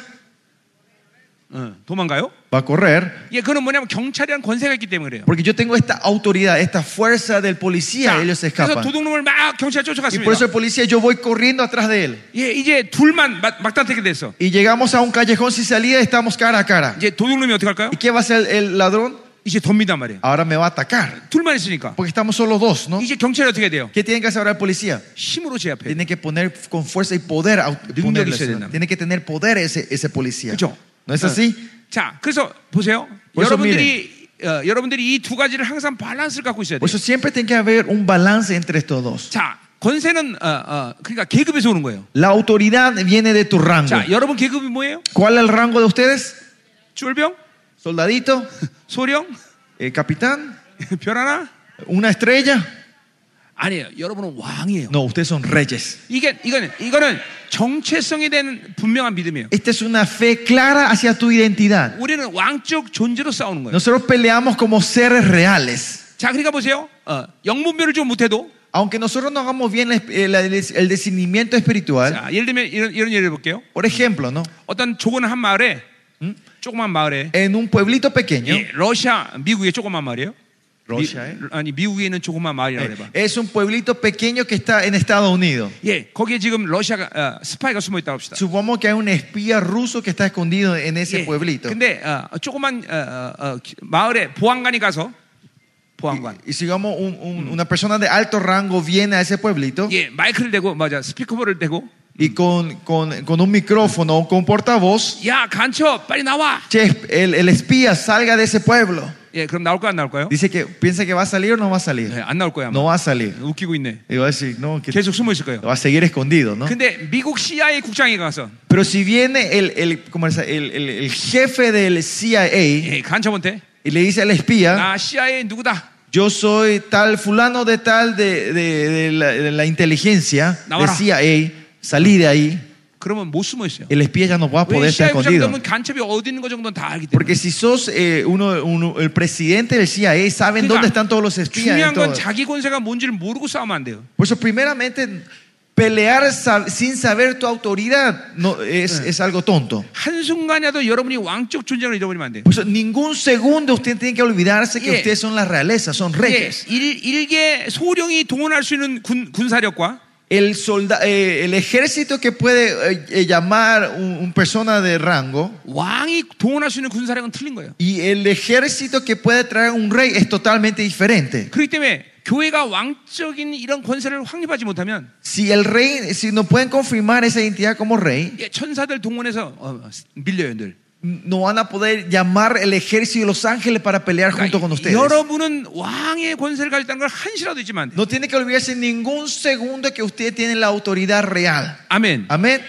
[SPEAKER 1] 어, 도망가요?
[SPEAKER 2] Va a correr.
[SPEAKER 1] 예, 그건 뭐냐면 경찰이란 권세가 있기 때문에 그래요.
[SPEAKER 2] Porque yo tengo esta autoridad, esta fuerza del
[SPEAKER 1] 자,
[SPEAKER 2] policía. Ellos se
[SPEAKER 1] 그래서
[SPEAKER 2] escapan.
[SPEAKER 1] 도둑놈을 막 경찰
[SPEAKER 2] Y por
[SPEAKER 1] 쫓아갔습니다.
[SPEAKER 2] eso el policía, yo voy corriendo atrás de él.
[SPEAKER 1] 예, 이제 둘만 막- 막다트게 됐어.
[SPEAKER 2] Y llegamos a un callejón sin salida y estamos cara a cara.
[SPEAKER 1] 이제 도둑놈이 어떻게 할까요?
[SPEAKER 2] ¿Y qué va a hacer el, el ladrón?
[SPEAKER 1] 이제 돕니단 말이에요.
[SPEAKER 2] Ahora me va a atacar.
[SPEAKER 1] 둘만 있으니까.
[SPEAKER 2] Porque estamos solo dos, ¿no?
[SPEAKER 1] 이제 경찰이 아. 어떻게 돼요?
[SPEAKER 2] ¿Qué tiene que hacer ahora el policía?
[SPEAKER 1] 힘으로 제압해요.
[SPEAKER 2] Tiene que poner con fuerza y poder. au-
[SPEAKER 1] 능력이
[SPEAKER 2] ponerle,
[SPEAKER 1] 있어야 된다.
[SPEAKER 2] tiene que tener poder ese, ese policía.
[SPEAKER 1] 그죠?
[SPEAKER 2] ¿No es así?
[SPEAKER 1] 자, 그래서 보세요.
[SPEAKER 2] 벌써
[SPEAKER 1] 여러분들이 어, 여러분들이 이 두 가지를 항상 밸런스를 갖고 있어야 돼요.
[SPEAKER 2] Por eso siempre tiene que haber un balance entre estos dos.
[SPEAKER 1] 자, 권세는 어, 어, 그러니까 계급에서 오는 거예요.
[SPEAKER 2] La autoridad viene de tu rango.
[SPEAKER 1] 자, 여러분 계급이 뭐예요?
[SPEAKER 2] ¿Cuál es el rango de ustedes?
[SPEAKER 1] 쫄병,
[SPEAKER 2] Soldadito,
[SPEAKER 1] 소령,
[SPEAKER 2] eh, capitán,
[SPEAKER 1] 별 하나?
[SPEAKER 2] una estrella.
[SPEAKER 1] 아니에요. 여러분은 왕이에요.
[SPEAKER 2] No, ustedes son reyes.
[SPEAKER 1] 이게 이거는 이거는 정체성에 대한 분명한 믿음이에요.
[SPEAKER 2] Esta es una fe clara hacia tu identidad.
[SPEAKER 1] 우리는 왕적 존재로 싸우는 거예요.
[SPEAKER 2] Nosotros peleamos como seres reales.
[SPEAKER 1] 자, 그러니까 보세요. 어, 영분별을 좀 못해도
[SPEAKER 2] Aunque nosotros no hagamos bien el, el- el discernimiento espiritual,
[SPEAKER 1] 자, 예를 들면 이런 이런 예를 볼게요.
[SPEAKER 2] por ejemplo, ¿no?
[SPEAKER 1] 어떤 조그한 마을에 음? 조그만 마을에
[SPEAKER 2] En un pueblito pequeño,
[SPEAKER 1] 예, 러시아 미국의 조그만 마을이에요.
[SPEAKER 2] 러시아에?
[SPEAKER 1] 미, 아니 미국에 있는 조그만 마을이라고
[SPEAKER 2] eh,
[SPEAKER 1] 해봐.
[SPEAKER 2] es un pueblito pequeño que está en Estados Unidos.
[SPEAKER 1] 예, 거기에 지금 러시아가 어, 스파이가 숨어 있다고 합시다.
[SPEAKER 2] Supongamos que hay un espía ruso que está escondido en ese
[SPEAKER 1] 예,
[SPEAKER 2] pueblito.
[SPEAKER 1] 근데 어, 조그만 어, 어, 어, 기- 마을에 보안관이 가서 보안관
[SPEAKER 2] Y sigamos, un- un- una persona de alto rango viene a ese pueblito
[SPEAKER 1] 예 마이크를 대고 맞아 스피커볼을 대고
[SPEAKER 2] y con, con- con un micrófono o con portavoz,
[SPEAKER 1] 야 간첩 빨리 나와
[SPEAKER 2] che, el, el espía salga de ese pueblo.
[SPEAKER 1] 예 그럼 나올까 안 나올까요?
[SPEAKER 2] Dice que piensa que va a salir o no va a
[SPEAKER 1] 예,
[SPEAKER 2] salir.
[SPEAKER 1] 안 나올 거야 아마
[SPEAKER 2] No va a salir.
[SPEAKER 1] 웃기고 있네
[SPEAKER 2] Y va a decir, no, que
[SPEAKER 1] 계속 숨어 있을 거예요.
[SPEAKER 2] va a seguir escondido, ¿no?
[SPEAKER 1] 근데 미국 CIA 국장이 가서
[SPEAKER 2] Pero si viene el, el, ¿cómo es? el- el- el jefe del CIA
[SPEAKER 1] 예, 간첩한테
[SPEAKER 2] y le dice al espía,
[SPEAKER 1] 나 CIA 누구다
[SPEAKER 2] yo soy tal fulano de tal de, de- de la, de la inteligencia, de
[SPEAKER 1] Ahora.
[SPEAKER 2] CIA, salí de ahí,
[SPEAKER 1] 그러면 못 숨어 있어요.
[SPEAKER 2] el espía ya no va a
[SPEAKER 1] 왜
[SPEAKER 2] poder estar
[SPEAKER 1] CIA 국장
[SPEAKER 2] escondido.
[SPEAKER 1] 정도면 간첩이 어디 있는 거 정도는 다 알기 때문에
[SPEAKER 2] Porque si sos eh, uno, uno- el presidente del CIA, saben
[SPEAKER 1] Mira,
[SPEAKER 2] dónde están todos los espías.
[SPEAKER 1] 그러니까
[SPEAKER 2] en
[SPEAKER 1] 중요한 건
[SPEAKER 2] todo.
[SPEAKER 1] 자기 권세가 뭔지를 모르고 싸우면 안 돼요.
[SPEAKER 2] Por eso, primeramente, pelear sa- sin saber tu autoridad no, es, es algo tonto.
[SPEAKER 1] 한 순간이라도 여러분이 왕적 존재를 잃어버리면 안 돼요.
[SPEAKER 2] Por eso, ningún segundo usted tiene que olvidarse que
[SPEAKER 1] Yeah.
[SPEAKER 2] ustedes son la realeza, son
[SPEAKER 1] 예,
[SPEAKER 2] reyes.
[SPEAKER 1] 일, 일개 소령이 동원할 수 있는 군, 군사력과
[SPEAKER 2] El, solda- eh, el ejército que puede eh, eh, llamar un, un persona de rango
[SPEAKER 1] 왕이 동원할 수 있는 군사력은 틀린 거예요.
[SPEAKER 2] y el ejército que puede traer un rey es totalmente diferente.
[SPEAKER 1] 그렇기 때문에 교회가 왕적인 이런 권세를 확립하지 못하면
[SPEAKER 2] Si el rey, si no pueden confirmar esa identidad como rey,
[SPEAKER 1] 예, 천사들 동원해서 어, 밀려요, 늘.
[SPEAKER 2] no van a poder llamar el ejército de los ángeles para pelear junto con
[SPEAKER 1] 그러니까
[SPEAKER 2] ustedes.
[SPEAKER 1] 여러분은 왕의 권세를 가졌다는 걸 한시라도 잊으면 안 돼요.
[SPEAKER 2] No tiene que olvidarse ningún segundo que ustedes tienen la autoridad real.
[SPEAKER 1] 아멘.
[SPEAKER 2] Amén.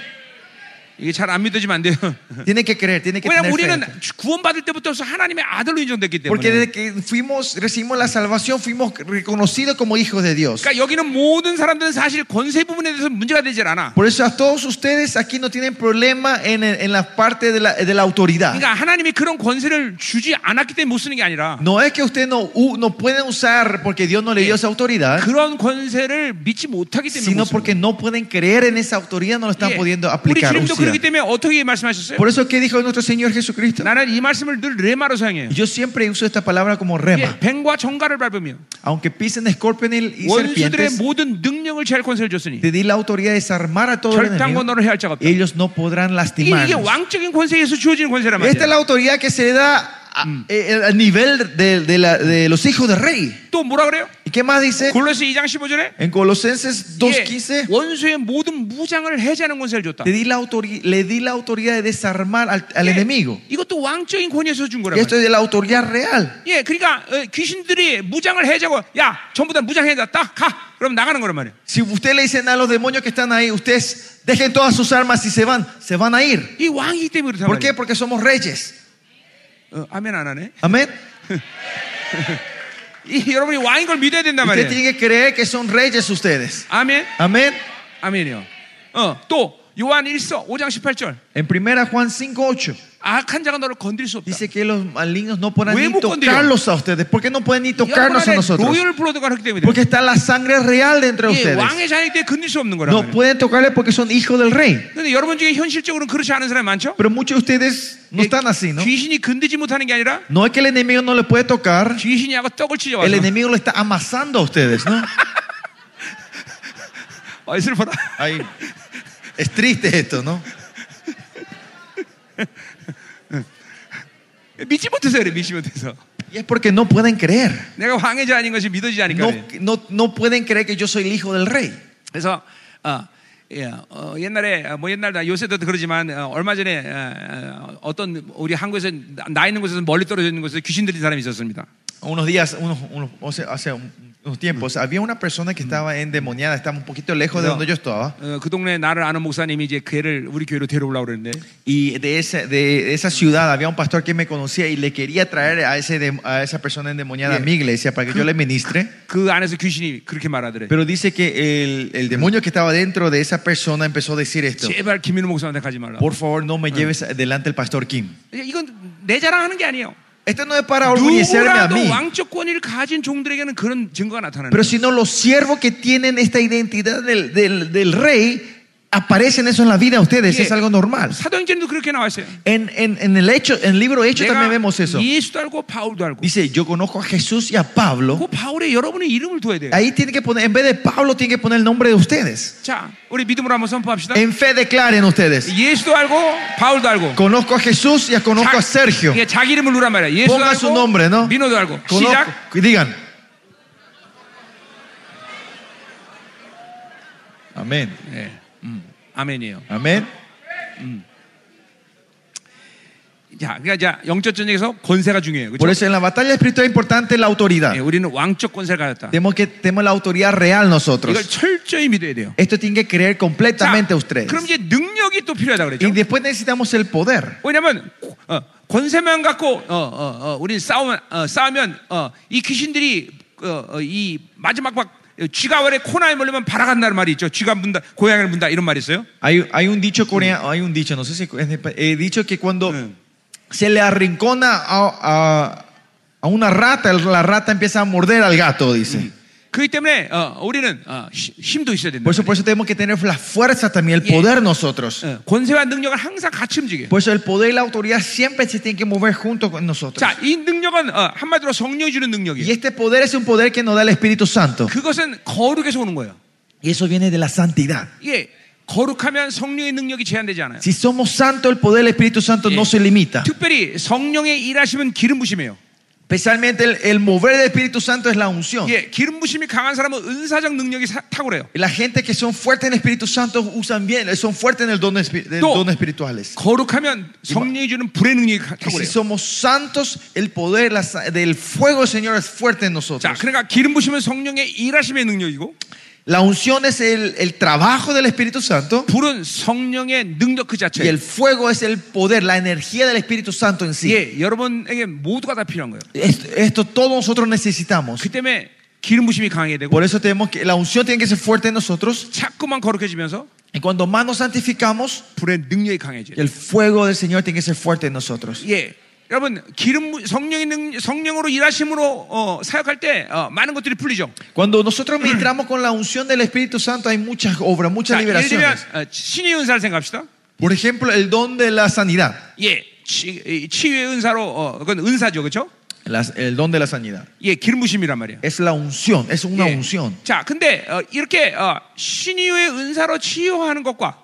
[SPEAKER 1] 이게 잘 안 믿어지면 안 돼요.
[SPEAKER 2] Tiene que creer, tiene que
[SPEAKER 1] 왜냐면
[SPEAKER 2] tener fe.
[SPEAKER 1] 우리는 구원받을 때부터 하나님의 아들로 인정됐기
[SPEAKER 2] Porque
[SPEAKER 1] 때문에.
[SPEAKER 2] desde que fuimos, recibimos la salvación, fuimos reconocidos como hijos de Dios.
[SPEAKER 1] 그러니까 여기는 모든 사람들은 사실 권세 부분에 대해서 문제가 되질 않아.
[SPEAKER 2] Por eso a todos ustedes aquí no tienen problema en, en la parte de la, de la autoridad.
[SPEAKER 1] 그러니까 하나님이 그런 권세를 주지 않았기 때문에 못 쓰는 게 아니라
[SPEAKER 2] No es que ustedes no, u- no pueden usar porque Dios no le dio esa autoridad,
[SPEAKER 1] 그런 권세를 믿지 못하기 때문에
[SPEAKER 2] sino
[SPEAKER 1] 못 쓰는
[SPEAKER 2] porque no pueden creer en esa autoridad, no lo
[SPEAKER 1] 거예요.
[SPEAKER 2] están
[SPEAKER 1] 예.
[SPEAKER 2] pudiendo
[SPEAKER 1] 우리
[SPEAKER 2] aplicar.
[SPEAKER 1] 주님도
[SPEAKER 2] usar.
[SPEAKER 1] 그렇기 때문에 어떻게 말씀하셨어요?
[SPEAKER 2] Por eso, ¿qué dijo nuestro Señor Jesucristo?
[SPEAKER 1] 나는 이 말씀을 늘 레마로 사용해요.
[SPEAKER 2] Yo siempre uso esta palabra como
[SPEAKER 1] 예,
[SPEAKER 2] rema.
[SPEAKER 1] 뱀과 정갈을 밟으며
[SPEAKER 2] Aunque pisen escorpiones y
[SPEAKER 1] 원수들의
[SPEAKER 2] serpientes,
[SPEAKER 1] moden 능력을 제할 권세를 줬으니
[SPEAKER 2] te di la autoridad de desarmar a todo el
[SPEAKER 1] 절단과
[SPEAKER 2] enemigo.
[SPEAKER 1] 너를 해할 자가 없다. 이-
[SPEAKER 2] Ellos no podrán lastimar.
[SPEAKER 1] 이게 왕적인 권세에서 주어지는 권세란
[SPEAKER 2] Esta es
[SPEAKER 1] 말이야.
[SPEAKER 2] la autoridad que se le da a- eh, eh, a nivel de, de la- de los hijos de rey.
[SPEAKER 1] 또 뭐라 그래요?
[SPEAKER 2] ¿Y ¿Y qué más dice?
[SPEAKER 1] 골로새 2장 15절에
[SPEAKER 2] En Colosenses 2.15
[SPEAKER 1] 원수의 모든 무장을 해제하는 권세를 줬다.
[SPEAKER 2] le di, la autori- le di la autoridad de desarmar al, al
[SPEAKER 1] 예,
[SPEAKER 2] enemigo.
[SPEAKER 1] 이것도 왕적인 권위에서 준 거란
[SPEAKER 2] Y esto
[SPEAKER 1] 말이야.
[SPEAKER 2] es de la autoridad real.
[SPEAKER 1] 예, 그러니까 어, 귀신들이 무장을 해제하고 야, 전부 다 무장 해제다. 딱 가. 그럼 나가는 거란 말이야.
[SPEAKER 2] Si usted le dicen a los demonios que están ahí, ustedes dejen todas sus armas y se van, se van a ir.
[SPEAKER 1] 이 왕이기 때문에 그렇단
[SPEAKER 2] ¿Por qué?
[SPEAKER 1] 말이야.
[SPEAKER 2] Porque somos reyes.
[SPEAKER 1] 어, 아멘 안 하네.
[SPEAKER 2] Amén.
[SPEAKER 1] 이, 여러분이 왕인 걸 믿어야 된단
[SPEAKER 2] Usted
[SPEAKER 1] 말이야.
[SPEAKER 2] tiene que creer que son reyes ustedes.
[SPEAKER 1] 아멘.
[SPEAKER 2] Amén.
[SPEAKER 1] 아멘이요. 어, 또 요한 1서 5장 18절.
[SPEAKER 2] En 1 Juan 5.8
[SPEAKER 1] 악한 자가 너를 건드릴 수 없다.
[SPEAKER 2] dice que los malignos no podrán
[SPEAKER 1] Huevo
[SPEAKER 2] ni
[SPEAKER 1] con Dios.
[SPEAKER 2] tocarlos a ustedes. ¿Por qué no pueden ni tocarnos
[SPEAKER 1] 여러분의
[SPEAKER 2] a nosotros?
[SPEAKER 1] 로열 블러드가 그렇기 때문에
[SPEAKER 2] Porque está la sangre real dentro
[SPEAKER 1] 예,
[SPEAKER 2] de ustedes.
[SPEAKER 1] 왕의 자녀이기 때문에 건드릴 수 없는 거라고.
[SPEAKER 2] No pueden tocarle porque son hijos del rey.
[SPEAKER 1] 근데 여러분 중에 현실적으로는 그렇지 않은 사람이 많죠?
[SPEAKER 2] Pero muchos de ustedes no
[SPEAKER 1] 예,
[SPEAKER 2] están así, ¿no?
[SPEAKER 1] 귀신이 건드지 못하는 게 아니라
[SPEAKER 2] No es que el enemigo no le puede tocar,
[SPEAKER 1] 귀신이하고 떡을
[SPEAKER 2] el
[SPEAKER 1] 치려와서
[SPEAKER 2] enemigo le está amasando a ustedes, ¿no?
[SPEAKER 1] 아, 슬퍼라.
[SPEAKER 2] Ahí. Es triste esto, ¿no?
[SPEAKER 1] 믿지 못해서 그래, 믿지 못해서.
[SPEAKER 2] Y es porque no pueden creer.
[SPEAKER 1] 내가 왕의 자녀인 것이 믿어지지 않으니까.
[SPEAKER 2] No,
[SPEAKER 1] 그래.
[SPEAKER 2] no, no pueden creer que yo soy el hijo del rey.
[SPEAKER 1] 그래서 어, 예, 어, 옛날에 어, 뭐 옛날도 요새도 그러지만 어, 얼마 전에 어, 어, 떤 우리 한국에서 나- 나 있는 곳에서 멀리 떨어져 있는 곳에서 귀신 들린 사람이 있었습니다.
[SPEAKER 2] Unos días, unos, unos- o sea, hace un- unos tiempos, había una persona que estaba endemoniada, estaba un poquito lejos de
[SPEAKER 1] No.
[SPEAKER 2] donde yo estaba.
[SPEAKER 1] 어, 그 동네 나를 아는 목사님이 이제 걔를 우리 교회로 데려오려고 그랬는데
[SPEAKER 2] Y de esa, de esa ciudad había un pastor que me conocía y le quería traer a, ese dem- a esa persona endemoniada a
[SPEAKER 1] Yeah.
[SPEAKER 2] mi iglesia para que yo le ministre.
[SPEAKER 1] 그 안에서 귀신이 그렇게 말하더래.
[SPEAKER 2] Pero dice que el, el demonio que estaba dentro de esa persona empezó a decir esto.
[SPEAKER 1] 제발 김민우 목사한테 가지 말라.
[SPEAKER 2] Por favor, no me lleves delante del pastor Kim.
[SPEAKER 1] 이건 내 자랑하는 게 아니에요.
[SPEAKER 2] Esto no es para orgullecerme a
[SPEAKER 1] 누구라도
[SPEAKER 2] mí.
[SPEAKER 1] 왕적 권위를 가진 종들에게는 그런 증거가 나타나는
[SPEAKER 2] Pero
[SPEAKER 1] 거예요.
[SPEAKER 2] sino los siervos que tienen esta identidad del, del- del rey, aparecen eso en la vida de ustedes,
[SPEAKER 1] Yeah.
[SPEAKER 2] es algo normal.
[SPEAKER 1] 사도행전도 그렇게 나와 있어요.
[SPEAKER 2] En, en- en el hecho, en el libro Hecho también vemos eso.
[SPEAKER 1] 내가 예수도 알고 바울도 알고.
[SPEAKER 2] Dice, yo conozco a Jesús y a Pablo.
[SPEAKER 1] 그 바울에 여러분의 이름을 둬야 돼요.
[SPEAKER 2] Ahí tiene que poner, en vez de Pablo, tiene que poner el nombre de ustedes.
[SPEAKER 1] 자, 우리 믿음으로 한번 선포합시다.
[SPEAKER 2] En fe declaren ustedes.
[SPEAKER 1] 예수도 알고 바울도 알고.
[SPEAKER 2] Conozco a Jesús y a- conozco a Sergio.
[SPEAKER 1] 예, 자기 이름을 누란 말이야. 예수도
[SPEAKER 2] Ponga
[SPEAKER 1] 알고
[SPEAKER 2] su nombre, ¿no?
[SPEAKER 1] 민호도 알고.
[SPEAKER 2] Conozco,
[SPEAKER 1] 시작.
[SPEAKER 2] y digan. Amén.
[SPEAKER 1] 예, 음, 아멘이에요.
[SPEAKER 2] Amén.
[SPEAKER 1] 자, 그러니까 자, 영적 전쟁에서 권세가 중요해요.
[SPEAKER 2] Por
[SPEAKER 1] 그렇죠?
[SPEAKER 2] eso en la batalla espiritual es importante la autoridad.
[SPEAKER 1] 예, 우리는 왕적 권세를 가졌다.
[SPEAKER 2] Tenemos que tenemos la autoridad real
[SPEAKER 1] 이걸
[SPEAKER 2] nosotros.
[SPEAKER 1] 철저히 믿어야 돼요.
[SPEAKER 2] Esto tiene que creer
[SPEAKER 1] 자,
[SPEAKER 2] completamente ustedes.
[SPEAKER 1] 그럼 이제 능력이 또 필요하다 그랬죠.
[SPEAKER 2] Y después necesitamos el poder.
[SPEAKER 1] 왜냐면 어, 권세만 갖고 어, 어, 어, 우리 싸우면 어, 싸우면 어, 이 귀신들이 어, 어, 이 마지막 막 어, 쥐가 월에 코나에 몰리면 바라간다는 말이 있죠. 쥐가 문다, 고양이를 문다 이런 말이 있어요.
[SPEAKER 2] Hay, hay un dicho coreano, hay un dicho, no sé si es de- eh, dicho que cuando
[SPEAKER 1] Mm.
[SPEAKER 2] se le arrincona a, a- a una rata, la rata empieza a morder al gato, dice.
[SPEAKER 1] 그렇기 때문에 어, 우리는 어, 시- 힘도 있어야 된다.
[SPEAKER 2] Por eso, por eso tenemos que tener la fuerza también, el
[SPEAKER 1] Yeah.
[SPEAKER 2] poder nosotros.
[SPEAKER 1] 어, 권세와 능력은 항상 같이 움직여. 요
[SPEAKER 2] Por eso el poder y la autoridad siempre se tienen que mover junto con nosotros.
[SPEAKER 1] 자, 이 능력은 어, 한마디로 성령이 주는
[SPEAKER 2] Y
[SPEAKER 1] 능력이에요.
[SPEAKER 2] este poder es un poder que nos da el Espíritu Santo.
[SPEAKER 1] 그것은 거룩에서 오는 거예요.
[SPEAKER 2] Y eso viene de la santidad.
[SPEAKER 1] 예, 거룩하면 성령의 능력이 제한되지 않아요.
[SPEAKER 2] Si somos santos, el poder del Espíritu Santo
[SPEAKER 1] Yeah.
[SPEAKER 2] no se limita.
[SPEAKER 1] 특별히 성령의 일하시면 기름 부심해요.
[SPEAKER 2] Especialmente el, el mover del Espíritu Santo es la unción.
[SPEAKER 1] 예, 기름 부심이 강한 사람은 은사적 능력이 사- 탁월해요.
[SPEAKER 2] La gente que son fuertes en el Espíritu Santo usan bien, son fuertes en el don, espi- del
[SPEAKER 1] No.
[SPEAKER 2] don espirituales.
[SPEAKER 1] 거룩하면 성령이 주는 불의 능력이 가-
[SPEAKER 2] Y si
[SPEAKER 1] 탁월해요.
[SPEAKER 2] somos santos, el poder la sa- del fuego del Señor es fuerte en
[SPEAKER 1] 자,
[SPEAKER 2] nosotros.
[SPEAKER 1] 그러니까 기름 부심은 성령의 일하심의 능력이고
[SPEAKER 2] La unción es el, el trabajo del Espíritu Santo
[SPEAKER 1] 불은 성령의 능력 그
[SPEAKER 2] y el
[SPEAKER 1] 자체예요.
[SPEAKER 2] fuego es el poder, la energía del Espíritu Santo en sí.
[SPEAKER 1] 예, 여러분에게 모두가 다 필요한 거예요.
[SPEAKER 2] Esto, esto todos nosotros necesitamos.
[SPEAKER 1] 그 때문에 기름 부심이 강해야 되고
[SPEAKER 2] Por eso tenemos que la unción tiene que ser fuerte en nosotros.
[SPEAKER 1] 자꾸만 거룩해지면서
[SPEAKER 2] Y cuando más nos santificamos,
[SPEAKER 1] 불의 능력이 강해져요.
[SPEAKER 2] el fuego del Señor tiene que ser fuerte en nosotros.
[SPEAKER 1] 예. 여러분 기름 부- 성령의 능, 성령으로 일하심으로 어, 사역할 때 어, 많은 것들이 풀리죠.
[SPEAKER 2] Cuando nosotros ministramos con la unción del Espíritu Santo, hay muchas obras, muchas
[SPEAKER 1] 자, 예를 들면
[SPEAKER 2] liberaciones.
[SPEAKER 1] 어, 신의 은사를 생각합시다.
[SPEAKER 2] Por ejemplo, el don de la sanidad.
[SPEAKER 1] 예, 치, 이 치유의 은사로 어, 그건 은사죠, 그렇죠?
[SPEAKER 2] Las- el don de la sanidad.
[SPEAKER 1] 예, 기름 부심이란 말이야.
[SPEAKER 2] Es la unción, es una
[SPEAKER 1] 예.
[SPEAKER 2] unción.
[SPEAKER 1] 자, 근데 어, 이렇게 어, 신유의 은사로 치유하는 것과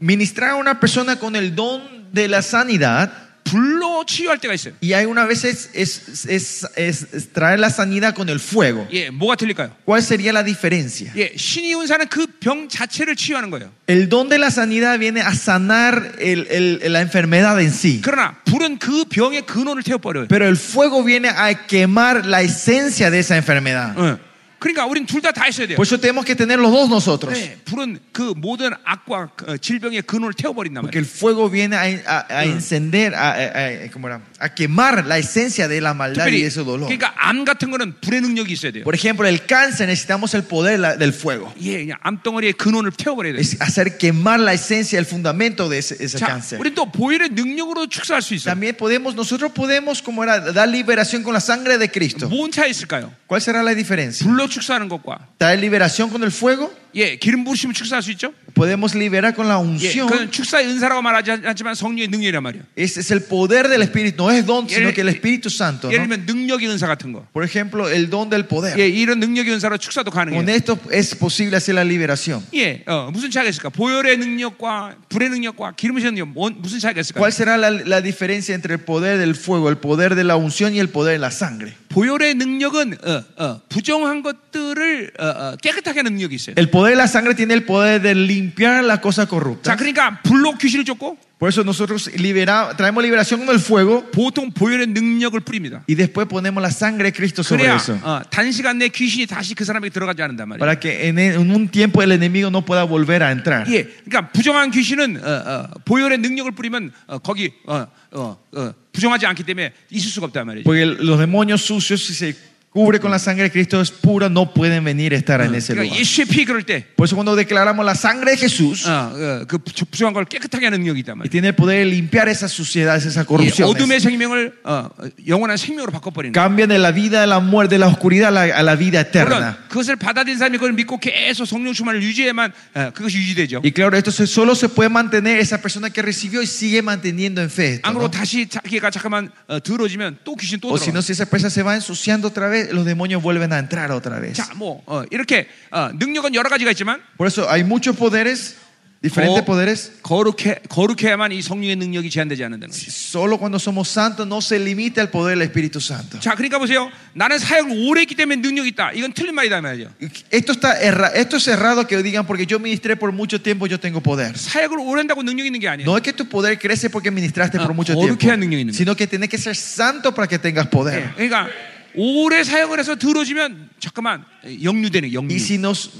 [SPEAKER 2] Ministrar a una persona con el don de la sanidad
[SPEAKER 1] 불로 치유할 때가 있어요.
[SPEAKER 2] Y hay una vez es, es, es- es- es traer la sanidad con el fuego.
[SPEAKER 1] 예, 뭐가 틀릴까요?
[SPEAKER 2] ¿Cuál sería la diferencia?
[SPEAKER 1] 예, 신이 운사는 그 병 자체를 치유하는 거예요.
[SPEAKER 2] El don de la sanidad viene a sanar el- el- la enfermedad en sí.
[SPEAKER 1] 그러나 불은 그 병의 근원을 태워버려요.
[SPEAKER 2] Pero el fuego viene a quemar la esencia de esa enfermedad.
[SPEAKER 1] 예. 그러니까 우린 둘 다 다 있어야 돼요.
[SPEAKER 2] Por eso tenemos que tener los dos nosotros.
[SPEAKER 1] 예, 불은 그 모든 악과 어, 질병의 근원을 태워버린단 말이에요.
[SPEAKER 2] Porque el fuego viene a, a- a encender, a, a- a- ¿cómo era? a quemar la esencia de la maldad
[SPEAKER 1] 특별히
[SPEAKER 2] y de ese dolor.
[SPEAKER 1] 그러니까 암 같은 거는 불의 능력이 있어야 돼요.
[SPEAKER 2] Por ejemplo, el cáncer necesitamos el poder la- del fuego.
[SPEAKER 1] 예, 그냥 암덩어리의 근원을 태워버려야 돼요.
[SPEAKER 2] Es hacer quemar la esencia, el fundamento de ese, ese
[SPEAKER 1] 자,
[SPEAKER 2] cáncer.
[SPEAKER 1] 우린 또 보혈의 능력으로 축사할 수 있어요.
[SPEAKER 2] También podemos, nosotros podemos, como era, dar liberación con la sangre de Cristo.
[SPEAKER 1] 뭔 차이 있을까요?
[SPEAKER 2] ¿Cuál será la diferencia?
[SPEAKER 1] 불로 축사하는 것과
[SPEAKER 2] ¿Traer liberación con el fuego?
[SPEAKER 1] 예, 기름 부으시면 축사할 수 있죠?
[SPEAKER 2] Podemos liberar con la
[SPEAKER 1] 예, 그건
[SPEAKER 2] unción.
[SPEAKER 1] 축사의 은사라고 말하지 않- 않지만 성령의 능력이란 말이에요.
[SPEAKER 2] Ese es el poder del Espíritu, no es don, sino
[SPEAKER 1] 예를-
[SPEAKER 2] que el Espíritu Santo.
[SPEAKER 1] 예를
[SPEAKER 2] ¿no?
[SPEAKER 1] 들면 능력의 은사 같은 거.
[SPEAKER 2] Por ejemplo, el don del poder.
[SPEAKER 1] 예, 이런 능력의 은사로 축사도
[SPEAKER 2] Con
[SPEAKER 1] 가능해요.
[SPEAKER 2] esto es posible hacer la liberación.
[SPEAKER 1] 예, 어, 무슨 차이가 있을까? 보혈의 능력과 불의 능력과 기름의 능력 뭔, 무슨 차이가 있을까?
[SPEAKER 2] ¿Cuál será la, la diferencia entre el poder del fuego, el poder de la unción y el poder de la sangre?
[SPEAKER 1] 보혈의 능력은 어, 어, 부정한 것들을 어, 어, 깨끗하게 하는 능력이 있어요.
[SPEAKER 2] El poder de la sangre tiene el poder de limpiar la cosa
[SPEAKER 1] 자,
[SPEAKER 2] corrupta.
[SPEAKER 1] 그러니까 불로 귀신을 쫓고
[SPEAKER 2] Por eso nosotros libera- traemos liberación con el fuego
[SPEAKER 1] 보통 보혈의 능력을 뿌립니다.
[SPEAKER 2] y después ponemos la sangre de Cristo sobre
[SPEAKER 1] 그래야
[SPEAKER 2] eso.
[SPEAKER 1] 어, 단시간 내 귀신이 다시 그 사람에게 들어가지 않는단 말이에요.
[SPEAKER 2] Para que en, en un tiempo el enemigo no pueda volver a entrar.
[SPEAKER 1] 예, 그러니까 부정한 귀신은 어, 어, 보혈의 능력을 뿌리면 어, 거기 어, 어, 어, 부정하지 않기 때문에 있을 수가 없단 말이죠.
[SPEAKER 2] Porque el- los demonios sucios, si se cubre con la sangre de Cristo es pura, no pueden venir a estar en ese
[SPEAKER 1] 그러니까
[SPEAKER 2] lugar.
[SPEAKER 1] 예수의 피 그럴 때
[SPEAKER 2] Por eso cuando declaramos la sangre de Jesús,
[SPEAKER 1] 어, 어, 그 부- 부정한 걸 깨끗하게 하는 능력이 있단
[SPEAKER 2] y
[SPEAKER 1] 말이에요.
[SPEAKER 2] tiene el poder de limpiar esas suciedades, esas
[SPEAKER 1] 예,
[SPEAKER 2] corrupciones.
[SPEAKER 1] 어둠의 생명을 그러니까 어, 어, 영원한 생명으로 바꿔버리는 거예요.
[SPEAKER 2] cambian de la vida de la muerte, de la oscuridad a la, a la vida
[SPEAKER 1] 물론
[SPEAKER 2] eterna.
[SPEAKER 1] 그것을 받아들인 사람이 그걸 믿고 계속 성령 충만을 유지해야만 어, 그것이 유지되죠.
[SPEAKER 2] Y claro, esto se- solo se puede mantener esa persona que recibió y sigue manteniendo en fe. esto, ¿no?
[SPEAKER 1] 안으로 다시 자기가 잠깐만 어, 들어지면 또 귀신 또
[SPEAKER 2] O si
[SPEAKER 1] 들어가.
[SPEAKER 2] no, si esa persona se va ensuciando otra vez, los demonios vuelven a entrar otra vez.
[SPEAKER 1] 자, 뭐 어, 이렇게 어, 능력은 여러 가지가 있지만
[SPEAKER 2] Por eso hay muchos poderes, diferentes
[SPEAKER 1] 거-
[SPEAKER 2] poderes.
[SPEAKER 1] 거룩해 거룩해야만 이 성령의 능력이 제한되지 않는다는 거죠.
[SPEAKER 2] Solo cuando somos santos no se limita el poder del Espíritu Santo.
[SPEAKER 1] 자, 그러니까 보세요. 나는 사역을 오래 했기 때문에 능력이 있다. 이건 틀린 말이다 말이죠.
[SPEAKER 2] Esto, está erra- esto es errado que digan porque yo ministré por mucho tiempo, yo tengo poder.
[SPEAKER 1] 사역을 오래 한다고 능력이 있는 게 아니에요.
[SPEAKER 2] No es que tu poder crece porque ministraste
[SPEAKER 1] Ah,
[SPEAKER 2] por mucho
[SPEAKER 1] 거룩해야
[SPEAKER 2] tiempo,
[SPEAKER 1] 능력이 있는 거야.
[SPEAKER 2] sino que tienes que ser santo para que tengas poder.
[SPEAKER 1] 예, 그러니까 오래 사역을 해서 들어지면 잠깐만 영류되는 거예요, 영류.
[SPEAKER 2] Y si nos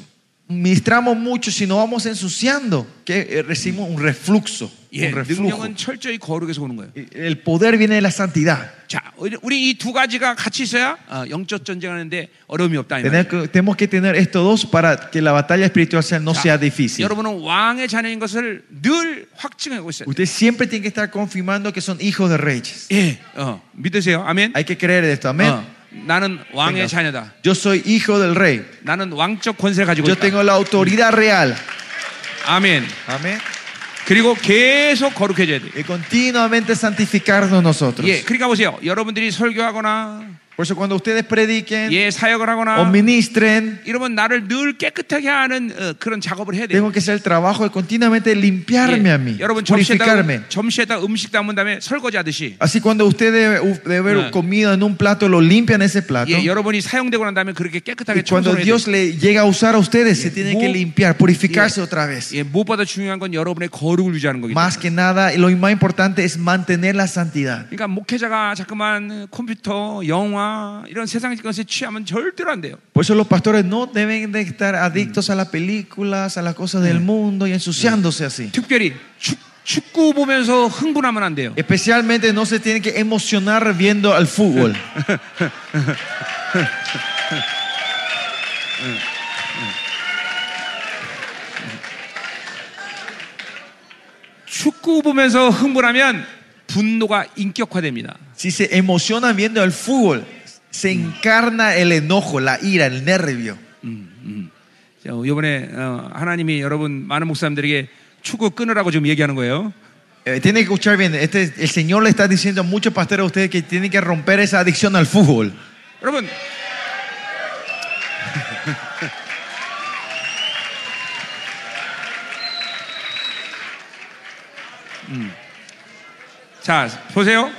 [SPEAKER 2] ministramos mucho, si nos vamos ensuciando, que eh, recibimos un refluxo,
[SPEAKER 1] 예,
[SPEAKER 2] un reflujo.
[SPEAKER 1] 능력은 철저히 거룩에서 오는 거예요.
[SPEAKER 2] El poder viene de la santidad.
[SPEAKER 1] 자, 우리- 우리 이 두 가지가 같이 있어야 어, 영적 전쟁하는데 어려움이 없다. 이 말이에요.
[SPEAKER 2] Tener que- tenemos que tener estos dos para que la batalla espiritual sea- no
[SPEAKER 1] 자,
[SPEAKER 2] sea difícil.
[SPEAKER 1] 여러분은 왕의 자녀인 것을 늘 확증하고 있어요.
[SPEAKER 2] Usted siempre tiene que estar confirmando que son hijos de reyes.
[SPEAKER 1] 예, 어, 믿으세요. 아멘. 그러니까.
[SPEAKER 2] Hay que creer esto, amén.
[SPEAKER 1] 어, 나는 왕의
[SPEAKER 2] Venga.
[SPEAKER 1] 자녀다.
[SPEAKER 2] Yo soy hijo del rey.
[SPEAKER 1] 나는 왕적 권세를 가지고
[SPEAKER 2] Yo
[SPEAKER 1] 있다.
[SPEAKER 2] tengo la autoridad real.
[SPEAKER 1] 아멘.
[SPEAKER 2] ah, Amén.
[SPEAKER 1] 그리고 계속 거룩해져야 돼.
[SPEAKER 2] Y continuamente santificarnos nosotros.
[SPEAKER 1] 예, 그러니까 보세요. 여러분들이 설교하거나
[SPEAKER 2] Por eso cuando ustedes prediquen
[SPEAKER 1] 예 사역을
[SPEAKER 2] o
[SPEAKER 1] 하거나
[SPEAKER 2] ministren,
[SPEAKER 1] 이러면 나를 늘 깨끗하게 하는 어, 그런 작업을 해야 돼요.
[SPEAKER 2] Tengo que hacer el trabajo de continuamente limpiarme
[SPEAKER 1] 예,
[SPEAKER 2] a mí,
[SPEAKER 1] 여러분
[SPEAKER 2] purificarme.
[SPEAKER 1] 점심에다 점심에다 음식 담은 다음에 설거지 하듯이
[SPEAKER 2] Así cuando usted debe, u- debe haber
[SPEAKER 1] Ah.
[SPEAKER 2] comido en un plato, lo limpian ese plato.
[SPEAKER 1] 예, 여러분이 사용되고 난 다음에 그렇게
[SPEAKER 2] y
[SPEAKER 1] 깨끗하게
[SPEAKER 2] cuando
[SPEAKER 1] 청소를 해야 돼요.
[SPEAKER 2] Dios le llega a usar a ustedes, se tiene
[SPEAKER 1] Mu-
[SPEAKER 2] que limpiar, purificarse
[SPEAKER 1] Yeah.
[SPEAKER 2] otra vez.
[SPEAKER 1] 예, 무엇보다 중요한 건 여러분의 거룩을 유지하는 거기 때문에.
[SPEAKER 2] Más que nada, lo más importante es mantener la santidad.
[SPEAKER 1] 그러니까 목회자가 자꾸만 컴퓨터, 영화 이런 세상 것에 취하면 절대로 안 돼요.
[SPEAKER 2] Por eso los pastores no deben de estar adictos a las películas, a las cosas del mundo y ensuciándose así.
[SPEAKER 1] 특별히 축, 축구 보면서 흥분하면 안 돼요.
[SPEAKER 2] 예. Especialmente no se tiene que emocionar viendo al fútbol.
[SPEAKER 1] 축구 보면서 흥분하면 분노가 인격화됩니다.
[SPEAKER 2] Si se emocionan viendo el fútbol, se encarna el enojo, la ira, el nervio.
[SPEAKER 1] 자, 이번에 어, 하나님이 여러분 많은 목사님들에게 축구 끊으라고 좀 얘기하는 거예요.
[SPEAKER 2] Eh, tienen que escuchar bien, este, el Señor le está diciendo a muchos pastores a ustedes que tienen que romper esa adicción al fútbol.
[SPEAKER 1] 여러분 음. 자, 보세요.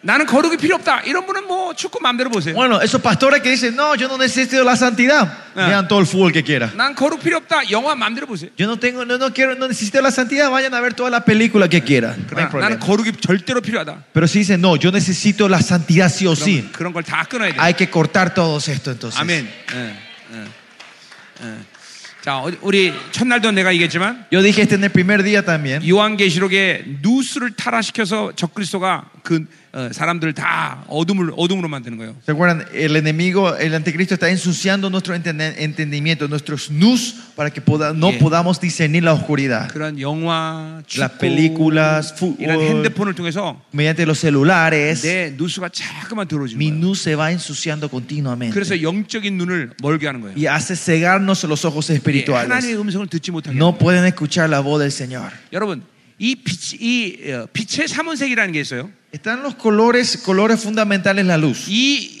[SPEAKER 1] 나는 거룩이 필요 없다. 이런 분은 뭐 축구 마음대로 보세요.
[SPEAKER 2] Bueno, esos pastores que dicen, no, yo no necesito la santidad,
[SPEAKER 1] Ah.
[SPEAKER 2] vean todo el fútbol que quieran.
[SPEAKER 1] 난 거룩 필요 없다. 영화 마음대로 보세요.
[SPEAKER 2] Yo no tengo, no, no quiero, no necesito la santidad, vayan a ver toda la película que quieran. No hay
[SPEAKER 1] 아, 그러나 나는
[SPEAKER 2] problema.
[SPEAKER 1] 거룩이 절대로 필요하다.
[SPEAKER 2] Pero si dicen, no, yo necesito la santidad sí o sí,
[SPEAKER 1] 그런, 그런 걸 다 끊어야 돼.
[SPEAKER 2] hay que cortar todo esto entonces.
[SPEAKER 1] 아멘. 예, 예, 예. 자, 어디- 우리 첫날도 내가 얘기했지만
[SPEAKER 2] Yo dije esto en el primer día también.
[SPEAKER 1] 요한계시록에 누수를 타락시켜서 적그리스도가 그 어, 사람들을 다 어둠을 어둠으로 만드는 거예요.
[SPEAKER 2] ¿Se acuerdan? El enemigo, el anticristo está ensuciando nuestro entende- entendimiento, nuestros nus, para que poda- no
[SPEAKER 1] Sí.
[SPEAKER 2] podamos discernir la oscuridad.
[SPEAKER 1] 그런 영화, 축구,
[SPEAKER 2] Las películas,
[SPEAKER 1] 이런
[SPEAKER 2] fútbol,
[SPEAKER 1] 핸드폰을 통해서
[SPEAKER 2] mediante los celulares,
[SPEAKER 1] 내 누수가 자꾸만 들어오는
[SPEAKER 2] mi
[SPEAKER 1] 거예요.
[SPEAKER 2] nus se va ensuciando continuamente.
[SPEAKER 1] 그래서 영적인 눈을 멀게 하는 거예요.
[SPEAKER 2] y hace cegarnos los ojos
[SPEAKER 1] 예,
[SPEAKER 2] espirituales.
[SPEAKER 1] 하나님의 음성을 듣지 못하게.
[SPEAKER 2] No pueden escuchar la voz del Señor.
[SPEAKER 1] 여러분, 이 빛, 이 어, 빛의 삼원색이라는 게 있어요.
[SPEAKER 2] Están los colores, colores fundamentales en la luz.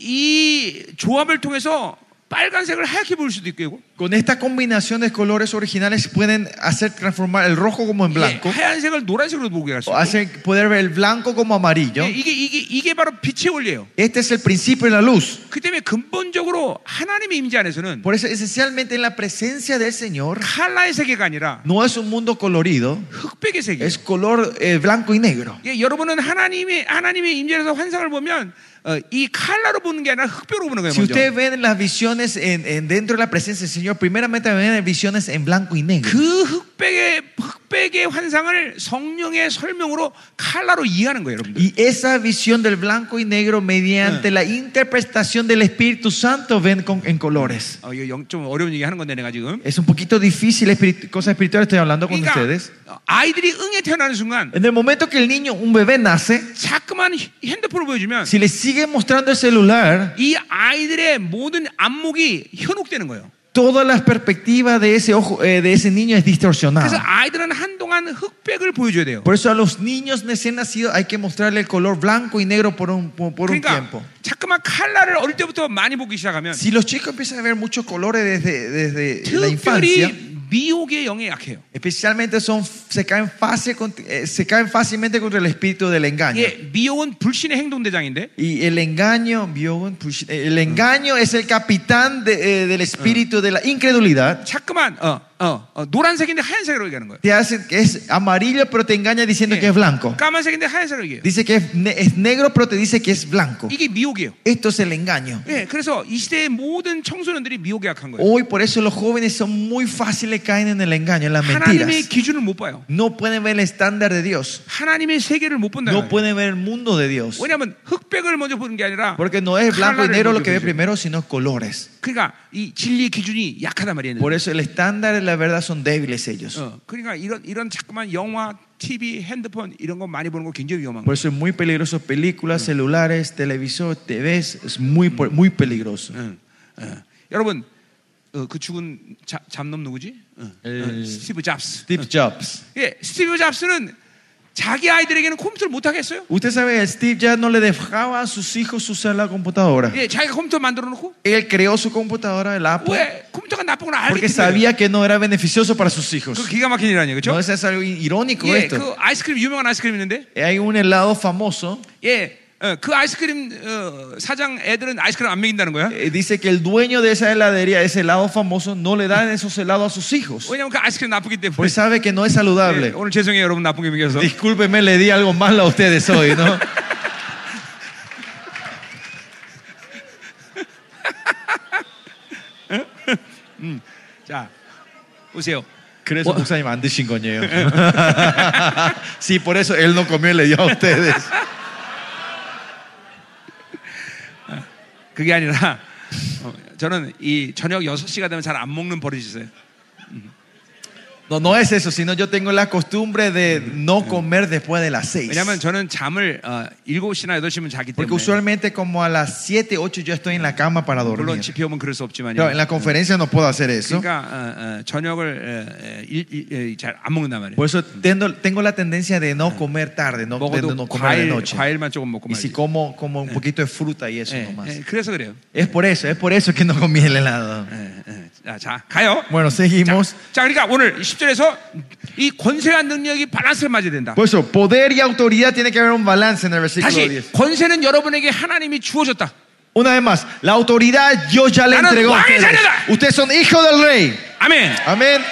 [SPEAKER 1] 이, 이 조합을 통해서 빨간색을 하얗게 보일 수도 있고,
[SPEAKER 2] Con esta combinación de colores originales pueden hacer transformar el rojo como en
[SPEAKER 1] 예,
[SPEAKER 2] blanco, 어,
[SPEAKER 1] 하얀색을 노란색으로 보게 할 수
[SPEAKER 2] o
[SPEAKER 1] 있고,
[SPEAKER 2] hacer poder ver el blanco como amarillo.
[SPEAKER 1] 예, 이게, 이게, 이게 바로 빛의 원리예요.
[SPEAKER 2] Este es el principio de la luz.
[SPEAKER 1] 그 때문에 근본적으로 하나님의 임재 안에서는
[SPEAKER 2] Por eso esencialmente en la presencia del Señor
[SPEAKER 1] 칼라의 세계가 아니라
[SPEAKER 2] no es un mundo colorido,
[SPEAKER 1] 흑백의 세계.
[SPEAKER 2] es color eh, blanco y negro.
[SPEAKER 1] 예, 여러분은 하나님의 하나님의 임재에서 환상을 보면 어, 이 칼라로 보는 게 아니라 흑백으로 보는 거예요.
[SPEAKER 2] Si
[SPEAKER 1] 먼저.
[SPEAKER 2] ustedes ven las visiones en- en- dentro de la presencia del Señor, primeramente ven visiones en blanco y negro.
[SPEAKER 1] 그 흑백의 흑백의 환상을 성령의 설명으로 칼라로 이해하는 거예요, 여러분들.
[SPEAKER 2] Y esa visión del blanco y negro mediante la interpretación del Espíritu Santo ven con- en colores.
[SPEAKER 1] 어, 이거 영, 좀 어려운 얘기 하는 건데 내가 지금.
[SPEAKER 2] Es un poquito difícil, espiritu- cosa espiritual estoy hablando con ustedes.
[SPEAKER 1] 그러니까 아이들이 응에 태어나는 순간
[SPEAKER 2] En el momento que el niño, un bebé nace,
[SPEAKER 1] 자꾸만 휴- 핸드폰을 보여주면
[SPEAKER 2] si le sigue mostrando el celular,
[SPEAKER 1] 이 아이들의 모든 안목이 현혹되는 거예요.
[SPEAKER 2] toda la perspectiva de ese, ojo, eh, de ese niño es
[SPEAKER 1] 그래서
[SPEAKER 2] distorsionada.
[SPEAKER 1] 아이들은 한동안 흑백을 보여줘야 돼요.
[SPEAKER 2] Por eso a los niños recién nacidos hay que mostrarle el color blanco y negro por un, por por un
[SPEAKER 1] 그러니까
[SPEAKER 2] tiempo.
[SPEAKER 1] 자꾸만 칼라를 어릴 때부터 많이 보기 시작하면
[SPEAKER 2] Si los chicos empiezan a ver muchos colores desde, desde la infancia,
[SPEAKER 1] 특별히 미혹의 영에 약해요.
[SPEAKER 2] Especialmente son, se, caen fácil, con- eh, se caen fácilmente contra el espíritu del engaño.
[SPEAKER 1] 예, 미혹은 불신의 행동대장인데
[SPEAKER 2] Y el engaño, Bjorn Push- eh, el engaño es el capitán de, eh, del espíritu de la incredulidad.
[SPEAKER 1] 자꾸만 어, 어, 어, 노란색인데 하얀색으로 얘기하는 거예요.
[SPEAKER 2] Te hace que es amarillo, pero te engaña diciendo
[SPEAKER 1] 예,
[SPEAKER 2] que es blanco.
[SPEAKER 1] 까만색인데 하얀색으로 얘기해요.
[SPEAKER 2] Dice que es, ne- es negro, pero te dice que es blanco.
[SPEAKER 1] 이게 미혹이에요.
[SPEAKER 2] Esto es el engaño.
[SPEAKER 1] 예, 그래서 이 시대의 모든 청소년들이 미혹에 약한 거예요.
[SPEAKER 2] Hoy por eso los jóvenes son muy fáciles caen en el engaño, en las
[SPEAKER 1] 하나님의
[SPEAKER 2] mentiras.
[SPEAKER 1] 기준을 못 봐요.
[SPEAKER 2] No pueden ver el estándar de Dios.
[SPEAKER 1] 하나님의 세계를 못 본다.
[SPEAKER 2] No pueden ver el mundo de Dios.
[SPEAKER 1] 왜냐하면 흑백을 먼저 보는 게 아니라
[SPEAKER 2] Porque no es blanco y
[SPEAKER 1] 칼라를
[SPEAKER 2] negro lo
[SPEAKER 1] 먼저
[SPEAKER 2] que ve
[SPEAKER 1] 보여줘요.
[SPEAKER 2] primero, sino colores.
[SPEAKER 1] 그러니까 이 진리의 기준이 약하단 말이에요.
[SPEAKER 2] Por eso el estándar y la verdad son débiles ellos.
[SPEAKER 1] 어, 그러니까 이런 이런 자꾸만 영화, TV, 핸드폰 이런 거 많이 보는 거 굉장히 위험한
[SPEAKER 2] Por
[SPEAKER 1] 거예요.
[SPEAKER 2] eso es muy peligroso películas, celulares, televisor, TVs, es muy po- muy peligroso.
[SPEAKER 1] 응, 응. 여러분 어, 그 죽은 자- 잡놈 누구지? 어,
[SPEAKER 2] 음.
[SPEAKER 1] 어, 스티브 잡스.
[SPEAKER 2] Steve Jobs.
[SPEAKER 1] 예, 스티브 잡스는 자기 아이들에게는 컴퓨터를 못 하겠어요.
[SPEAKER 2] Usted sabe, Steve Jobs no le dejaba a sus hijos usar la computadora.
[SPEAKER 1] 예, 자기가 컴퓨터 만들어 놓고
[SPEAKER 2] Él creó su computadora, el Apple,
[SPEAKER 1] 왜 컴퓨터가 나쁜 걸 알기
[SPEAKER 2] porque
[SPEAKER 1] 때문에.
[SPEAKER 2] sabía que no era beneficioso para sus
[SPEAKER 1] 그
[SPEAKER 2] hijos.
[SPEAKER 1] 기가 막힌 일 아니에요,
[SPEAKER 2] No
[SPEAKER 1] 그렇죠?
[SPEAKER 2] eso es algo irónico
[SPEAKER 1] 예,
[SPEAKER 2] esto.
[SPEAKER 1] 그 아이스크림 유명한 아이스크림 있는데
[SPEAKER 2] Hay un helado famoso.
[SPEAKER 1] 예, 어, 그 아이스크림 어, 사장 애들은 아이스크림 안 먹인다는 거야.
[SPEAKER 2] eh, Dice que el dueño de esa heladería, ese helado famoso, no le dan esos helados a sus hijos.
[SPEAKER 1] 왜냐면 그 아이스크림 나쁘기 때문에.
[SPEAKER 2] Porque sabe que no es
[SPEAKER 1] 예,
[SPEAKER 2] saludable.
[SPEAKER 1] 오늘 죄송해요, 여러분 나쁜 게 먹여서.
[SPEAKER 2] 네. Discúlpeme, le di algo malo a ustedes hoy, ¿no?
[SPEAKER 1] 자, 보세요.
[SPEAKER 2] Creo que se llama Andy Chingoñeo. Sí, por eso él no comió y le dio a ustedes.
[SPEAKER 1] 그게 아니라 어, 저는 이 저녁 6시가 되면 잘 안 먹는 버릇이 있어요.
[SPEAKER 2] No, no es eso, sino yo tengo la costumbre de no comer después de las seis.
[SPEAKER 1] 왜냐면 저는 잠을 어, 7시나 8시면 자기
[SPEAKER 2] Porque
[SPEAKER 1] 때문에.
[SPEAKER 2] usualmente como a las 7, 8 yo estoy en la cama para
[SPEAKER 1] 물론
[SPEAKER 2] dormir.
[SPEAKER 1] 집회 오면 그럴 수 없지만요.
[SPEAKER 2] Claro, en la conferencia no puedo hacer eso.
[SPEAKER 1] 그러니까 어, 어, 저녁을 잘 안 먹는단 말이에요.
[SPEAKER 2] Por eso tengo, tengo la tendencia de no comer tarde, no, de
[SPEAKER 1] 먹어도
[SPEAKER 2] no comer de
[SPEAKER 1] 과일,
[SPEAKER 2] noche.
[SPEAKER 1] 과일만 조금 먹고
[SPEAKER 2] Y si
[SPEAKER 1] 말지.
[SPEAKER 2] como, como
[SPEAKER 1] Eh,
[SPEAKER 2] un poquito de fruta y eso nomás.
[SPEAKER 1] 그래서 그래요.
[SPEAKER 2] Es por eso, es por eso que no comí el helado.
[SPEAKER 1] 예, 예. 자, 자 가요.
[SPEAKER 2] Bueno,
[SPEAKER 1] 자,
[SPEAKER 2] seguimos.
[SPEAKER 1] 자, 그러니까 오늘 10절에서 이 권세와 능력이 밸런스를 맞아야 된다.
[SPEAKER 2] Por eso, poder y autoridad tiene que haber un balance en el versículo
[SPEAKER 1] 다시
[SPEAKER 2] 10.
[SPEAKER 1] 권세는 여러분에게 하나님이 주어졌다.
[SPEAKER 2] Una vez más, la autoridad Dios ya le
[SPEAKER 1] Ganan
[SPEAKER 2] entregó a
[SPEAKER 1] guay,
[SPEAKER 2] ustedes.
[SPEAKER 1] señora.
[SPEAKER 2] Ustedes son hijos del rey.
[SPEAKER 1] 아멘.
[SPEAKER 2] Amén.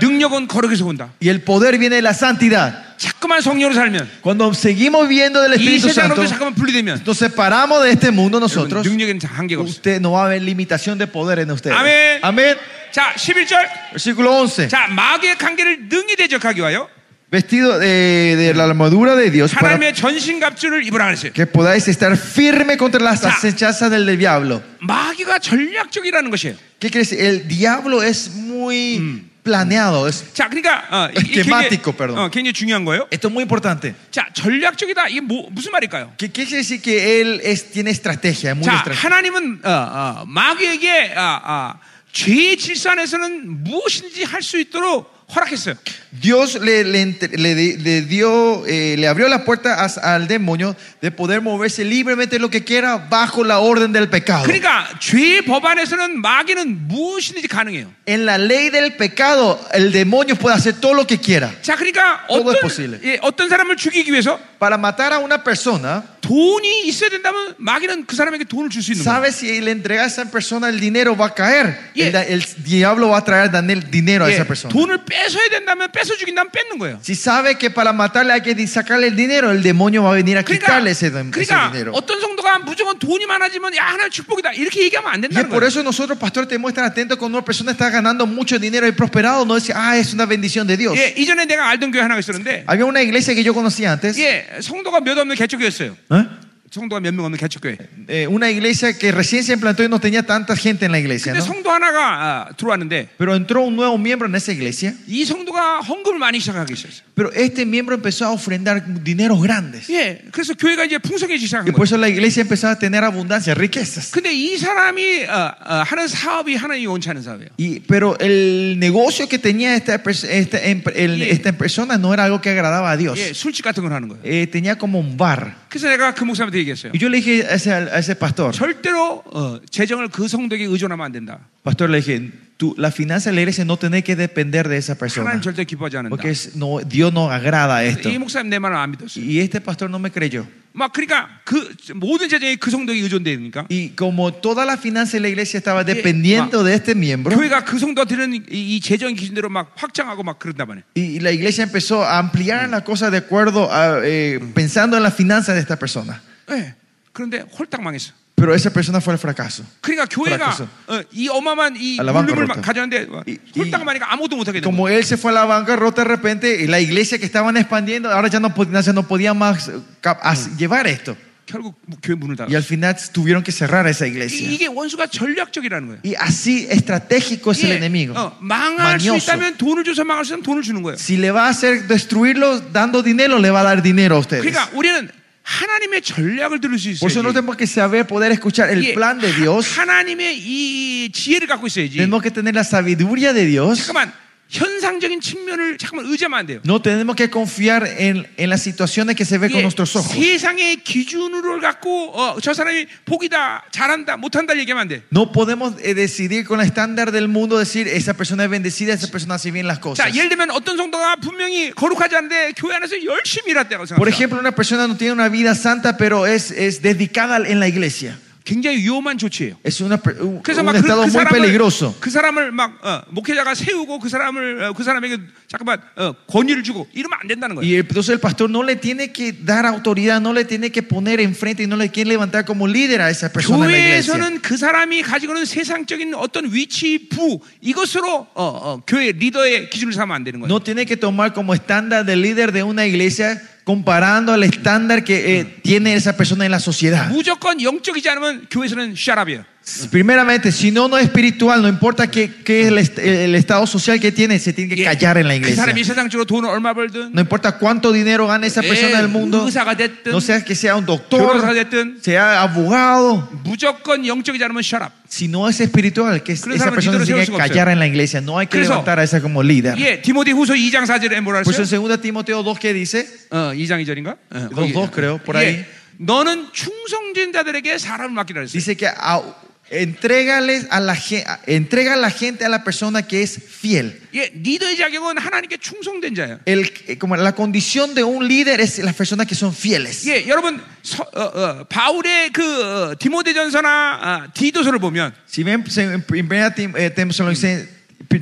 [SPEAKER 1] 능력은 거룩에서 온다.
[SPEAKER 2] Y el poder viene de la santidad.
[SPEAKER 1] 자꾸만 성령으로 살면
[SPEAKER 2] Cuando seguimos viendo del
[SPEAKER 1] 이
[SPEAKER 2] Espíritu Santo,
[SPEAKER 1] 세상으로부터 자꾸만 분리되면
[SPEAKER 2] nos separamos de este mundo nosotros.
[SPEAKER 1] 능력에는 한계가 없어.
[SPEAKER 2] Usted no va a haber limitación de poder en ustedes.
[SPEAKER 1] Amén.
[SPEAKER 2] Amén.
[SPEAKER 1] 자, 11절.
[SPEAKER 2] Versículo 11.
[SPEAKER 1] 자, 마귀의 관계를 능히 대적하기 위하여
[SPEAKER 2] Vestido de, de la armadura de Dios para
[SPEAKER 1] 하나님의 전신갑주를 입으라 그랬어요.
[SPEAKER 2] que podáis estar firme contra las
[SPEAKER 1] Ya.
[SPEAKER 2] acechazas del diablo.
[SPEAKER 1] 마귀가 전략적이라는 것이에요.
[SPEAKER 2] ¿Qué crees? El diablo es muy planeado. Es,
[SPEAKER 1] 자, 그러니까 어, 이- 이
[SPEAKER 2] Esquemático,
[SPEAKER 1] 굉장히,
[SPEAKER 2] perdón.
[SPEAKER 1] 어, 굉장히 중요한 거예요.
[SPEAKER 2] esto es muy importante.
[SPEAKER 1] 자, 전략적이다. 이게 뭐, 무슨 말일까요?
[SPEAKER 2] ¿Qué, qué quiere decir que él es, tiene estrategia? Es muy
[SPEAKER 1] 자,
[SPEAKER 2] estratégico.
[SPEAKER 1] 하나님은 어, 어, 마귀에게 아, 아, 죄의 질서 안에서는 무엇인지 할 수 있도록 허락했어요.
[SPEAKER 2] Dios le, le ent- le di- le dio, eh, le abrió la puerta a- al demonio de poder moverse libremente lo que quiera bajo la orden del pecado.
[SPEAKER 1] 그러니까 죄의 법 안에서는 마귀는 무엇이든지 가능해요.
[SPEAKER 2] En la ley del pecado, el demonio puede hacer todo lo que quiera.
[SPEAKER 1] 자, 그러니까
[SPEAKER 2] Todo
[SPEAKER 1] 어떤
[SPEAKER 2] es posible.
[SPEAKER 1] 예, 어떤 사람을 죽이기 위해서
[SPEAKER 2] Para matar a una persona,
[SPEAKER 1] 돈이 있어야 된다면 마귀는 그 사람에게 돈을 줄 수 있는 거예요.
[SPEAKER 2] sabe si le entrega a esa persona el dinero va a caer.
[SPEAKER 1] Yeah.
[SPEAKER 2] El, da- el diablo va a traer dan- dinero a
[SPEAKER 1] 예,
[SPEAKER 2] esa persona.
[SPEAKER 1] 돈을 뺏어야 된다면 뺏어 죽인다면 뺏는 거예요.
[SPEAKER 2] Si sabe que para matarle hay que di- sacarle el dinero, el demonio va a venir a
[SPEAKER 1] 그러니까,
[SPEAKER 2] quitarle ese, dem- ese
[SPEAKER 1] 그러니까
[SPEAKER 2] dinero.
[SPEAKER 1] 어떤 성도가 무조건 돈이 많아지면 야 하나님 축복이다 이렇게 얘기하면 안
[SPEAKER 2] Y es
[SPEAKER 1] 된다는
[SPEAKER 2] por
[SPEAKER 1] 거예요.
[SPEAKER 2] eso nosotros, pastor, tenemos que estar atentos cuando una persona está ganando mucho dinero y prosperado, no decir, ah, es una bendición de Dios.
[SPEAKER 1] 예, 이전에 내가 알던 교회 하나가 있었는데
[SPEAKER 2] Había una iglesia que yo conocía antes,
[SPEAKER 1] 예, 성도가 몇 없는 개척교회였어요.
[SPEAKER 2] ¿eh?
[SPEAKER 1] 성도가 몇 명 없는 개척교회.
[SPEAKER 2] Eh, una iglesia que recién se implantó y no tenía tanta gente en la iglesia.
[SPEAKER 1] 근데
[SPEAKER 2] ¿no?
[SPEAKER 1] 성도 하나가 아, 들어왔는데
[SPEAKER 2] Pero entró un nuevo miembro en esa iglesia,
[SPEAKER 1] 이 성도가 헌금을 많이 시작하기 시작했어요.
[SPEAKER 2] pero este miembro empezó a ofrendar dineros grandes.
[SPEAKER 1] 예, 그래서 교회가 이제 풍성해지기
[SPEAKER 2] Y
[SPEAKER 1] 시작한 거예요.
[SPEAKER 2] por eso la iglesia empezó a tener abundancia, riquezas.
[SPEAKER 1] 근데 이 사람이 어, 어, 하는 사업이 하나님이 원치 않은 사업이에요.
[SPEAKER 2] Y, pero el negocio que tenía esta, pers- esta, em- el-
[SPEAKER 1] Yeah.
[SPEAKER 2] esta persona no era algo que agradaba a Dios.
[SPEAKER 1] 예, 술집 같은 걸 하는 거예요.
[SPEAKER 2] Eh, tenía como un bar.
[SPEAKER 1] 그래서 내가 그 목사한테 얘기했어요.
[SPEAKER 2] Y yo le dije a ese, a ese pastor,
[SPEAKER 1] 절대로 어, 재정을 그 성도에게 의존하면 안 된다.
[SPEAKER 2] Pastor, le dije, tú, la finanza de la iglesia no tenés que depender de esa persona.
[SPEAKER 1] 하나님 절대 기뻐하지 않는다.
[SPEAKER 2] Porque es- no, Dios no agrada esto.
[SPEAKER 1] 이 목사님 내 말을 안 믿었어요.
[SPEAKER 2] Y este pastor no me creyó.
[SPEAKER 1] 막 그러니까 그 모든 재정이 그 성도에게 의존되니까
[SPEAKER 2] Y como toda la finanza de la iglesia estaba
[SPEAKER 1] Yeah.
[SPEAKER 2] dependiendo de este miembro,
[SPEAKER 1] 교회가 그 성도가 드는 이, 이 재정 기준대로 막 확장하고 막 그런단 말이에요.
[SPEAKER 2] y la iglesia empezó a ampliar las cosas de acuerdo a, eh, pensando en la finanza de esta persona.
[SPEAKER 1] 예. 그런데 홀딱 망했어.
[SPEAKER 2] Pero esa persona fue el fracaso.
[SPEAKER 1] 그러니까 교회가
[SPEAKER 2] 그래서.
[SPEAKER 1] 어, 이 어마만 이
[SPEAKER 2] 알라방
[SPEAKER 1] 물림을
[SPEAKER 2] 그렇다.
[SPEAKER 1] 가져왔는데
[SPEAKER 2] 이-
[SPEAKER 1] 홀딱
[SPEAKER 2] 이-
[SPEAKER 1] 망하니까 아무것도 못하게 된 거야.
[SPEAKER 2] Como él se fue a la bancarrota de repente, y la iglesia que estaban expandiendo, ahora ya no podía, no podía más eh, cap- as- llevar esto.
[SPEAKER 1] 결국 뭐 교회 문을 닫아.
[SPEAKER 2] Y al final tuvieron que cerrar esa iglesia.
[SPEAKER 1] 이게 원수가 전략적이라는 거예요.
[SPEAKER 2] Y así estratégico es el
[SPEAKER 1] 예,
[SPEAKER 2] enemigo.
[SPEAKER 1] 어, 망할 수
[SPEAKER 2] Mañoso.
[SPEAKER 1] 있다면 돈을 줘서 네, 망할 수 있다면 돈을 주는 거예요.
[SPEAKER 2] Si le va a hacer destruirlo dando dinero, le va a dar dinero a ustedes.
[SPEAKER 1] 그러니까 우리는 하나님의 전략을 들을 수 있어요.
[SPEAKER 2] Por eso no tenemos que saber poder escuchar el plan de Dios.
[SPEAKER 1] 하나님의 이 지혜를 갖고 있어야지.
[SPEAKER 2] Tenemos que tener la sabiduría de Dios.
[SPEAKER 1] 잠깐만 현상적인 측면을 잠깐만 의지하면 안 돼요.
[SPEAKER 2] No tenemos que confiar en, en las situaciones que se ve con
[SPEAKER 1] 이게
[SPEAKER 2] nuestros ojos.
[SPEAKER 1] 세상의 기준으로 갖고 어, 저 사람이 복이다, 잘한다, 못한다 얘기하면 안 돼.
[SPEAKER 2] No podemos eh, decidir con el estándar del mundo decir esa persona es bendecida, esa persona hace bien las cosas.
[SPEAKER 1] 자, 예를 들면 어떤 성도가 분명히 거룩하지 않은데 교회 안에서 열심히 일했다고
[SPEAKER 2] Por
[SPEAKER 1] 생각합니다.
[SPEAKER 2] ejemplo, una persona no tiene una vida santa, pero es, es dedicada en la iglesia.
[SPEAKER 1] 굉장히 위험한 조치예요.
[SPEAKER 2] Es una per- un,
[SPEAKER 1] 그래서
[SPEAKER 2] un
[SPEAKER 1] 막 그,
[SPEAKER 2] estado
[SPEAKER 1] 그
[SPEAKER 2] muy
[SPEAKER 1] 사람을
[SPEAKER 2] peligroso.
[SPEAKER 1] 그 사람을 막 어, 목회자가 세우고 그 사람을 어, 그 사람에게 잠깐만 어, 권위를 주고 이러면 안 된다는 거예요.
[SPEAKER 2] Y entonces el pastor no le tiene que dar autoridad, no le tiene que poner enfrente y no le quiere levantar como líder a esa persona en la iglesia.
[SPEAKER 1] 교회에서는 그 사람이 가지고 있는 세상적인 어떤 위치, 부 이것으로 어, 어, 교회 리더의 기준을 삼으면 안 되는 거예요.
[SPEAKER 2] No tiene que tomar como estándar del líder de una iglesia comparando al estándar que eh, tiene esa persona en la sociedad.
[SPEAKER 1] 무조건 영적이지 않으면 교회에서는 샤랍이에요.
[SPEAKER 2] Primeramente, si no, no es espiritual, no importa qué, qué es el, est- el estado social que tiene, se tiene que callar en la
[SPEAKER 1] 그
[SPEAKER 2] iglesia.
[SPEAKER 1] 사람이 세상적으로 돈을 얼마 벌든 예,
[SPEAKER 2] No importa cuánto dinero gane esa persona del mundo,
[SPEAKER 1] 의사가 됐든
[SPEAKER 2] no sea que sea un
[SPEAKER 1] 변호사가
[SPEAKER 2] doctor,
[SPEAKER 1] 됐든
[SPEAKER 2] sea abogado.
[SPEAKER 1] 무조건 영적이지 않으면 샤랍.
[SPEAKER 2] Si no es espiritual, que
[SPEAKER 1] 그런
[SPEAKER 2] esa
[SPEAKER 1] 사람은
[SPEAKER 2] persona
[SPEAKER 1] líder을
[SPEAKER 2] se tiene que
[SPEAKER 1] 세울 수가
[SPEAKER 2] callar en la iglesia. No hay que
[SPEAKER 1] 그래서-
[SPEAKER 2] levantar a esa como líder.
[SPEAKER 1] 예, 디모데 후서 2장 4절에 뭐라
[SPEAKER 2] Por eso
[SPEAKER 1] 했어요?
[SPEAKER 2] en 2 Timoteo 2 que dice,
[SPEAKER 1] 어, 2장 2절인가? 어,
[SPEAKER 2] dos, dos, creo, por ahí.
[SPEAKER 1] 너는 충성진 자들에게 사람을 맡기라 했어요.
[SPEAKER 2] dice que a- Entrégales a la, ge- a- entrega a la gente a la persona que es fiel.
[SPEAKER 1] 예, 리더의 자격은 하나님께 충성된 자예요.
[SPEAKER 2] El, eh, como la condición de un líder es las personas que son fieles.
[SPEAKER 1] 예, 여러분 서- 어, 어, 바울의 그 어, 디모데전서나 아, 디도서를 보면
[SPEAKER 2] Si ven se- en primera Tim- eh, Tesalonicense-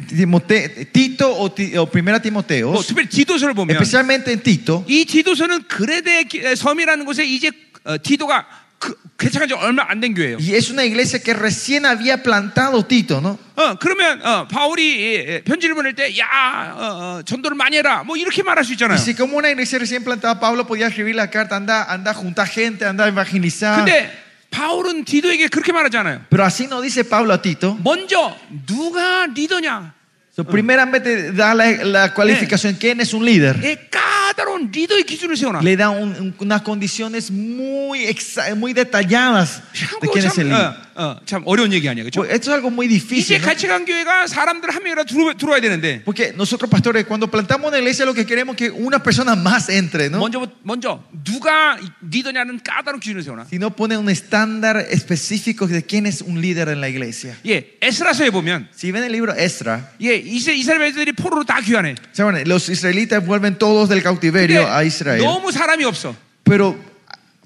[SPEAKER 2] Timote- Tito o, Ti- o primera Timoteo,
[SPEAKER 1] 뭐, 특별히 디도서를 보면
[SPEAKER 2] especialmente en Tito,
[SPEAKER 1] 이 디도서는 그레데 기- 섬이라는 곳에 이제 어, 디도가 그, 개척한 지 얼마 안 된 교회예요.
[SPEAKER 2] y es una iglesia que recién había plantado Tito, ¿no?
[SPEAKER 1] 어, 그러면 어, 바울이 예, 예, 편지를 보낼 때 야, 어, 어, 전도를 많이 해라. 뭐 이렇게 말할 수 있잖아요.
[SPEAKER 2] Y si como una iglesia recién plantada, Pablo podía escribir la carta, anda, anda, junta gente, anda, a evangelizar.
[SPEAKER 1] 근데 바울은 디도에게 그렇게 말하지 않아요.
[SPEAKER 2] Pero así no dice Pablo a Tito.
[SPEAKER 1] 먼저 누가 리더냐?
[SPEAKER 2] So, primeramente da la, la cualificación, ¿quién es un líder?
[SPEAKER 1] 예, 까다로운 리더의 기준을 세워놔.
[SPEAKER 2] Le da un- un- unas condiciones muy, exa- muy detalladas de
[SPEAKER 1] 참고
[SPEAKER 2] quién es
[SPEAKER 1] 참,
[SPEAKER 2] el líder.
[SPEAKER 1] 어, 어, 참 어려운 얘기 아니야, 그렇죠?
[SPEAKER 2] Pues, esto es algo muy
[SPEAKER 1] 이제
[SPEAKER 2] difícil. ¿no?
[SPEAKER 1] 같이 간 교회가 사람들 한 명이라 들어, 들어와야 되는데
[SPEAKER 2] Porque nosotros, pastores, cuando plantamos una iglesia, lo que queremos es que una persona más entre, ¿no?
[SPEAKER 1] 먼저 먼저 누가 리더냐는 까다로운 기준을 세워놔.
[SPEAKER 2] Si no pone un estándar específico de quién es un líder en la iglesia.
[SPEAKER 1] 예, 에스라서에 보면
[SPEAKER 2] Si ven el libro Estra,
[SPEAKER 1] 예, 이세- 이스라엘 백성들이 포로로 다 귀환해.
[SPEAKER 2] ¿saben? los israelitas vuelven todos del cautiverio a
[SPEAKER 1] 근데
[SPEAKER 2] Israel.
[SPEAKER 1] 너무 아, 사람이 없어.
[SPEAKER 2] Pero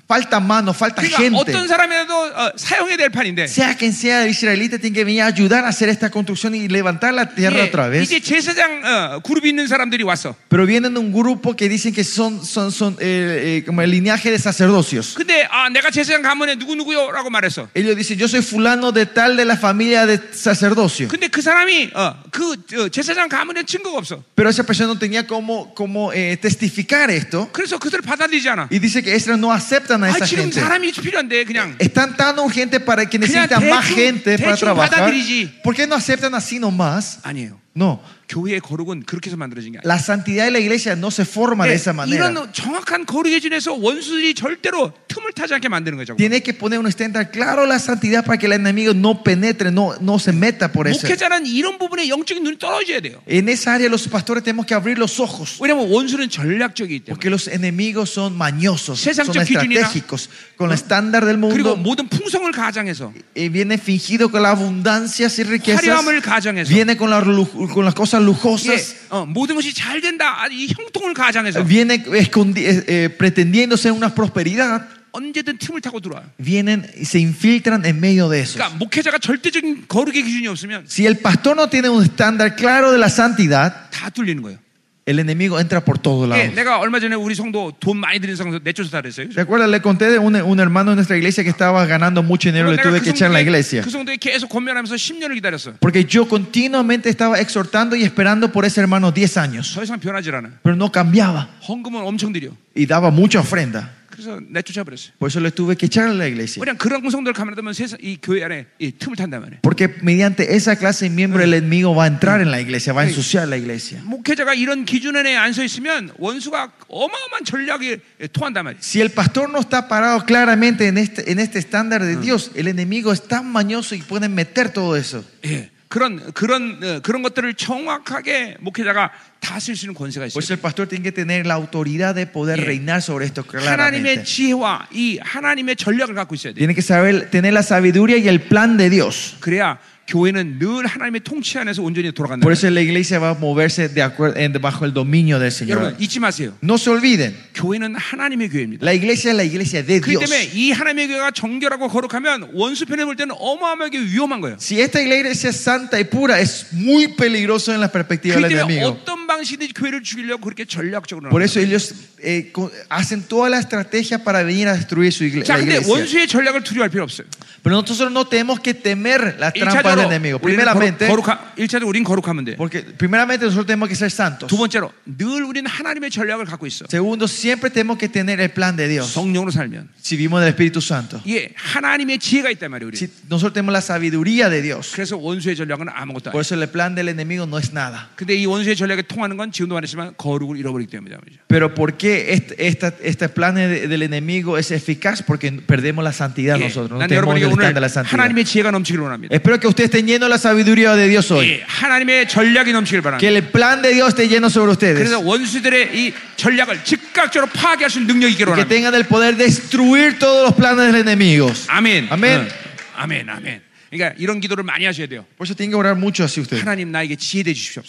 [SPEAKER 2] falta mano, falta
[SPEAKER 1] 그러니까 어떤
[SPEAKER 2] gente.
[SPEAKER 1] 사람이라도 어, 사용해야 될 판인데
[SPEAKER 2] Sea quien sea el israelita, tiene que venir a ayudar a hacer esta construcción y levantar la tierra
[SPEAKER 1] 예,
[SPEAKER 2] otra vez.
[SPEAKER 1] 이제 제사장 어, 그룹이 있는 사람들이 왔어.
[SPEAKER 2] Pero vienen de un grupo que dicen que son, son, son eh, eh, como el linaje de sacerdocios.
[SPEAKER 1] 근데 아, 내가 제사장 가문에 누구 누구요라고 말했어.
[SPEAKER 2] Ellos dicen, yo soy fulano de tal de la familia de sacerdocio.
[SPEAKER 1] 근데 그 사람이 어, 그 어, 제사장 가문에 증거가 없어.
[SPEAKER 2] Pero esa persona no tenía como, como eh, testificar esto.
[SPEAKER 1] 그래서 그들을 받아들이지 않아.
[SPEAKER 2] Y dice que Esdras no aceptan a
[SPEAKER 1] 아,
[SPEAKER 2] esa
[SPEAKER 1] 지금
[SPEAKER 2] gente.
[SPEAKER 1] 사람이 필요한데 그냥
[SPEAKER 2] Están tan urgentes para que
[SPEAKER 1] Kanya,
[SPEAKER 2] necesitan más
[SPEAKER 1] 대충-
[SPEAKER 2] gente para
[SPEAKER 1] 대충
[SPEAKER 2] trabajar.
[SPEAKER 1] 받아들이지.
[SPEAKER 2] ¿Por qué no aceptan así nomás?
[SPEAKER 1] 아니에요.
[SPEAKER 2] No.
[SPEAKER 1] 교회의 거룩은 그렇게 해서 만들어진 게 아니에요. 네,
[SPEAKER 2] La santidad de la iglesia no se forma
[SPEAKER 1] Eh,
[SPEAKER 2] de esa manera.
[SPEAKER 1] 이런 정확한 거룩 기준에서 원수들이 절대로 틈을 타지 않게 만드는 거죠.
[SPEAKER 2] Tiene que poner un estándar claro la santidad para que el enemigo no penetre, no, no se meta por eso.
[SPEAKER 1] 목회자는 이런 부분에 영적인 눈이 떨어져야 돼요.
[SPEAKER 2] En esa área los pastores tenemos que abrir los ojos.
[SPEAKER 1] 왜냐하면 원수는 전략적이기 때문에
[SPEAKER 2] Porque los enemigos son mañosos, son
[SPEAKER 1] 세상적 기준이나-
[SPEAKER 2] estratégicos. Con el estándar del
[SPEAKER 1] 그리고
[SPEAKER 2] mundo
[SPEAKER 1] 모든 풍성을 가장해서
[SPEAKER 2] eh, viene fingido con la abundancia y riquezas.
[SPEAKER 1] 화려함을 가장해서
[SPEAKER 2] Viene con, la luj- con las cosas
[SPEAKER 1] 예,
[SPEAKER 2] lujosas.
[SPEAKER 1] 어, 모든 것이 잘 된다 아, 이 형통을 가장해서
[SPEAKER 2] Viene escondi- eh, eh, pretendiéndose una prosperidad.
[SPEAKER 1] 언제든 틈을 타고 들어와요.
[SPEAKER 2] Vienen y se infiltran en medio de eso.
[SPEAKER 1] 그러니까 목회자가 절대적인 거룩의 기준이 없으면
[SPEAKER 2] Si el pastor no tiene un estándar claro de la santidad,
[SPEAKER 1] 다 뚫리는 거예요.
[SPEAKER 2] El enemigo entra por todos
[SPEAKER 1] 예,
[SPEAKER 2] lados.
[SPEAKER 1] 내가 얼마 전에 우리 성도 돈 많이 드는 성도 내쫓아다 그랬어요.
[SPEAKER 2] ¿Se acuerdan? Le conté de un, un hermano de nuestra iglesia que estaba ganando mucho dinero, le
[SPEAKER 1] 내가
[SPEAKER 2] tuve
[SPEAKER 1] 그
[SPEAKER 2] que echar en la
[SPEAKER 1] 성도에,
[SPEAKER 2] iglesia.
[SPEAKER 1] 그 성도에 계속 권면하면서 10년을 기다렸어.
[SPEAKER 2] Porque yo continuamente estaba exhortando y esperando por ese hermano 10 años,
[SPEAKER 1] 더 이상 변하질 않아.
[SPEAKER 2] pero no cambiaba
[SPEAKER 1] 헌금은 엄청 드려.
[SPEAKER 2] y daba mucha ofrenda.
[SPEAKER 1] 그래서 내쫓아버렸어요.
[SPEAKER 2] Por eso le tuve que echar en la iglesia.
[SPEAKER 1] 그냥 그런 성도를 가만두면 세상 이 교회 안에 이 틈을 탄단 말이에요.
[SPEAKER 2] Porque mediante esa clase de miembro el enemigo va a entrar en la iglesia, va a ensuciar la iglesia.
[SPEAKER 1] 목회자가 이런 기준 안에 안 서 있으면 원수가 어마어마한 전략에 토한단 말이에요.
[SPEAKER 2] Si el pastor no está parado claramente en este, en este estándar de Dios, el enemigo es tan mañoso y pueden meter todo eso.
[SPEAKER 1] 예. 그런 그런 어, 그런 것들을 정확하게 목회자가 다 쓸 수 있는 권세가 있어요.
[SPEAKER 2] Por eso el pastor tiene que tener la autoridad de poder
[SPEAKER 1] Yeah.
[SPEAKER 2] reinar sobre esto claramente.
[SPEAKER 1] 하나님의 지혜와 이 하나님의 전략을 갖고 있어야 돼요.
[SPEAKER 2] Tiene que saber tener la sabiduría y el plan de Dios.
[SPEAKER 1] 그래야 교회는 늘 하나님의 통치 안에서 온전히 돌아간다.
[SPEAKER 2] Por eso la iglesia va a moverse de acuerdo, en- bajo el dominio del Señor.
[SPEAKER 1] 여러분 잊지 마세요.
[SPEAKER 2] No se olviden,
[SPEAKER 1] 교회는 하나님의 교회입니다.
[SPEAKER 2] la iglesia es la iglesia de
[SPEAKER 1] 그렇기
[SPEAKER 2] Dios.
[SPEAKER 1] 때문에 이 하나님의 교회가 정결하고 거룩하면 원수 편에 볼 때는 어마어마하게 위험한 거예요.
[SPEAKER 2] Si esta iglesia es santa y pura, es muy peligroso en la perspectiva del
[SPEAKER 1] 그렇기 때문에
[SPEAKER 2] enemigo.
[SPEAKER 1] 어떤 방식이든지 교회를 죽이려고 그렇게 전략적으로
[SPEAKER 2] Por
[SPEAKER 1] 하는
[SPEAKER 2] eso ellos eh, co- hacen toda la estrategia para venir a destruir su igle-
[SPEAKER 1] 거예요. 자,
[SPEAKER 2] la
[SPEAKER 1] 근데
[SPEAKER 2] iglesia.
[SPEAKER 1] 원수의 전략을 두려워할 필요 없어요.
[SPEAKER 2] Pero nosotros no tenemos que temer las trampas del
[SPEAKER 1] 1차적으로
[SPEAKER 2] enemigo.
[SPEAKER 1] 우리는
[SPEAKER 2] Primeramente,
[SPEAKER 1] 거룩, 거룩하, 1차적으로 우린 거룩하면 돼.
[SPEAKER 2] porque primeramente nosotros tenemos que ser santos.
[SPEAKER 1] 두 번째로 늘 우리는 하나님의 전략을 갖고 있어.
[SPEAKER 2] Segundo, siempre tenemos que tener el plan de Dios.
[SPEAKER 1] 성령으로 살면
[SPEAKER 2] Si vivimos del Espíritu Santo.
[SPEAKER 1] 예, 하나님의 지혜가 있단 말이에요, 우리.
[SPEAKER 2] Si nosotros tenemos la sabiduría de Dios.
[SPEAKER 1] 그래서 원수의 전략은 아무것도
[SPEAKER 2] Por
[SPEAKER 1] 아니에요.
[SPEAKER 2] eso el plan del enemigo no es nada.
[SPEAKER 1] 근데 이 원수의 전략에 통하는 건 지금도 말했지만 거룩을 잃어버리기 때문이죠.
[SPEAKER 2] Pero ¿por qué este, esta- este plan de- del enemigo es eficaz? Porque perdemos la santidad
[SPEAKER 1] 예,
[SPEAKER 2] nosotros. No
[SPEAKER 1] 난
[SPEAKER 2] tenemos
[SPEAKER 1] 여러분에게
[SPEAKER 2] el
[SPEAKER 1] 오늘
[SPEAKER 2] stand de la santidad.
[SPEAKER 1] 하나님의 지혜가 넘치길 원합니다.
[SPEAKER 2] Espero que usted esté lleno de la sabiduría de Dios hoy.
[SPEAKER 1] 예, 하나님의 전략이 넘치길
[SPEAKER 2] Que
[SPEAKER 1] 바랍니다.
[SPEAKER 2] el plan de Dios esté lleno sobre ustedes.
[SPEAKER 1] 그래서 원수들의 이 전략을 즉각적으로 파괴할 수 있는 능력이 있기를
[SPEAKER 2] Que
[SPEAKER 1] 원합니다. Ah.
[SPEAKER 2] tengan el poder de destruir todos los planes del enemigo.
[SPEAKER 1] 어. 아멘.
[SPEAKER 2] 아멘.
[SPEAKER 1] 응. 아멘. 아멘. 그러니까 이런 기도를 많이 하셔야 돼요.
[SPEAKER 2] Por eso tienen que orar mucho así ustedes.
[SPEAKER 1] 하나님 나에게 지혜 되 주십시오.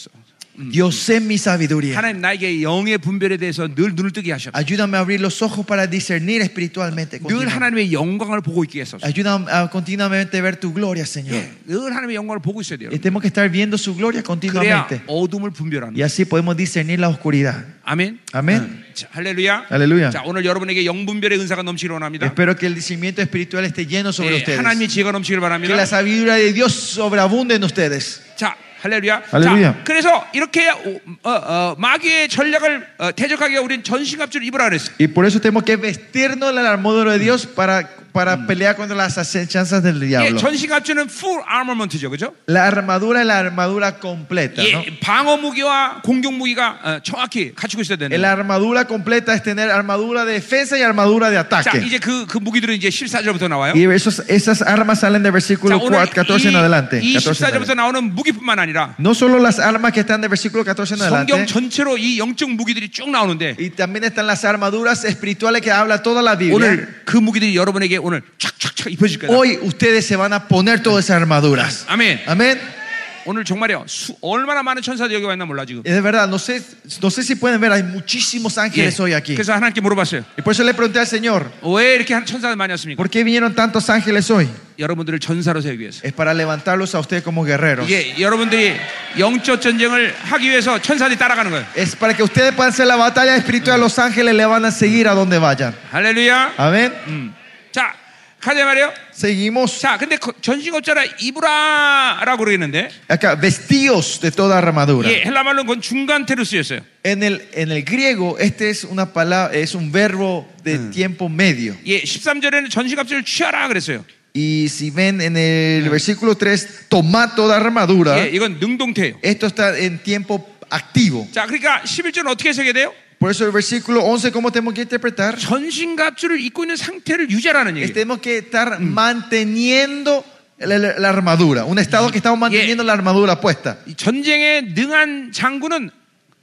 [SPEAKER 2] Dios sé mi sabiduría.
[SPEAKER 1] 하나님 나에게 영의 분별에 대해서 늘 눈을 뜨게 하셔.
[SPEAKER 2] Ayúdame a abrir los ojos para discernir espiritualmente.
[SPEAKER 1] 아, 늘 아,
[SPEAKER 2] continuamente.
[SPEAKER 1] 하나님의 영광을 보고 있게 해서.
[SPEAKER 2] Ayúdame a continuamente ver tu gloria,
[SPEAKER 1] 예.
[SPEAKER 2] Señor.
[SPEAKER 1] 늘 하나님의 영광을 보고 있어야 돼요.
[SPEAKER 2] Y tenemos que estar viendo su gloria
[SPEAKER 1] 그래야
[SPEAKER 2] continuamente.
[SPEAKER 1] 어둠을 분별하는.
[SPEAKER 2] Y así podemos discernir la oscuridad.
[SPEAKER 1] 예. 아멘.
[SPEAKER 2] 아멘.
[SPEAKER 1] 자, 할렐루야.
[SPEAKER 2] 할렐루야.
[SPEAKER 1] 자, 오늘 여러분에게 영분별의 은사가 넘치길 원합니다.
[SPEAKER 2] Espero que el discernimiento espiritual esté lleno sobre
[SPEAKER 1] 예,
[SPEAKER 2] ustedes.
[SPEAKER 1] 하나님의 지혜가 넘치길
[SPEAKER 2] Que la
[SPEAKER 1] 바랍니다.
[SPEAKER 2] sabiduría de Dios sobreabunde en ustedes.
[SPEAKER 1] 자, 할렐루야.
[SPEAKER 2] 할렐루야.
[SPEAKER 1] 자, 그래서 이렇게 어, 어, 마귀의 전략을 어, 대적하기에 우린 전신갑주를 입으라 그랬어.
[SPEAKER 2] Y por eso tenemos que vestirnos de la armadura de Dios para, para pelear contra las acechanzas del
[SPEAKER 1] 예,
[SPEAKER 2] diablo.
[SPEAKER 1] 전신갑주는 full armament죠, 그죠?
[SPEAKER 2] La armadura es la armadura completa. ¿no?
[SPEAKER 1] 예, 방어 무기와 공격 무기가 어, 정확히 갖추고 있어야 되는.
[SPEAKER 2] La armadura completa es tener armadura de defensa y armadura de
[SPEAKER 1] 자,
[SPEAKER 2] ataque.
[SPEAKER 1] 이제 그, 그 무기들은 이제 14절부터 나와요.
[SPEAKER 2] Y esos- esas armas salen del
[SPEAKER 1] 자,
[SPEAKER 2] versículo
[SPEAKER 1] 오늘
[SPEAKER 2] 4 14 en adelante.
[SPEAKER 1] 이, 이
[SPEAKER 2] 14 en adelante.
[SPEAKER 1] 14절부터 나오는 무기뿐만 아니라
[SPEAKER 2] No solo las armas que están del versículo 14 en
[SPEAKER 1] 성경
[SPEAKER 2] adelante,
[SPEAKER 1] 전체로 이 영적 무기들이 쭉 나오는데
[SPEAKER 2] y también están las armaduras espirituales que habla toda la Biblia.
[SPEAKER 1] 오늘 그 무기들이 여러분에게 오늘 착착착 입혀질 거다.
[SPEAKER 2] Hoy ustedes se van a poner todas esas armaduras.
[SPEAKER 1] 아멘.
[SPEAKER 2] Amén.
[SPEAKER 1] 오늘 정말요. 수, 얼마나 많은 천사들이 여기 왔나 몰라 지금.
[SPEAKER 2] Es de verdad, no sé, no sé si pueden ver, hay muchísimos
[SPEAKER 1] 예.
[SPEAKER 2] ángeles hoy aquí.
[SPEAKER 1] 그래서 하나님께 물어봤어요.
[SPEAKER 2] Y por eso le pregunté al Señor,
[SPEAKER 1] 왜 이렇게 한 천사들 많이 왔습니까?
[SPEAKER 2] ¿por qué vinieron tantos ángeles hoy?
[SPEAKER 1] 여러분들을 전사로 세우기 위해서.
[SPEAKER 2] Es para levantarlos a ustedes como guerreros.
[SPEAKER 1] 이게 여러분들이 영적 전쟁을 하기 위해서 천사들이 따라가는 거예요.
[SPEAKER 2] Es para que ustedes puedan hacer la batalla espiritual. Los ángeles le van a seguir a donde vayan.
[SPEAKER 1] 할렐루야.
[SPEAKER 2] Amén.
[SPEAKER 1] 음. 자, 가자 말이요.
[SPEAKER 2] Seguimos
[SPEAKER 1] 자, 근데 그 전신갑자라 이브라라고 그러겠는데.
[SPEAKER 2] acá, vestidos de toda armadura.
[SPEAKER 1] 예, 헬라말로는 그건 중간 테로 쓰였어요.
[SPEAKER 2] En el, en el griego, este es una palabra, es un verbo de tiempo medio.
[SPEAKER 1] 예, 13절에는 전신갑주를 취하라 그랬어요.
[SPEAKER 2] Y si ven en el versículo 3, tomad toda armadura.
[SPEAKER 1] 예, 이건 능동태예요.
[SPEAKER 2] Esto está en tiempo activo.
[SPEAKER 1] 자, 그러니까 11절은 어떻게 해석해야 돼요?
[SPEAKER 2] Por eso el versículo 11, ¿cómo tenemos que interpretar?
[SPEAKER 1] 전신갑주를 입고 있는 상태를 유지하라는
[SPEAKER 2] Es,
[SPEAKER 1] 얘기예요.
[SPEAKER 2] tenemos que estar manteniendo la, la- la armadura. Un estado que estamos manteniendo la armadura puesta.
[SPEAKER 1] 이 전쟁에 능한 장군은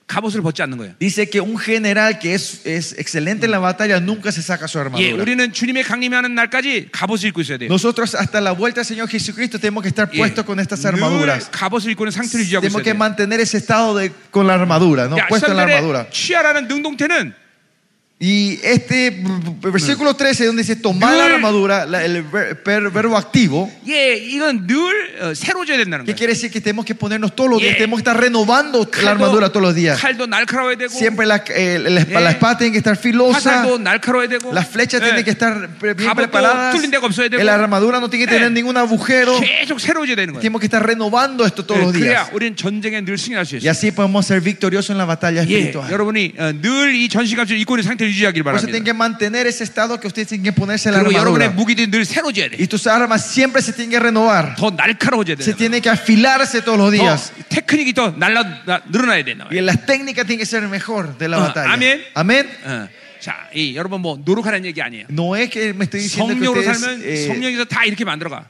[SPEAKER 1] 갑옷을 벗지 않는 거예요.
[SPEAKER 2] Dice que un general que es, es excelente en la batalla nunca se saca su
[SPEAKER 1] 예,
[SPEAKER 2] armadura.
[SPEAKER 1] 우리는 주님의 강림하는 날까지 갑옷을 입고 있어야 돼요.
[SPEAKER 2] Nosotros hasta la vuelta del Señor Jesucristo tenemos que estar
[SPEAKER 1] 예,
[SPEAKER 2] puestos con estas
[SPEAKER 1] 늘
[SPEAKER 2] armaduras.
[SPEAKER 1] 갑옷을 입고 있는 상태를 유지하고
[SPEAKER 2] Tenemos
[SPEAKER 1] 있어야
[SPEAKER 2] que
[SPEAKER 1] 돼요.
[SPEAKER 2] mantener ese estado de, con la armadura, ¿no?
[SPEAKER 1] 야,
[SPEAKER 2] Puesto en la armadura.
[SPEAKER 1] 13절에 취하라는 능동태는
[SPEAKER 2] Y este v- versículo 13 donde dice tomar la
[SPEAKER 1] Good.
[SPEAKER 2] armadura, la- el ver- per- verbo activo,
[SPEAKER 1] 예, 이건 늘 어, 새로져야 된다는
[SPEAKER 2] que
[SPEAKER 1] 거예요.
[SPEAKER 2] quiere decir que tenemos que ponernos todos los días,
[SPEAKER 1] Yeah.
[SPEAKER 2] tenemos que estar renovando la armadura todos los días.
[SPEAKER 1] 칼도 날카로워야 되고
[SPEAKER 2] Siempre la, el- el- la
[SPEAKER 1] Yeah.
[SPEAKER 2] espada tiene que estar filosa,
[SPEAKER 1] 화살도 날카로워야 되고
[SPEAKER 2] las flechas
[SPEAKER 1] 예,
[SPEAKER 2] tienen que estar pre- bien
[SPEAKER 1] Cabo todo
[SPEAKER 2] preparadas,
[SPEAKER 1] 뚫린 데가 없어야 되고.
[SPEAKER 2] la armadura no tiene que tener
[SPEAKER 1] Yeah.
[SPEAKER 2] ningún agujero,
[SPEAKER 1] 계속 새로워져야 되는 거예요.
[SPEAKER 2] tenemos que estar renovando esto todos
[SPEAKER 1] 예,
[SPEAKER 2] los
[SPEAKER 1] 그래야
[SPEAKER 2] días.
[SPEAKER 1] 우리는 전쟁에 늘 승리할 수
[SPEAKER 2] Y
[SPEAKER 1] 있어요.
[SPEAKER 2] así podemos ser victoriosos en la
[SPEAKER 1] 예,
[SPEAKER 2] batalla espiritual.
[SPEAKER 1] 여러분이 늘 이 전시갑질 입고 있는 상태를 유지하길
[SPEAKER 2] Por eso tienen
[SPEAKER 1] 바랍니다.
[SPEAKER 2] que mantener ese estado que ustedes tienen que ponerse la
[SPEAKER 1] 그리고 여러분의
[SPEAKER 2] armadura.
[SPEAKER 1] 무기들이 늘 새로져야 돼.
[SPEAKER 2] Y tus armas siempre se tienen que renovar.
[SPEAKER 1] 더 날카로워져야
[SPEAKER 2] se
[SPEAKER 1] 돼.
[SPEAKER 2] tiene que afilarse todos los días.
[SPEAKER 1] 더 테크닉이 더 날라 나- 늘어나야 된다.
[SPEAKER 2] Y las técnicas tienen que ser mejor de la
[SPEAKER 1] Oh. Ah,
[SPEAKER 2] batalla.
[SPEAKER 1] amén.
[SPEAKER 2] Amén.
[SPEAKER 1] 어. 자, 이, 여러분 뭐 노력하라는 얘기 아니에요.
[SPEAKER 2] No es que me estoy diciendo que,
[SPEAKER 1] 성령으로
[SPEAKER 2] ustedes,
[SPEAKER 1] 살면
[SPEAKER 2] eh,
[SPEAKER 1] 성령에서 다 이렇게 만들어가.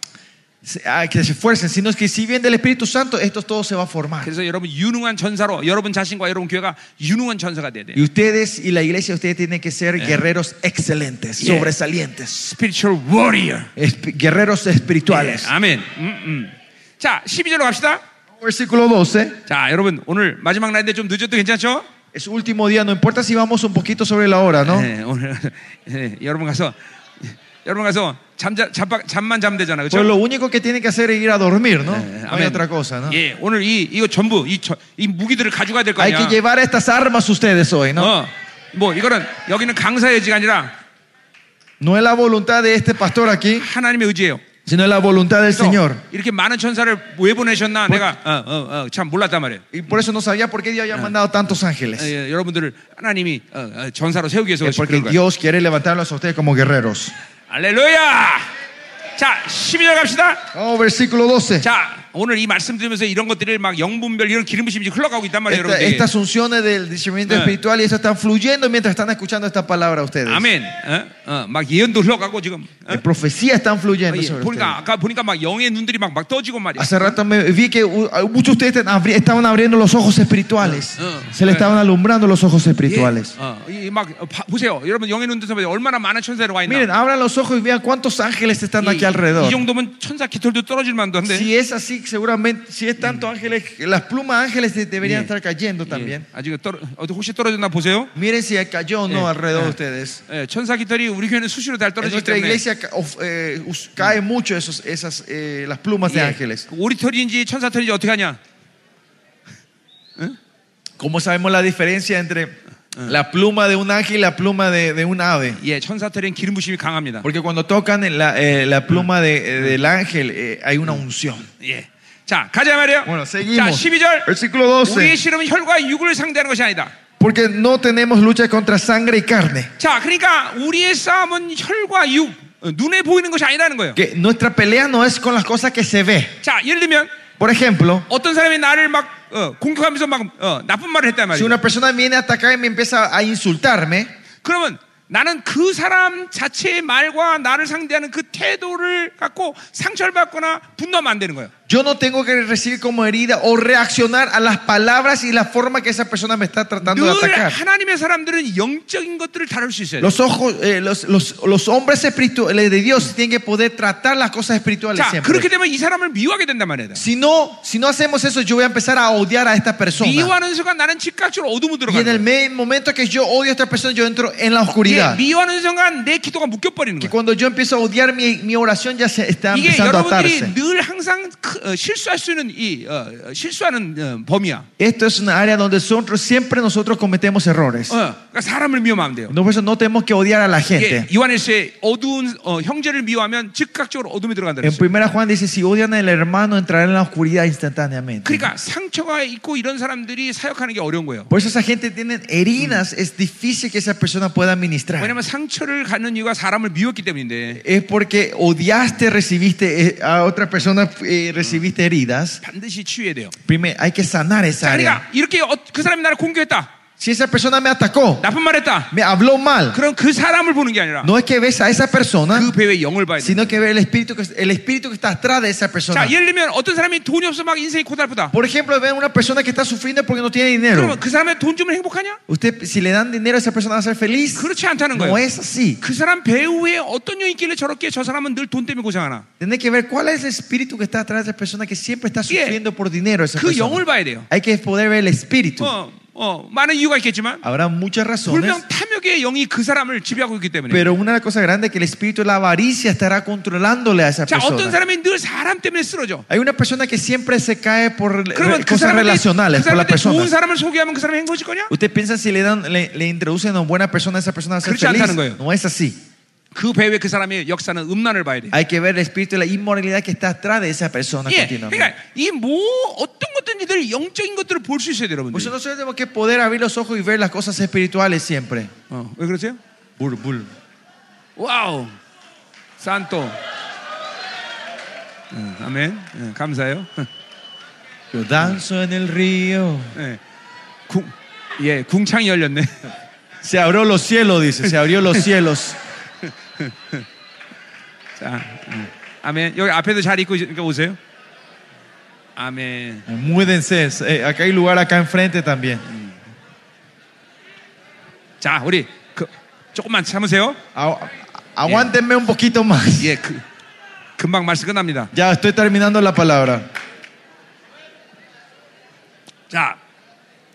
[SPEAKER 2] se- ah, que se esfuercen, sino es que si bien del Espíritu Santo, esto todo se va a formar.
[SPEAKER 1] 그래서 여러분 유능한 전사로 여러분 자신과 여러분 교회가 유능한 전사가 돼야 돼.
[SPEAKER 2] Y ustedes y la iglesia, ustedes tienen que ser guerreros excelentes,
[SPEAKER 1] Yeah.
[SPEAKER 2] sobresalientes,
[SPEAKER 1] Spiritual warrior.
[SPEAKER 2] esp- guerreros
[SPEAKER 1] 예,
[SPEAKER 2] espirituales. Ah,
[SPEAKER 1] 아멘. 음, 음. 자, 12절로 갑시다.
[SPEAKER 2] Versículo 12.
[SPEAKER 1] 자, 여러분 오늘 마지막 날인데 좀 늦어도 괜찮죠?
[SPEAKER 2] Es último día, no importa si vamos un poquito sobre la hora, ¿no?
[SPEAKER 1] 예, 오늘 예, 여러분 가서 여러분 가서 잠자 잠바, 잠만 자면 되잖아,
[SPEAKER 2] Pues
[SPEAKER 1] 그렇죠?
[SPEAKER 2] lo único que tienen que hacer es ir a dormir, ¿no? No hay otra cosa, ¿no?
[SPEAKER 1] 예, 오늘 이 이거 전부 이, 저- 이 무기들을 가져가야 될 거
[SPEAKER 2] Hay que
[SPEAKER 1] 아니야.
[SPEAKER 2] llevar estas armas ustedes hoy, ¿no?
[SPEAKER 1] 어, 뭐 이거는 여기는 강사의 의지가 아니라
[SPEAKER 2] No es la voluntad de este pastor aquí,
[SPEAKER 1] 하나님의 의지예요.
[SPEAKER 2] sino es la voluntad del
[SPEAKER 1] 그래서
[SPEAKER 2] Señor.
[SPEAKER 1] 이렇게 많은 천사를 왜 보내셨나 내가 어, 어, 어, 참 몰랐단 말이에요.
[SPEAKER 2] Y por eso no sabía por qué Dios había mandado tantos
[SPEAKER 1] 어,
[SPEAKER 2] ángeles.
[SPEAKER 1] 예, 여러분들을 하나님이 어, 어, 전사로 세우기 위해서 그러신
[SPEAKER 2] Es porque
[SPEAKER 1] 그런 거예요.
[SPEAKER 2] Dios quiere levantarlos a ustedes como guerreros.
[SPEAKER 1] 할렐루야! 자, 12절 갑시다.
[SPEAKER 2] Vamos, versículo 12.
[SPEAKER 1] 자, 오늘 이 말씀 드리면서 이런 것들을 막 영분별 이런 기름부심이 지금 흘러가고 있단 말이에요,
[SPEAKER 2] Esta-
[SPEAKER 1] 여러분들.
[SPEAKER 2] estas unciones del discernimiento
[SPEAKER 1] Eh.
[SPEAKER 2] espiritual y eso están fluyendo mientras están escuchando esta palabra ustedes.
[SPEAKER 1] 아멘. 어? 어, 막 예언도 흘러가고 지금. 어?
[SPEAKER 2] Eh, Profecías están fluyendo
[SPEAKER 1] 예,
[SPEAKER 2] sobre
[SPEAKER 1] 보니까
[SPEAKER 2] ustedes.
[SPEAKER 1] 아까 보니까 막 영의 눈들이 막 막 떠지고 말이야.
[SPEAKER 2] Hace rato me vi que uh, muchos de ustedes están abri- estaban abriendo los ojos espirituales.
[SPEAKER 1] Eh.
[SPEAKER 2] Se le estaban alumbrando los ojos
[SPEAKER 1] 예.
[SPEAKER 2] espirituales.
[SPEAKER 1] 어, 이- 막 어, 봐- 보세요. 여러분 영의 눈들에서 보세요. 얼마나 많은 천사들이 와 있나.
[SPEAKER 2] Miren, abran los ojos y vean cuántos ángeles están aquí
[SPEAKER 1] 이, 이
[SPEAKER 2] alrededor.
[SPEAKER 1] 정도면 천사 깃털도 떨어질 만도 한데.
[SPEAKER 2] Si es así, seguramente, si es tanto ángeles, las plumas ángeles de- deberían
[SPEAKER 1] Bien.
[SPEAKER 2] estar cayendo también.
[SPEAKER 1] 예, 아직 떨어, 어디 혹시 떨어졌나 보세요.
[SPEAKER 2] Miren si cayó o no
[SPEAKER 1] Eh.
[SPEAKER 2] alrededor de ustedes.
[SPEAKER 1] 예, 천사 깃털이 우리 교회는 수시로 잘
[SPEAKER 2] En
[SPEAKER 1] 떨어지기
[SPEAKER 2] nuestra
[SPEAKER 1] 때문에
[SPEAKER 2] iglesia ca- of- eh, us- cae mucho esos, esas, eh, las plumas de ángeles.
[SPEAKER 1] 우리 예. 그 털인지 천사 털인지 어떻게 하냐?
[SPEAKER 2] ¿Cómo sabemos la diferencia entre la pluma de un ángel y la pluma de, de un ave?
[SPEAKER 1] 예, 천사 털엔 기름 부심이 강합니다.
[SPEAKER 2] Porque cuando tocan en la, eh, la pluma de- eh, del ángel eh, hay una unción.
[SPEAKER 1] 예. 자, 가자 말이에요.
[SPEAKER 2] Bueno,
[SPEAKER 1] 자,
[SPEAKER 2] seguimos.
[SPEAKER 1] 12절.
[SPEAKER 2] Versículo
[SPEAKER 1] 우리의
[SPEAKER 2] 12.
[SPEAKER 1] 씨름은 혈과 육을 상대하는 것이 아니다.
[SPEAKER 2] Porque no tenemos lucha contra sangre y carne.
[SPEAKER 1] 자, 그러니까 우리의 싸움은 혈과 육, 어, 눈에 보이는 것이 아니라는 거예요.
[SPEAKER 2] Que nuestra pelea no es con las cosas que se ve.
[SPEAKER 1] 자, 예를 들면
[SPEAKER 2] Por ejemplo,
[SPEAKER 1] 어떤 사람이 나를 막 어, 공격하면서 막 어, 나쁜 말을 했단
[SPEAKER 2] si
[SPEAKER 1] 말이에요.
[SPEAKER 2] una persona viene a atacar y me empieza a insultarme,
[SPEAKER 1] 그러면 나는 그 사람 자체의 말과 나를 상대하는 그 태도를 갖고 상처를 받거나 분노하면 안 되는 거예요.
[SPEAKER 2] yo no tengo que recibir como herida o reaccionar a las palabras y la forma que esa persona me está tratando de
[SPEAKER 1] 늘
[SPEAKER 2] atacar.
[SPEAKER 1] 하나님의 사람들은 영적인 것들을 다룰 수 있어야 돼요.
[SPEAKER 2] Los ojos, eh, los, los- los hombres espirituales de Dios tienen que poder tratar las cosas espirituales
[SPEAKER 1] 자,
[SPEAKER 2] siempre.
[SPEAKER 1] 그렇게 되면 이 사람을 미워하게 된단 말이에요.
[SPEAKER 2] Si no, si no hacemos eso, yo voy a empezar a odiar a esta persona.
[SPEAKER 1] 미워하는 순간 나는 즉각적으로 어둠으로
[SPEAKER 2] Y en
[SPEAKER 1] 들어가는
[SPEAKER 2] el
[SPEAKER 1] 거예요.
[SPEAKER 2] me- momento que yo odio a esta persona, yo entro en la
[SPEAKER 1] 예,
[SPEAKER 2] oscuridad.
[SPEAKER 1] 미워하는 순간 내 기도가 묶여버리는
[SPEAKER 2] Que
[SPEAKER 1] 거예요.
[SPEAKER 2] cuando yo empiezo a odiar, mi, mi oración ya se está
[SPEAKER 1] 이게
[SPEAKER 2] empezando a
[SPEAKER 1] 여러분들이
[SPEAKER 2] atarse.
[SPEAKER 1] 늘 항상 크- 어, 실수할 수 있는 이 어, 어, 실수하는 어, 범위야.
[SPEAKER 2] Esto es una área donde nosotros, siempre nosotros cometemos errores.
[SPEAKER 1] 어, 그러니까 사람을 미워하면 안 돼요.
[SPEAKER 2] No, por eso no tenemos que odiar a la
[SPEAKER 1] 예,
[SPEAKER 2] gente.
[SPEAKER 1] 요한일서의 어두운 어, 형제를 미워하면 즉각적으로 어둠에 들어간다
[SPEAKER 2] En
[SPEAKER 1] 그랬어요.
[SPEAKER 2] primera Juan dice, si odian al hermano, entrarán en la oscuridad instantáneamente.
[SPEAKER 1] 그러니까 상처가 있고 이런 사람들이 사역하는 게 어려운 거예요.
[SPEAKER 2] Por eso esa gente tiene heridas, es difícil que esa persona pueda administrar.
[SPEAKER 1] 왜냐면 상처를 갖는 이유가 사람을 미웠기 때문인데
[SPEAKER 2] Es porque odiaste, recibiste eh, a otra persona, eh, recibiste heridas.
[SPEAKER 1] 반드시 치유해야 돼요.
[SPEAKER 2] Primero, hay que sanar
[SPEAKER 1] 자,
[SPEAKER 2] esa área.
[SPEAKER 1] 그러니까 이렇게 어- 그 사람이 나를 공격했다.
[SPEAKER 2] Si esa persona me atacó,
[SPEAKER 1] 나쁜 말 했다.
[SPEAKER 2] me habló mal,
[SPEAKER 1] 그럼 그 사람을 보는 게 아니라
[SPEAKER 2] no es que ves a esa persona,
[SPEAKER 1] 그 배우의 영을 봐야 돼.
[SPEAKER 2] sino que ves el espíritu que, el espíritu que está atrás de esa persona.
[SPEAKER 1] 자, 예를 들면 어떤 사람이 돈이 없어 막 인생이 고달프다.
[SPEAKER 2] Por ejemplo, ven una persona que está sufriendo porque no tiene dinero.
[SPEAKER 1] 그러면 그 사람의 돈 주면 행복하냐?
[SPEAKER 2] Usted, si le dan dinero a esa persona, va a ser feliz.
[SPEAKER 1] 그렇지 않다는
[SPEAKER 2] No
[SPEAKER 1] 거예요.
[SPEAKER 2] es así.
[SPEAKER 1] 그 사람 배우에 어떤 요 있길래 저렇게 저 사람은 늘 돈 때문에 고생하나?
[SPEAKER 2] Tiene que ver cuál es el espíritu que está atrás de esa persona que siempre está
[SPEAKER 1] Sí.
[SPEAKER 2] sufriendo por dinero. Esa
[SPEAKER 1] 그
[SPEAKER 2] persona.
[SPEAKER 1] 영을 봐야 돼요.
[SPEAKER 2] Hay que poder ver el espíritu.
[SPEAKER 1] 어, 어, 많은 이유가 있겠지만
[SPEAKER 2] Habrá muchas razones,
[SPEAKER 1] 불명 탐욕의 영이 그 사람을 지배하고 있기 때문에.
[SPEAKER 2] pero una cosa grande es que el espíritu de la avaricia estará controlándole a esa
[SPEAKER 1] 자, 어떤
[SPEAKER 2] persona.
[SPEAKER 1] 사람이 늘 사람 때문에 쓰러져.
[SPEAKER 2] Hay una persona que siempre se cae por eh,
[SPEAKER 1] 그러면 그
[SPEAKER 2] cosas
[SPEAKER 1] 사람이 그
[SPEAKER 2] relacionales, por las
[SPEAKER 1] 사람한테 좋은
[SPEAKER 2] personas.
[SPEAKER 1] 사람을 소개하면 그 사람이 행복해질 거냐?
[SPEAKER 2] Usted piensa si le dan, le, le introducen a una buena persona, esa persona va a ser
[SPEAKER 1] 그렇지
[SPEAKER 2] feliz.
[SPEAKER 1] 않다는 거예요.
[SPEAKER 2] No es así.
[SPEAKER 1] 그 배후에 그 사람의 역사는 음란을 봐야 돼.
[SPEAKER 2] Hay que ver el espíritu de la inmoralidad que está atrás de esa persona
[SPEAKER 1] 예,
[SPEAKER 2] continuamente.
[SPEAKER 1] 그러니까 이 뭐 어떤 것든지 늘 영적인 것들을 볼 수 있어야 돼요, 여러분들.
[SPEAKER 2] Por eso Pues nosotros tenemos que poder abrir los ojos y ver las cosas espirituales siempre.
[SPEAKER 1] 어, 왜 그러세요?
[SPEAKER 2] Bul, bul.
[SPEAKER 1] 와우, 산토. 음, 아멘. 예, 감사해요.
[SPEAKER 2] Yo danzo en el río.
[SPEAKER 1] 예, 궁, 예, 궁창이 열렸네.
[SPEAKER 2] Se abrió los cielos, dice. Se abrió los cielos.
[SPEAKER 1] 자, 음, 아멘. 여기 앞에도 잘 있고 그러니까 오세요. 아멘.
[SPEAKER 2] Múdense. Eh, acá hay lugar acá enfrente también.
[SPEAKER 1] 자, 우리 그, 조금만 참으세요.
[SPEAKER 2] Agu- aguántenme un poquito más.
[SPEAKER 1] 예, 그, 금방 말씀 끝납니다.
[SPEAKER 2] Ya estoy terminando la palabra.
[SPEAKER 1] 자,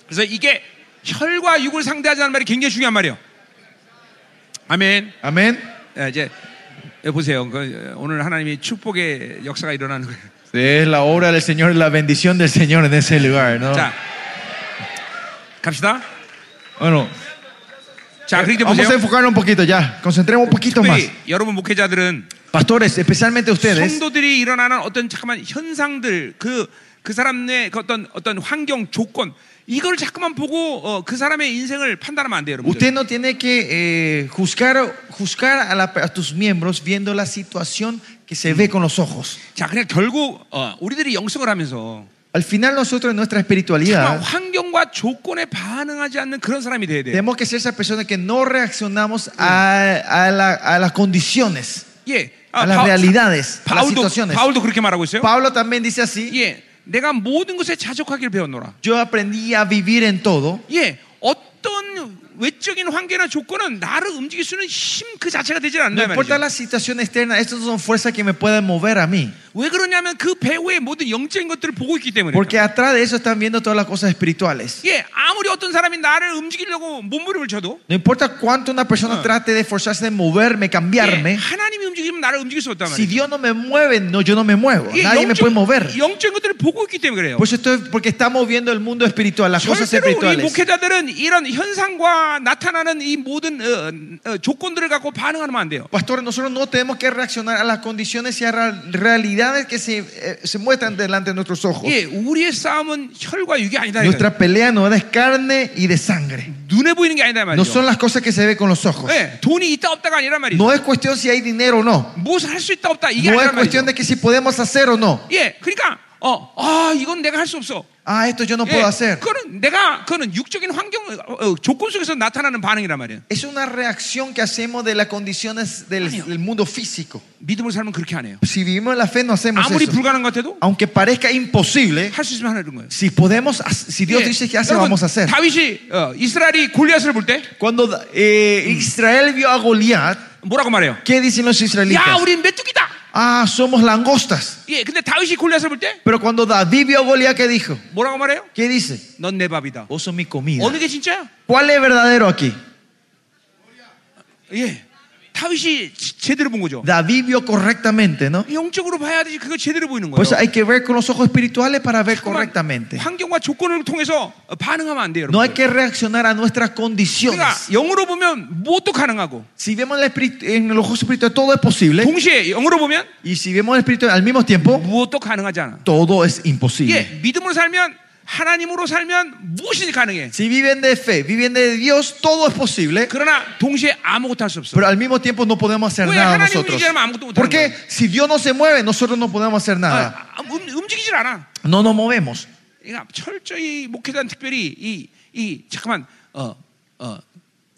[SPEAKER 1] 그래서 이게 혈과 육을 상대하자는 말이 굉장히 중요한 말이에요. 아멘.
[SPEAKER 2] Amén.
[SPEAKER 1] 예, 이제 예, 보세요. 그, 어, 오늘 하나님이 축복의 역사가 일어나는 거예요.
[SPEAKER 2] Es la obra del Señor, la bendición del Señor en ese lugar, ¿no?
[SPEAKER 1] 자, 갑시다.
[SPEAKER 2] Bueno,
[SPEAKER 1] 자, 그렇게
[SPEAKER 2] vamos
[SPEAKER 1] 보세요.
[SPEAKER 2] a enfocar un poquito ya. Concentremos un poquito más.
[SPEAKER 1] 특별히 여러분 목회자들은
[SPEAKER 2] Pastores, especialmente ustedes,
[SPEAKER 1] 성도들이 일어나는 어떤 잠깐만 현상들 그 그 사람의 그 어떤 어떤 환경 조건 이걸 자꾸만 보고 어, 그 사람의 인생을 판단하면 안 돼요, 여러분.
[SPEAKER 2] usted no tiene que eh, juzgar, juzgar a, la- a tus miembros viendo la situación que se ve con los ojos.
[SPEAKER 1] 자, 그냥 결국 어, 우리들이 영성을 하면서
[SPEAKER 2] Al final nosotros en nuestra
[SPEAKER 1] 정말
[SPEAKER 2] espiritualidad
[SPEAKER 1] 환경과 조건에 반응하지 않는 그런 사람이 돼야 돼.
[SPEAKER 2] tenemos que ser esas personas que no reaccionamos a, a la- a las condiciones,
[SPEAKER 1] 예, 아,
[SPEAKER 2] a las realidades, a las
[SPEAKER 1] 바울도
[SPEAKER 2] situaciones.
[SPEAKER 1] 바울도 그렇게 말하고 있어요.
[SPEAKER 2] Pablo también dice así,
[SPEAKER 1] 예, 내가 모든 것에 자족하기를 배웠노라.
[SPEAKER 2] yo aprendí a vivir en todo.
[SPEAKER 1] 예, 어떤 외적인 환경이나 조건은 나를 움직일 수 있는 힘 그 자체가 되질
[SPEAKER 2] No
[SPEAKER 1] 않는다
[SPEAKER 2] importa
[SPEAKER 1] 말이죠.
[SPEAKER 2] la situación externa, estas son fuerzas que me pueden mover a mí.
[SPEAKER 1] 왜 그러냐면 그 배우의 모든 영적인 것들을 보고 있기 때문에.
[SPEAKER 2] Porque atrás de eso están viendo todas las cosas espirituales.
[SPEAKER 1] 예, 아무리 어떤 사람이 나를 움직이려고 몸부림을 쳐도
[SPEAKER 2] No importa cuánto una persona trate de esforzarse de moverme,
[SPEAKER 1] 예,
[SPEAKER 2] cambiarme,
[SPEAKER 1] 하나님이 움직이면 나를 움직일 수 없단
[SPEAKER 2] si
[SPEAKER 1] 말이에요.
[SPEAKER 2] Dios no me mueve, no, yo Ah, no me muevo.
[SPEAKER 1] 예,
[SPEAKER 2] Nadie me puede mover.
[SPEAKER 1] 영적인 것들을 보고 있기 때문에 그래요.
[SPEAKER 2] Por eso estoy, porque está moviendo el mundo espiritual, las cosas
[SPEAKER 1] 절대로 이
[SPEAKER 2] espirituales.
[SPEAKER 1] 목회자들은 이런 현상과 나타나는 이 모든 어, 어, 조건들을 갖고 반응하면 안 돼요.
[SPEAKER 2] Pastores, nosotros no tenemos que reaccionar a las condiciones y a las realidades que se, eh, se muestran delante de nuestros ojos.
[SPEAKER 1] 예, 우리의 싸움은 혈과 육이 아니다. 이거예요.
[SPEAKER 2] Nuestra pelea no es carne y de sangre.
[SPEAKER 1] 눈에 보이는 게 아니다
[SPEAKER 2] No
[SPEAKER 1] 말이죠.
[SPEAKER 2] son las cosas que se ve con los ojos.
[SPEAKER 1] 예, 돈이 있다 없다가 아니란 말이죠.
[SPEAKER 2] No es cuestión si hay dinero o no.
[SPEAKER 1] 무엇을 할 수 있다 없다 이게
[SPEAKER 2] No es
[SPEAKER 1] 아니란 말이죠.
[SPEAKER 2] cuestión de que si podemos hacer o no.
[SPEAKER 1] 예, 그러니까 어, 아 이건 내가 할 수 없어.
[SPEAKER 2] Ah, esto yo no
[SPEAKER 1] 예,
[SPEAKER 2] puedo hacer.
[SPEAKER 1] 그거는 내가 그거는 육적인 환경 어, 어, 조건 속에서 나타나는 반응이란 말이에요.
[SPEAKER 2] Es una reacción que hacemos de las condiciones del,
[SPEAKER 1] Año.
[SPEAKER 2] del mundo físico.
[SPEAKER 1] 믿음으로 살면 그렇게 안 해요.
[SPEAKER 2] Si vivimos en la fe, no hacemos
[SPEAKER 1] 아무리
[SPEAKER 2] eso.
[SPEAKER 1] 불가능 같아도
[SPEAKER 2] Aunque parezca imposible,
[SPEAKER 1] 할 수 있으면 하는 거예요.
[SPEAKER 2] si podemos, si Dios
[SPEAKER 1] 예,
[SPEAKER 2] dice que hace,
[SPEAKER 1] 여러분,
[SPEAKER 2] vamos a hacer.
[SPEAKER 1] 다윗이 어, 이스라엘이 골리앗을 볼 때
[SPEAKER 2] Cuando eh, Israel vio a Goliat,
[SPEAKER 1] 뭐라고 말해요?
[SPEAKER 2] ¿qué dicen los
[SPEAKER 1] 야,
[SPEAKER 2] israelitas?
[SPEAKER 1] 우린 메뚜기다.
[SPEAKER 2] Ah, somos langostas.
[SPEAKER 1] 예, 근데 다윗이 골리앗을 볼 때
[SPEAKER 2] Pero cuando David vio a Goliat, ¿qué dijo?
[SPEAKER 1] 뭐라고 말해요?
[SPEAKER 2] ¿Qué dice?
[SPEAKER 1] 넌 내 밥이다.
[SPEAKER 2] Vos sos mi comida.
[SPEAKER 1] 어느 게 진짜야?
[SPEAKER 2] ¿Cuál es verdadero aquí?
[SPEAKER 1] 예, 다윗이 지- 제대로 본 거죠.
[SPEAKER 2] David vio correctamente, ¿no?
[SPEAKER 1] 영적으로 봐야 되지 그거 제대로 보이는
[SPEAKER 2] Pues
[SPEAKER 1] 거예요.
[SPEAKER 2] hay que ver con los ojos espirituales para ver correctamente.
[SPEAKER 1] 환경과 조건을 통해서 반응하면 안 돼요,
[SPEAKER 2] No hay
[SPEAKER 1] 여러분.
[SPEAKER 2] que reaccionar a nuestras
[SPEAKER 1] 그러니까
[SPEAKER 2] condiciones.
[SPEAKER 1] 영으로 보면 무엇도 가능하고
[SPEAKER 2] Si vemos el espíritu- en los ojos espirituales todo es posible.
[SPEAKER 1] 동시에 영으로 보면
[SPEAKER 2] Y si vemos el espíritu al mismo tiempo,
[SPEAKER 1] 무엇도 가능하지 않아.
[SPEAKER 2] todo es
[SPEAKER 1] 예,
[SPEAKER 2] imposible.
[SPEAKER 1] 믿음으로 살면 하나님으로 살면 무엇이 가능해.
[SPEAKER 2] Si viven de fe, viven de Dios, todo es posible.
[SPEAKER 1] 그러나 동시에 아무것도 할 수 없어.
[SPEAKER 2] Pero al mismo tiempo no podemos hacer
[SPEAKER 1] Oye,
[SPEAKER 2] nada
[SPEAKER 1] 하나님
[SPEAKER 2] nosotros.
[SPEAKER 1] 움직이지 않으면 아무것도 못하는
[SPEAKER 2] Porque si Dios no se mueve, nosotros no podemos hacer nada.
[SPEAKER 1] 아, 음, 움직이질 않아.
[SPEAKER 2] No nos movemos.
[SPEAKER 1] 그러니까 철저히 목회단 특별히 이, 이 잠깐만 어, 어,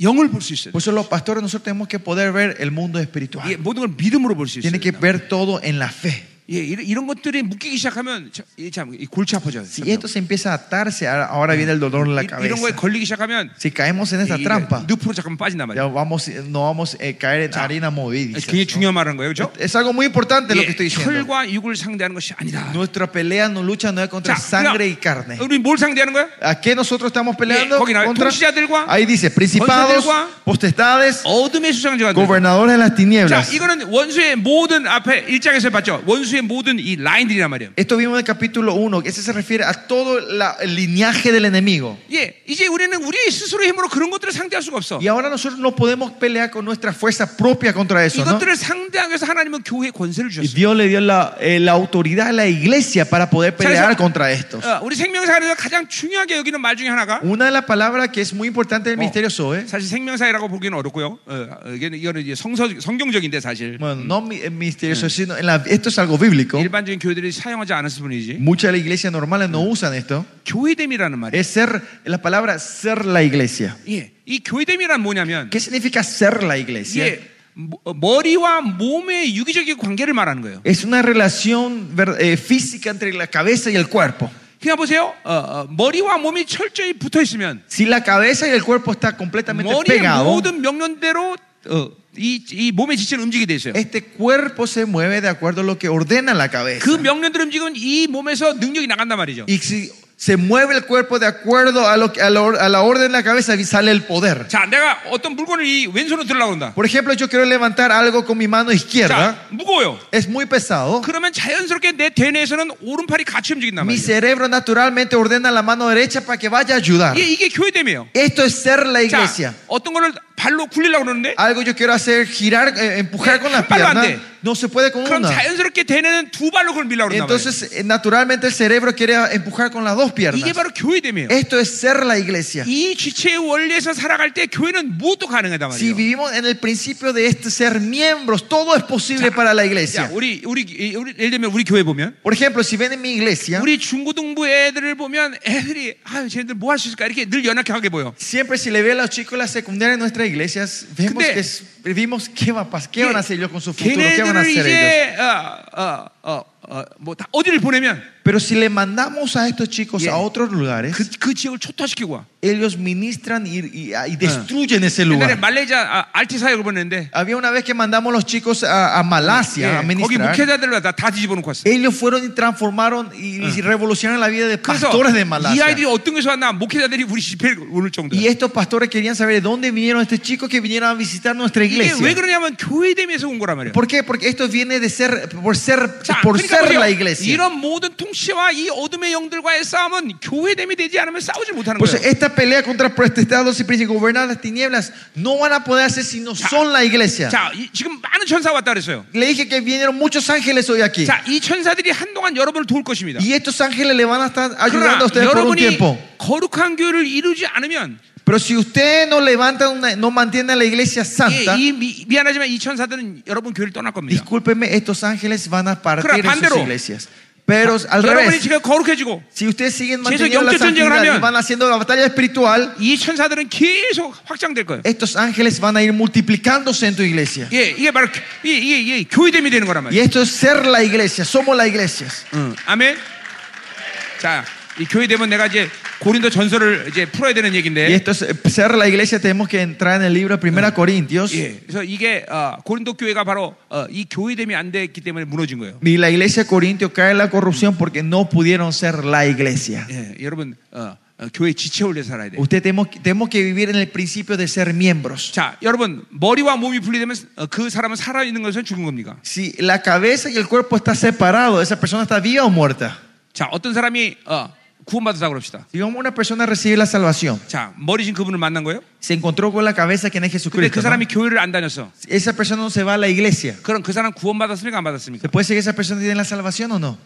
[SPEAKER 1] 영을 볼 수 있어요.
[SPEAKER 2] Por eso los pastores nosotros tenemos que poder ver el mundo
[SPEAKER 1] 예,
[SPEAKER 2] espiritual.
[SPEAKER 1] 모든 걸 믿음으로 볼 수 있어요.
[SPEAKER 2] Tiene que ver todo en la fe.
[SPEAKER 1] 예, 이런, 이런 것들이 묶이기 시작하면 참, 이 참, 이 골치 아파져요.
[SPEAKER 2] Si esto se empieza a atarse, ahora- ahora viene el dolor en la
[SPEAKER 1] 이, 이런 거에
[SPEAKER 2] cabeza.
[SPEAKER 1] 걸리기 시작하면
[SPEAKER 2] Si caemos en esta
[SPEAKER 1] 이-
[SPEAKER 2] trampa,
[SPEAKER 1] 늪으로 잠깐 빠진단 말이에요.
[SPEAKER 2] ya vamos, no vamos a caer en harina movediza.
[SPEAKER 1] 굉장히 중요한 말한 거예요, 그렇죠?
[SPEAKER 2] Es algo muy importante lo que estoy diciendo.
[SPEAKER 1] 혈과 육을 상대하는 것이 아니다.
[SPEAKER 2] Nuestra pelea no lucha no es contra sangre y carne.
[SPEAKER 1] 우리 뭘 상대하는 거야?
[SPEAKER 2] ¿A qué nosotros estamos peleando?
[SPEAKER 1] Bien, 거기나-
[SPEAKER 2] Contra-
[SPEAKER 1] 통치자들과
[SPEAKER 2] Ahí dice principados,
[SPEAKER 1] 권세들과
[SPEAKER 2] potestades,
[SPEAKER 1] 어둠의 수상자가 되는 거야.
[SPEAKER 2] gobernadores de las
[SPEAKER 1] 자,
[SPEAKER 2] tinieblas.
[SPEAKER 1] 이거는 원수의 모든 앞에 일장에서 봤죠. 원수의 모든 이 라인들이란 말이에요.
[SPEAKER 2] Esto vimos en el capítulo 1, que ese se refiere a todo la- el linaje del enemigo.
[SPEAKER 1] 예, 이제 우리는 우리 스스로의 힘으로 그런 것들을 상대할 수가 없어.
[SPEAKER 2] Y ahora nosotros no podemos pelear con nuestra fuerza propia contra eso, ¿no?
[SPEAKER 1] 이것들을 상대하기 위해서 하나님은 교회에 권세를
[SPEAKER 2] Y
[SPEAKER 1] 주셨어.
[SPEAKER 2] Dios le dio la, eh, la autoridad a la iglesia para poder pelear contra estos.
[SPEAKER 1] 어, 우리 생명사에서 가장 중요하게 여기는 말 중에 하나가
[SPEAKER 2] Una de las palabras que es muy importante del misterio Zoe,
[SPEAKER 1] 사실 생명사회라고 보기는 어렵고요. 어, 어, 이게- 이거는 이제 성서, 성경적인데 사실
[SPEAKER 2] bueno, no mi- eh, misterio Zoe, sino en la- esto es algo bíblico.
[SPEAKER 1] 일반적인 교회들이 사용하지 않았을 뿐이지
[SPEAKER 2] Muchas de las iglesias normales no usan esto.
[SPEAKER 1] 교회됨이라는 말이에요.
[SPEAKER 2] Es ser, la palabra ser la iglesia.
[SPEAKER 1] 예, 이 교회됨이란 뭐냐면
[SPEAKER 2] ¿Qué significa ser la iglesia?
[SPEAKER 1] 예, 모- 어, 머리와 몸의 유기적인 관계를 말하는 거예요.
[SPEAKER 2] Es una relación ver- eh, física entre la cabeza y el cuerpo.
[SPEAKER 1] 그냥 보세요. 어, 어, 머리와 몸이 철저히 붙어 있으면
[SPEAKER 2] Si la cabeza y el cuerpo están completamente
[SPEAKER 1] 머리의
[SPEAKER 2] pegados,
[SPEAKER 1] 모든 명령대로 어, 이, 이 몸의 지체는 움직이게 돼 있어요.
[SPEAKER 2] este cuerpo se mueve de acuerdo a lo que ordena la cabeza.
[SPEAKER 1] 그 명령대로 움직이면 이 몸에서 능력이 나간단 말이죠.
[SPEAKER 2] Y si se mueve el cuerpo de acuerdo a, lo, que- a, la or- a la orden de la cabeza, y sale el poder.
[SPEAKER 1] 자, 내가 어떤 물건을 이 왼손으로 들으려고 한다.
[SPEAKER 2] Por ejemplo, yo quiero levantar algo con mi mano izquierda.
[SPEAKER 1] 자, 무거워요.
[SPEAKER 2] Es muy pesado.
[SPEAKER 1] 그러면 자연스럽게 내 대뇌에서는 오른팔이 같이 움직인단
[SPEAKER 2] Mi
[SPEAKER 1] 말이에요.
[SPEAKER 2] cerebro naturalmente ordena la mano derecha para que vaya a ayudar.
[SPEAKER 1] 예, 이게 교회됨이에요.
[SPEAKER 2] Esto es ser la
[SPEAKER 1] 자,
[SPEAKER 2] iglesia.
[SPEAKER 1] 어떤 거를 발로 굴리려고 그러는데
[SPEAKER 2] Algo yo quiero hacer, girar, eh, empujar con
[SPEAKER 1] 한
[SPEAKER 2] las
[SPEAKER 1] 발로 안
[SPEAKER 2] piernas.
[SPEAKER 1] 돼.
[SPEAKER 2] No se puede con
[SPEAKER 1] 그럼
[SPEAKER 2] una.
[SPEAKER 1] 자연스럽게 대뇌는 두 발로 그걸 밀라고 그런단 말이에요.
[SPEAKER 2] Entonces, eh, naturalmente el cerebro quiere empujar con las dos
[SPEAKER 1] 이게
[SPEAKER 2] piernas.
[SPEAKER 1] 바로 교회됨이에요.
[SPEAKER 2] Esto es ser la iglesia.
[SPEAKER 1] 이 지체의 원리에서 살아갈 때 교회는 무엇도 가능하단
[SPEAKER 2] Si
[SPEAKER 1] 말이에요.
[SPEAKER 2] vivimos en el principio de este ser miembros, todo es posible para la
[SPEAKER 1] 야,
[SPEAKER 2] iglesia.
[SPEAKER 1] 우리, 우리, 우리, 예를 들면 우리 교회 보면
[SPEAKER 2] Por ejemplo, si ven en mi iglesia,
[SPEAKER 1] 우리 중고등부 애들을 보면 애들이 아 쟤네들 뭐 할 수 있을까 이렇게 늘 연약하게 보여.
[SPEAKER 2] siempre si le ve a los chicos la secundaria en nuestras iglesias, vemos
[SPEAKER 1] Pero-
[SPEAKER 2] que es- vimos qué, va, a pas- qué van a hacer ellos con su futuro, qué van
[SPEAKER 1] 걔네들을
[SPEAKER 2] a hacer ellos.
[SPEAKER 1] 이제 어, 어, 어, 어, 뭐 다, 어디를 보내면
[SPEAKER 2] Pero si le mandamos a estos chicos
[SPEAKER 1] Yeah.
[SPEAKER 2] a otros lugares,
[SPEAKER 1] 그, 그 지역을 초토화시키고 와.
[SPEAKER 2] ellos ministran y, y- ah, y destruyen ese
[SPEAKER 1] 옛날에
[SPEAKER 2] lugar.
[SPEAKER 1] 말레이시아 아, 알티 사역을 보냈는데
[SPEAKER 2] Había una vez que mandamos los chicos a, a
[SPEAKER 1] 예,
[SPEAKER 2] Malasia a
[SPEAKER 1] 거기
[SPEAKER 2] ministrar.
[SPEAKER 1] 목회자들을 다, 다 뒤집어 놓고 왔어.
[SPEAKER 2] Ellos fueron y transformaron y, y revolucionaron la vida de
[SPEAKER 1] 그래서
[SPEAKER 2] pastores de
[SPEAKER 1] 이
[SPEAKER 2] Malasia.
[SPEAKER 1] 아이들이 어떤 곳에서 왔나 목회자들이 우리 집회에 오늘 정도야.
[SPEAKER 2] Y estos pastores querían saber de dónde vinieron estos chicos que vinieron a visitar nuestra
[SPEAKER 1] 이게 왜
[SPEAKER 2] iglesia.
[SPEAKER 1] 그러냐면 교회됨에서 온 거란 말이야.
[SPEAKER 2] ¿Por qué? Porque esto viene de ser por ser
[SPEAKER 1] 자,
[SPEAKER 2] por
[SPEAKER 1] 그러니까
[SPEAKER 2] ser
[SPEAKER 1] 보세요.
[SPEAKER 2] la iglesia.
[SPEAKER 1] 이런 모든 통치와 이 어둠의 영들과의 싸움은 교회됨이 되지 않으면 싸우지 못하는
[SPEAKER 2] Por eso
[SPEAKER 1] 거예요.
[SPEAKER 2] esta pelea contra potestados y príncipes gobernar las tinieblas no van a poder hacer si no son la iglesia.
[SPEAKER 1] 자, 이- 지금 많은 천사 왔다 그랬어요.
[SPEAKER 2] Le dije que vinieron muchos ángeles hoy aquí.
[SPEAKER 1] 자, 이 천사들이 한동안 여러분을 도울 것입니다.
[SPEAKER 2] Y estos ángeles le van a estar ayudando
[SPEAKER 1] 그러나
[SPEAKER 2] a ustedes por un
[SPEAKER 1] 여러분이
[SPEAKER 2] tiempo.
[SPEAKER 1] 거룩한 교회를 이루지 않으면
[SPEAKER 2] Pero si usted no levanta, una- no mantiene a la iglesia
[SPEAKER 1] 예,
[SPEAKER 2] santa,
[SPEAKER 1] 이 미, 미안하지만 이 천사들은 여러분 교회를 떠날 겁니다.
[SPEAKER 2] discúlpeme, estos ángeles van a partir
[SPEAKER 1] Claro,
[SPEAKER 2] en sus
[SPEAKER 1] 반대로.
[SPEAKER 2] iglesias. Pero al
[SPEAKER 1] 여러분이
[SPEAKER 2] revés,
[SPEAKER 1] 지금 거룩해지고
[SPEAKER 2] si ustedes siguen
[SPEAKER 1] 계속
[SPEAKER 2] manteniendo la
[SPEAKER 1] 영적 전쟁을
[SPEAKER 2] santidad y
[SPEAKER 1] 하면
[SPEAKER 2] van 하ciendo la batalla espiritual,
[SPEAKER 1] 이 천사들은 계속 확장될 거예요.
[SPEAKER 2] estos ángeles van a ir multiplicándose en tu iglesia.
[SPEAKER 1] 예, 이게 바로 교- 이- 이게, 이게 교회됨이 되는 거란
[SPEAKER 2] Y
[SPEAKER 1] 말이에요.
[SPEAKER 2] esto es ser la iglesia, somos la iglesia.
[SPEAKER 1] 응, 아멘. 자, 이 교회됨은 내가 이제 고린도 전설을 이제 풀어야 되는
[SPEAKER 2] Y
[SPEAKER 1] 얘기인데.
[SPEAKER 2] esto es eh, ser la iglesia, tenemos que entrar en el libro de 1 Corintios.
[SPEAKER 1] 예, 그래서 이게 어, 고린도 교회가 바로 어, 이 교회됨이 안 됐기 때문에 무너진 거예요.
[SPEAKER 2] Y la iglesia de Corintio cae en la corrupción porque no pudieron ser la iglesia.
[SPEAKER 1] 예, 여러분 어, 어, 교회 지체 올려 살아야 돼요.
[SPEAKER 2] Este, Usted tenemos, tenemos que vivir en el principio de ser miembros.
[SPEAKER 1] 자, 여러분 머리와 몸이 분리되면 어, 그 사람은 살아 있는 것은 죽은 겁니까?
[SPEAKER 2] Si la cabeza y el cuerpo está separado, esa persona está viva o muerta.
[SPEAKER 1] 자, 어떤 사람이 어, 구원받았다고 그럽시다.
[SPEAKER 2] Digamos, una persona recibe la salvación,
[SPEAKER 1] 자, 머리신 그분을 만난 거예요?
[SPEAKER 2] se encontró con la cabeza que no es
[SPEAKER 1] 근데
[SPEAKER 2] Jesucristo.
[SPEAKER 1] 그
[SPEAKER 2] ¿no?
[SPEAKER 1] 사람이 교회를 안 다녔어.
[SPEAKER 2] Esa persona no se va a la iglesia.
[SPEAKER 1] 그럼 그 사람 구원받았습니까? 안 받았습니까?
[SPEAKER 2] ¿Se puede decir que esa persona tiene la salvación o no?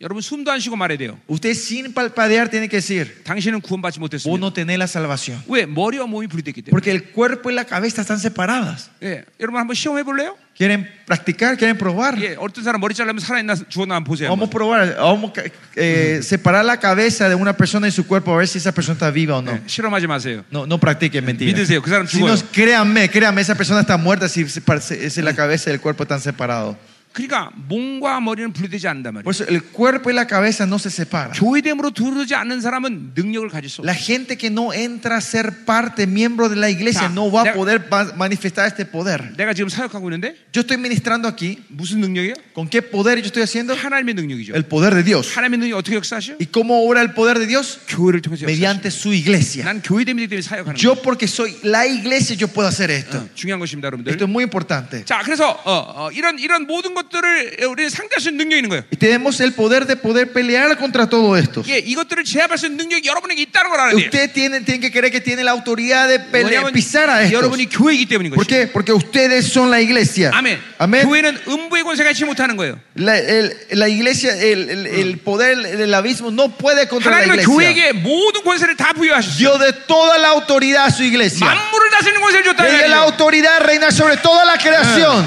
[SPEAKER 1] 여러분 숨도 안 쉬고 말해야 돼요.
[SPEAKER 2] Usted sin palpadear tiene que decir,
[SPEAKER 1] 당신은 구원받지 못했습니다.
[SPEAKER 2] vos no tenés la salvación.
[SPEAKER 1] 왜? 머리와 몸이 분리됐기 때문에.
[SPEAKER 2] Porque el cuerpo y la cabeza están separadas.
[SPEAKER 1] 예, 여러분 한번 시험해 볼래요?
[SPEAKER 2] ¿Quieren practicar? ¿Quieren probar?
[SPEAKER 1] 예, 어떤 사람 머리 잘라면 살아있나 죽었나 한번 보세요.
[SPEAKER 2] Vamos a
[SPEAKER 1] 한번.
[SPEAKER 2] probar, vamos a eh, separar la cabeza de una persona y su cuerpo a ver si esa persona está viva o no.
[SPEAKER 1] 예, 실험하지 마세요.
[SPEAKER 2] No, no practiquen mentiras.
[SPEAKER 1] Mídense, que esa persona
[SPEAKER 2] Si no,
[SPEAKER 1] 죽어요.
[SPEAKER 2] créanme, créanme, esa persona está muerta si, se parece- si la cabeza y el cuerpo están separados.
[SPEAKER 1] 그러니까 몸과 머리는 분리되지 않는단 말이에요.
[SPEAKER 2] Por eso el cuerpo y la cabeza no se separan.
[SPEAKER 1] 교회됨으로 두르지 않는 사람은 능력을 가질 수 없어요.
[SPEAKER 2] La gente que no entra a ser parte, miembro de la
[SPEAKER 1] Ta.
[SPEAKER 2] iglesia, no va
[SPEAKER 1] Ya.
[SPEAKER 2] a poder ma- manifestar este poder.
[SPEAKER 1] 내가 지금 사역하고 있는데
[SPEAKER 2] Yo estoy ministrando aquí.
[SPEAKER 1] 무슨 능력이에요?
[SPEAKER 2] ¿Con qué poder yo estoy haciendo?
[SPEAKER 1] 하나님의 능력이죠.
[SPEAKER 2] El poder de Dios.
[SPEAKER 1] 하나님의 능력이 어떻게 역사하셔?
[SPEAKER 2] ¿Y cómo obra el poder de Dios?
[SPEAKER 1] 교회를 통해서 역사하셔.
[SPEAKER 2] Mediante su iglesia.
[SPEAKER 1] 난 교회됨이기 때문에 사역하는 거예요.
[SPEAKER 2] Yo porque soy la iglesia, yo puedo hacer esto.
[SPEAKER 1] 어, 중요한 것입니다,
[SPEAKER 2] Esto
[SPEAKER 1] 여러분들.
[SPEAKER 2] es muy importante.
[SPEAKER 1] 자, 그래서 어, 어, 이런 이런 모든 것들을 우리는 상대할 수 있는 능력이 있는 거예요.
[SPEAKER 2] Y tenemos el poder de poder pelear contra todo esto.
[SPEAKER 1] 예, 이것들을 제압할 수 있는 능력이 여러분에게 있다는 걸 알아야 돼요.
[SPEAKER 2] Usted tiene, tiene que creer que tiene la autoridad de pelear,
[SPEAKER 1] 왜냐하면
[SPEAKER 2] pisar a esto.
[SPEAKER 1] 여러분이 교회이기 때문인
[SPEAKER 2] ¿Por
[SPEAKER 1] 것이죠.
[SPEAKER 2] qué? Porque ustedes son la iglesia.
[SPEAKER 1] 아멘. 교회는 음부의 권세가 지 못하는 거예요.
[SPEAKER 2] La, el- la iglesia, el, el- el poder del abismo no puede contra la
[SPEAKER 1] 하나님은
[SPEAKER 2] iglesia.
[SPEAKER 1] 교회에게 모든 권세를 다 부여하셨어요.
[SPEAKER 2] Dio de toda la autoridad a su iglesia.
[SPEAKER 1] 만물을 다스리는 권세를
[SPEAKER 2] Le dio
[SPEAKER 1] 줬다는
[SPEAKER 2] la
[SPEAKER 1] 거예요.
[SPEAKER 2] autoridad a Ah. reinar sobre toda la creación.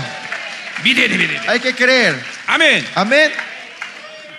[SPEAKER 1] 믿어야 돼, 믿어야 돼.
[SPEAKER 2] Hay que creer.
[SPEAKER 1] 아멘.
[SPEAKER 2] Amén.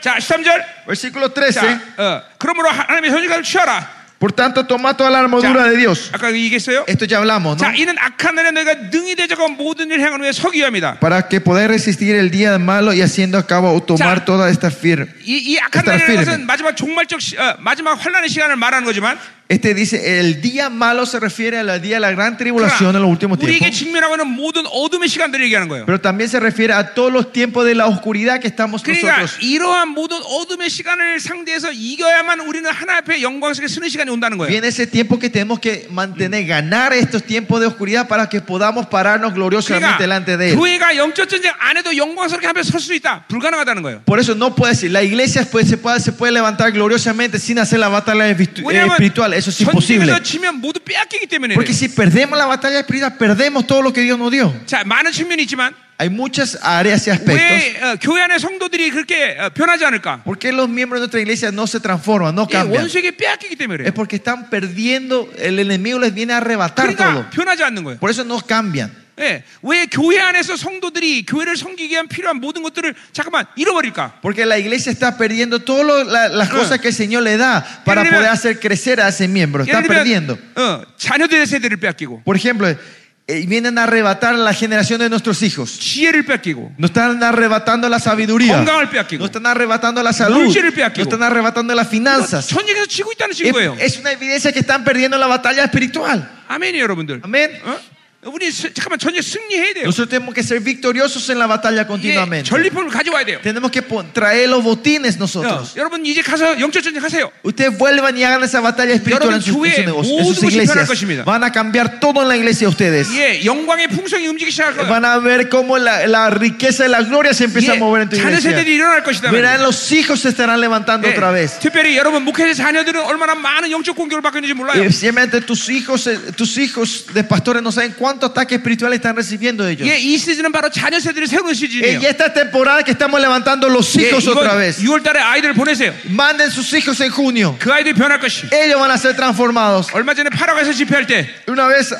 [SPEAKER 1] 자, 13절.
[SPEAKER 2] Versículo 13.
[SPEAKER 1] 자, 어, 그러므로 하나님의 선지자를 취하라.
[SPEAKER 2] Por tanto, toma toda la armadura
[SPEAKER 1] 자,
[SPEAKER 2] de Dios.
[SPEAKER 1] 아까 얘기했어요.
[SPEAKER 2] Esto ya hablamos, ¿no?
[SPEAKER 1] 자, 이는 악한 날에 너희가 능히 대적하고 모든 일 행하는 후에 서기 합니다.
[SPEAKER 2] para que podáis resistir el día malo y haciendo a cabo o tomar
[SPEAKER 1] Ya.
[SPEAKER 2] toda esta firme.
[SPEAKER 1] 이, 이 악한
[SPEAKER 2] Estar
[SPEAKER 1] 날이라는 것은
[SPEAKER 2] firme.
[SPEAKER 1] 마지막 종말적 시- 어, 마지막 환란의 시간을 말하는 거지만
[SPEAKER 2] Este dice, el día malo se refiere al día de la gran tribulación en los
[SPEAKER 1] 그러나
[SPEAKER 2] últimos
[SPEAKER 1] 우리에게
[SPEAKER 2] tiempos,
[SPEAKER 1] 직면하고 있는 모든 어둠의 시간들을 얘기하는 거예요.
[SPEAKER 2] pero también se refiere a todos los tiempos de la oscuridad que estamos
[SPEAKER 1] 그러니까
[SPEAKER 2] nosotros.
[SPEAKER 1] 이러한 모든 어둠의 시간을 상대해서 이겨야만 우리는 하나 앞에 영광스럽게 쓰는 시간이 온다는 거예요.
[SPEAKER 2] Viene ese tiempo que tenemos que mantener, ganar estos tiempos de oscuridad para que podamos pararnos gloriosamente delante
[SPEAKER 1] 그러니까
[SPEAKER 2] de Él.
[SPEAKER 1] 교회가 영적 전쟁 안 해도 영광스럽게 앞에 설 수 있다. 불가능하다는 거예요.
[SPEAKER 2] Por eso no puede decir, la iglesia pues, se, puede, se puede levantar gloriosamente sin hacer la batalla espiritu- eh,
[SPEAKER 1] 왜냐하면
[SPEAKER 2] espiritual, eso es imposible.
[SPEAKER 1] 전쟁에서 치면 모두 빼앗기기 때문에
[SPEAKER 2] Porque
[SPEAKER 1] 그래요.
[SPEAKER 2] si perdemos la batalla espiritual, perdemos todo lo que Dios nos dio.
[SPEAKER 1] 자 많은 측면이 있지만
[SPEAKER 2] Hay muchas áreas y aspectos.
[SPEAKER 1] 왜 어, 교회 안에 성도들이 그렇게 어, 변하지 않을까?
[SPEAKER 2] ¿Por qué los miembros de nuestra iglesia no se transforman, no
[SPEAKER 1] 이
[SPEAKER 2] cambian?
[SPEAKER 1] 원수에게 빼앗기기 때문에
[SPEAKER 2] Es
[SPEAKER 1] 그래요.
[SPEAKER 2] porque están perdiendo, el enemigo les viene a arrebatar todo.
[SPEAKER 1] 그러니까 변하지 않는 거예요.
[SPEAKER 2] Por eso no cambian.
[SPEAKER 1] 예, 왜 교회 안에서 성도들이 교회를 섬기기 위한 필요한 모든 것들을 잠깐만 잃어버릴까?
[SPEAKER 2] Porque la iglesia está perdiendo todas las cosas que el Señor le da para
[SPEAKER 1] Quiere ver-
[SPEAKER 2] poder hacer crecer a ese miembro. Está
[SPEAKER 1] 예를 들면
[SPEAKER 2] perdiendo.
[SPEAKER 1] 어, 자녀들의 세대를 빼앗기고
[SPEAKER 2] Por ejemplo, eh, vienen a arrebatar la generación de nuestros hijos.
[SPEAKER 1] 지혜를 빼앗기고
[SPEAKER 2] Nos están arrebatando la sabiduría.
[SPEAKER 1] 건강을 빼앗기고
[SPEAKER 2] Nos están arrebatando la salud. Nos
[SPEAKER 1] 물질을 빼앗기고.
[SPEAKER 2] están arrebatando las finanzas.
[SPEAKER 1] 전쟁에서 지고 있다는
[SPEAKER 2] Es,
[SPEAKER 1] 증거예요.
[SPEAKER 2] es una evidencia que están perdiendo la batalla espiritual.
[SPEAKER 1] 아멘이에요, 여러분들.
[SPEAKER 2] Amén.
[SPEAKER 1] 어? 우리 스- 잠깐만 전쟁 승리해야 돼요.
[SPEAKER 2] Nosotros tenemos que ser victoriosos en la batalla
[SPEAKER 1] 이게
[SPEAKER 2] continuamente.
[SPEAKER 1] 전리품을 가져와야 돼요.
[SPEAKER 2] Tenemos que pon- traer los botines
[SPEAKER 1] 어,
[SPEAKER 2] nosotros.
[SPEAKER 1] 여러분 이제 가서 영적 전쟁 하세요.
[SPEAKER 2] Ustedes vuelvan y hagan esa batalla espiritual en sus, en sus negocios, en sus iglesias. Van a cambiar todo en la iglesia ustedes.
[SPEAKER 1] 예, 영광의 풍성이 움직이기 시작할 거예요.
[SPEAKER 2] Van a ver cómo la, la riqueza y la gloria se empieza a mover en tu
[SPEAKER 1] 예, 자녀
[SPEAKER 2] iglesia.
[SPEAKER 1] 세대들이 일어날 것이다.
[SPEAKER 2] Verán, los hijos se estarán levantando
[SPEAKER 1] 예,
[SPEAKER 2] otra vez.
[SPEAKER 1] 특별히 여러분 목회자 자녀들은 얼마나 많은 영적 공격을 받고 있는지 몰라요.
[SPEAKER 2] Y Simplemente tus hijos, eh, tus hijos de pastores no saben cuánto ataque espiritual están recibiendo ellos.
[SPEAKER 1] 예, 이 시즌은 바로 자녀 세대를 세우는
[SPEAKER 2] Eh,
[SPEAKER 1] 시즌이에요.
[SPEAKER 2] Y esta temporada que estamos levantando los
[SPEAKER 1] 예,
[SPEAKER 2] hijos otra vez.
[SPEAKER 1] 6월달에 아이들을 보내세요.
[SPEAKER 2] Manden sus hijos en junio.
[SPEAKER 1] 그 아이들이 변할 것이.
[SPEAKER 2] Ellos van a ser transformados.
[SPEAKER 1] 얼마 전에 파라과에서 집회할 때
[SPEAKER 2] Una vez,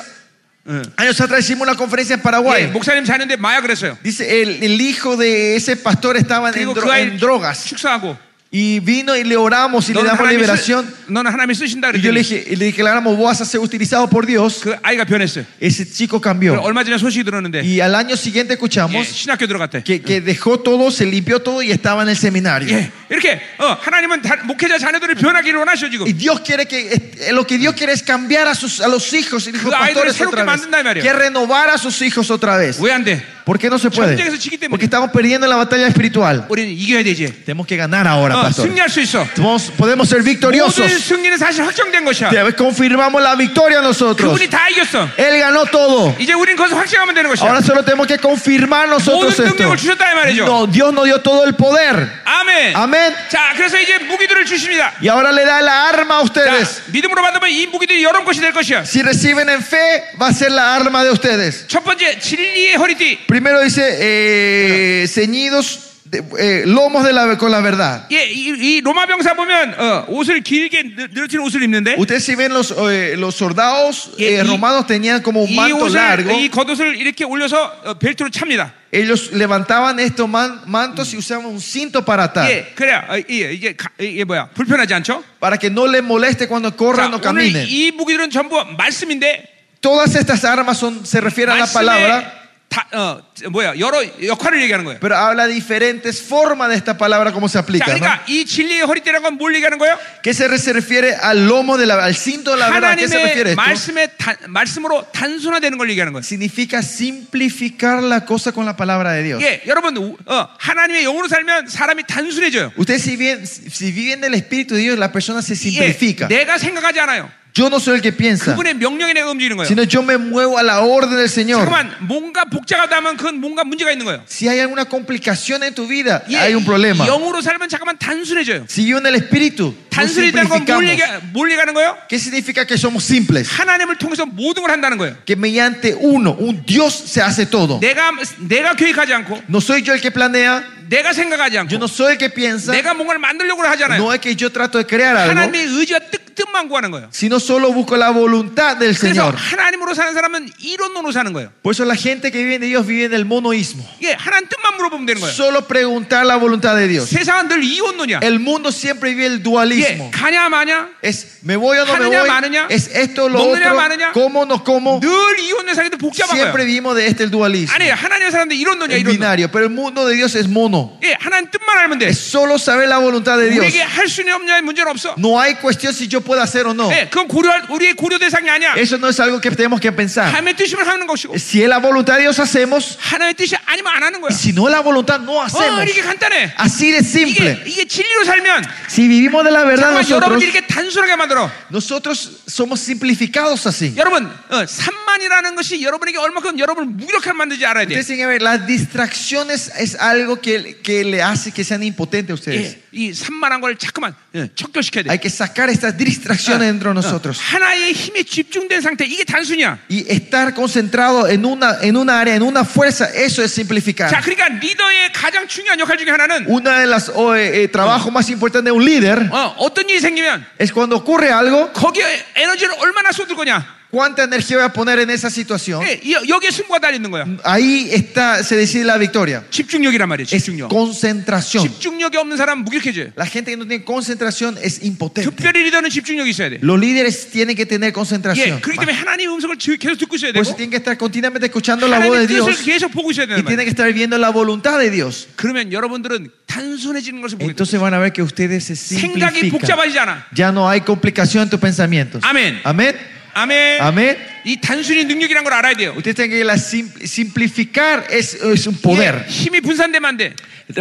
[SPEAKER 1] 예.
[SPEAKER 2] años atrás, hicimos una conferencia en
[SPEAKER 1] 예,
[SPEAKER 2] Paraguay.
[SPEAKER 1] 목사님 자는데 마약을 했어요.
[SPEAKER 2] Dice, el, el hijo de ese pastor estaba en,
[SPEAKER 1] 그리고
[SPEAKER 2] dro-
[SPEAKER 1] 그
[SPEAKER 2] en
[SPEAKER 1] 아이를
[SPEAKER 2] drogas.
[SPEAKER 1] 축사하고
[SPEAKER 2] Y vino y le oramos y le
[SPEAKER 1] 너는
[SPEAKER 2] damos
[SPEAKER 1] 하나님이, 쓰,
[SPEAKER 2] liberación.
[SPEAKER 1] 너는 하나님이 쓰신다
[SPEAKER 2] Y yo le
[SPEAKER 1] 그랬더니
[SPEAKER 2] dije, y le declaramos, vos vas a ser utilizado por Dios.
[SPEAKER 1] 그 아이가 변했어요.
[SPEAKER 2] Ese chico
[SPEAKER 1] 그래서
[SPEAKER 2] cambió.
[SPEAKER 1] 얼마 전에 소식이 들었는데
[SPEAKER 2] Y al año siguiente
[SPEAKER 1] 예,
[SPEAKER 2] escuchamos
[SPEAKER 1] 신학교 들어갔대.
[SPEAKER 2] que, que dejó todo, se limpió todo y estaba en el seminario.
[SPEAKER 1] 예, 이렇게 어, 하나님은 다- 목회자 자녀들을 변하기를 원하셔 지금.
[SPEAKER 2] Y Dios quiere que eh, lo que Dios quiere es cambiar a sus a los hijos y dijo
[SPEAKER 1] 그 아이들을
[SPEAKER 2] pastores
[SPEAKER 1] 새롭게
[SPEAKER 2] otra vez.
[SPEAKER 1] 만든다 이 말이에요.
[SPEAKER 2] Que renovar a sus hijos otra vez.
[SPEAKER 1] 왜 안 돼?
[SPEAKER 2] ¿Por qué no se puede?
[SPEAKER 1] 전쟁에서 지기 때문에.
[SPEAKER 2] Porque estamos perdiendo la batalla espiritual.
[SPEAKER 1] 우리는 이겨야 되지.
[SPEAKER 2] Tenemos que ganar ahora,
[SPEAKER 1] 어,
[SPEAKER 2] pastor.
[SPEAKER 1] 승리할 수 있어.
[SPEAKER 2] Podemos, podemos ser victoriosos.
[SPEAKER 1] 모든 승리는 사실 확정된 것이야.
[SPEAKER 2] Te- Confirmamos la victoria nosotros.
[SPEAKER 1] 그분이 다 이겼어.
[SPEAKER 2] Él ganó todo.
[SPEAKER 1] 이제 우리는 그것을 확정하면 되는 것이야.
[SPEAKER 2] Ahora solo tenemos que confirmar nosotros
[SPEAKER 1] 모든
[SPEAKER 2] esto.
[SPEAKER 1] 능력을 주셨다 이 말이죠.
[SPEAKER 2] No, Dios nos dio todo el poder.
[SPEAKER 1] 아멘.
[SPEAKER 2] Amén.
[SPEAKER 1] 자, 그래서 이제 무기들을 주십니다.
[SPEAKER 2] Y ahora le da la arma
[SPEAKER 1] 자,
[SPEAKER 2] a ustedes.
[SPEAKER 1] 믿음으로 받으면 이 무기들이 여러 것이 될 것이야.
[SPEAKER 2] Si reciben en fe, va a ser la arma de ustedes.
[SPEAKER 1] 첫 번째 진리의 허리띠.
[SPEAKER 2] Primero dice, eh, ceñidos de- eh, lomos de la, con la verdad.
[SPEAKER 1] 예, 이, 이 로마 병사 보면 어, 옷을 길게 늘- 늘어뜨린 옷을 입는데
[SPEAKER 2] Ustedes si ven los, eh, los soldados
[SPEAKER 1] Y-
[SPEAKER 2] eh,
[SPEAKER 1] y-
[SPEAKER 2] romanos tenían como un
[SPEAKER 1] 이
[SPEAKER 2] manto largo.
[SPEAKER 1] 옷을 이 겉옷을 이렇게 올려서 어, 벨트로 찹니다.
[SPEAKER 2] Ellos levantaban estos man- mantos y usaban un cinto para atar.
[SPEAKER 1] 예, 그래야 어, 이- 이게 가- 이게 뭐야 불편하지 않죠?
[SPEAKER 2] Para que no les moleste cuando
[SPEAKER 1] 자,
[SPEAKER 2] corran o
[SPEAKER 1] 오늘
[SPEAKER 2] caminen.
[SPEAKER 1] 이 무기들은 전부 말씀인데
[SPEAKER 2] Todas estas armas son, se refieren a la
[SPEAKER 1] 말씀의
[SPEAKER 2] palabra,
[SPEAKER 1] 다, 어, 뭐야 여러 역할을 얘기하는 거예요.
[SPEAKER 2] pero habla de diferentes formas de esta palabra, cómo se
[SPEAKER 1] 자,
[SPEAKER 2] aplica. ¿no?
[SPEAKER 1] 그러니까 이 진리의 허리띠라는 건 뭘 얘기하는 거예요?
[SPEAKER 2] ¿Qué se, re- se refiere al lomo, de la, al cinto de la verdad? ¿A ¿Qué se refiere
[SPEAKER 1] 하나님의
[SPEAKER 2] esto?
[SPEAKER 1] 말씀의 단- 말씀으로 단순화되는 걸 얘기하는 거예요.
[SPEAKER 2] Significa simplificar la cosa con la palabra de Dios.
[SPEAKER 1] 예, 여러분 우- 어, 하나님의 영으로 살면 사람이 단순해져요.
[SPEAKER 2] Ustedes si, bien, si viven del Espíritu de Dios, la persona se
[SPEAKER 1] 예,
[SPEAKER 2] simplifica.
[SPEAKER 1] 내가 생각하지 않아요.
[SPEAKER 2] Yo no soy el que piensa,
[SPEAKER 1] 그분의 명령에 내가 움직이는 거예요.
[SPEAKER 2] sino yo me 무evo a la orden del Señor.
[SPEAKER 1] 잠깐만 뭔가 복잡하다면 그건 뭔가 문제가 있는 거예요.
[SPEAKER 2] Si hay alguna complicación en tu vida,
[SPEAKER 1] 예,
[SPEAKER 2] hay un 아, problema.
[SPEAKER 1] 영으로 살면 잠깐만 단순해져요.
[SPEAKER 2] Si viven del Espíritu, nos
[SPEAKER 1] 단순해지는 건뭘
[SPEAKER 2] simplificamos.
[SPEAKER 1] 얘기, 뭘 얘기하는 거예요?
[SPEAKER 2] ¿Qué significa que somos simples?
[SPEAKER 1] 하나님을 통해서 모든 걸 한다는 거예요.
[SPEAKER 2] que mediante uno, un Dios se hace todo.
[SPEAKER 1] 내가 내가 계획하지 않고,
[SPEAKER 2] No soy yo el que planea,
[SPEAKER 1] 내가 생각하지 않고,
[SPEAKER 2] yo no soy el que piensa,
[SPEAKER 1] 내가 뭔가를 만들려고 하잖아요.
[SPEAKER 2] no es que yo trato de crear algo,
[SPEAKER 1] 하나님의 의지와 뜻, 뜻만 구하는 거예요.
[SPEAKER 2] sino solo busco la voluntad del
[SPEAKER 1] 그래서
[SPEAKER 2] Señor.
[SPEAKER 1] 하나님으로 사는 사람은 이론으로 사는 거예요.
[SPEAKER 2] Por eso la gente que vive en Dios vive en el monoísmo.
[SPEAKER 1] 이게 하나님 뜻만 물어보면 되는 거예요.
[SPEAKER 2] Solo preguntar la voluntad de Dios.
[SPEAKER 1] 세상은 늘 이혼론이야.
[SPEAKER 2] El mundo siempre vive el
[SPEAKER 1] 이게
[SPEAKER 2] dualismo.
[SPEAKER 1] 가냐 마냐
[SPEAKER 2] Es me voy o no me
[SPEAKER 1] ¿Ha느냐,
[SPEAKER 2] voy,
[SPEAKER 1] 마느냐?
[SPEAKER 2] es esto o lo
[SPEAKER 1] ¿먹느냐,
[SPEAKER 2] otro,
[SPEAKER 1] 마느냐?
[SPEAKER 2] como no como.
[SPEAKER 1] 늘 이혼 세상에도 복잡한
[SPEAKER 2] Siempre
[SPEAKER 1] 거예요.
[SPEAKER 2] vivimos de este el dualismo,
[SPEAKER 1] 아니 하나님의 사람들 이론론이야
[SPEAKER 2] el
[SPEAKER 1] 이론론.
[SPEAKER 2] binario. Pero el mundo de Dios es mono.
[SPEAKER 1] 예, 하나님 뜻만 알면 돼.
[SPEAKER 2] Es solo saber la voluntad de Dios.
[SPEAKER 1] 우리에게 할 수냐 없냐의 문제는 없어.
[SPEAKER 2] No hay cuestión si yo puedo hacer o no.
[SPEAKER 1] 예, 그건 고려할 우리의 고려 대상이 아니야.
[SPEAKER 2] Eso no es algo que tenemos que pensar. Eh,
[SPEAKER 1] 하나님의 뜻이면 하는 것이고
[SPEAKER 2] Si es la voluntad de Dios, hacemos.
[SPEAKER 1] 하나님의 뜻이 아니면 안 하는 거야.
[SPEAKER 2] Y si no es la voluntad, no
[SPEAKER 1] 어,
[SPEAKER 2] hacemos.
[SPEAKER 1] 이게 간단해.
[SPEAKER 2] Así de
[SPEAKER 1] 이게
[SPEAKER 2] simple.
[SPEAKER 1] 이게 진리로 살면
[SPEAKER 2] Si vivimos de la verdad
[SPEAKER 1] 정말
[SPEAKER 2] nosotros,
[SPEAKER 1] 여러분이 이렇게 단순하게 만들어.
[SPEAKER 2] nosotros somos simplificados así.
[SPEAKER 1] 여러분, 어, 산만이라는 것이 여러분에게 얼마큼 여러분을 무력하게 만들지 알아야 돼.
[SPEAKER 2] Ustedes tienen que ver, las distracciones es algo que, que le hace que sean impotentes a ustedes.
[SPEAKER 1] 예, 이 산만한 걸 자꾸만 예, 척결시켜야 돼. 어,
[SPEAKER 2] Hay que sacar estas distracciones dentro
[SPEAKER 1] Ah,
[SPEAKER 2] de nosotros.
[SPEAKER 1] 하나의 힘에 집중된 상태 이게 단순이야.
[SPEAKER 2] Y estar concentrado en una, en una área, en una fuerza, eso es
[SPEAKER 1] 자,
[SPEAKER 2] simplificar.
[SPEAKER 1] 그러니까 리더의 가장 중요한 역할 중에 하나는
[SPEAKER 2] Uno de los eh, trabajos más importantes de un líder
[SPEAKER 1] 어, 어떤 일이 생기면
[SPEAKER 2] es cuando ocurre algo,
[SPEAKER 1] 거기에 에너지를 얼마나 쏟을 거냐.
[SPEAKER 2] cuánta energía voy a poner en esa situación.
[SPEAKER 1] 예, 이- 여기에 승부가 달려 있는 거야.
[SPEAKER 2] Ahí está, se decide la victoria.
[SPEAKER 1] 집중력이란 말이야.
[SPEAKER 2] Es
[SPEAKER 1] 집중력.
[SPEAKER 2] concentración.
[SPEAKER 1] 집중력이 없는 사람 무기력해져요.
[SPEAKER 2] La gente que no tiene concentración es impotente.
[SPEAKER 1] 특별히 리더는 집중력이 있어야 돼.
[SPEAKER 2] Los líderes tienen que tener
[SPEAKER 1] 예,
[SPEAKER 2] concentración.
[SPEAKER 1] 그렇기 때문에 하나님의 음성을 지- 계속 듣고 있어야
[SPEAKER 2] Por eso
[SPEAKER 1] 되고
[SPEAKER 2] tienen que estar continuamente escuchando la voz de
[SPEAKER 1] 하나님의
[SPEAKER 2] Dios
[SPEAKER 1] 뜻을 계속 보고 있어야
[SPEAKER 2] y
[SPEAKER 1] 되는
[SPEAKER 2] tienen
[SPEAKER 1] 말이야.
[SPEAKER 2] que estar viendo la voluntad de Dios.
[SPEAKER 1] 그러면 여러분들은 단순해지는 것을 보게 돼.
[SPEAKER 2] Entonces van a ver que ustedes se
[SPEAKER 1] 생각이
[SPEAKER 2] simplifican.
[SPEAKER 1] 복잡하지 않아.
[SPEAKER 2] Ya no hay complicación en tus pensamientos.
[SPEAKER 1] Amén.
[SPEAKER 2] Amén.
[SPEAKER 1] 아멘.
[SPEAKER 2] Amén.
[SPEAKER 1] 이 단순히 능력이란 걸 알아야 돼요.
[SPEAKER 2] Ustedes tienen que la sim- simplificar es, es un
[SPEAKER 1] 예,
[SPEAKER 2] poder.
[SPEAKER 1] 힘이 분산되면 안 돼.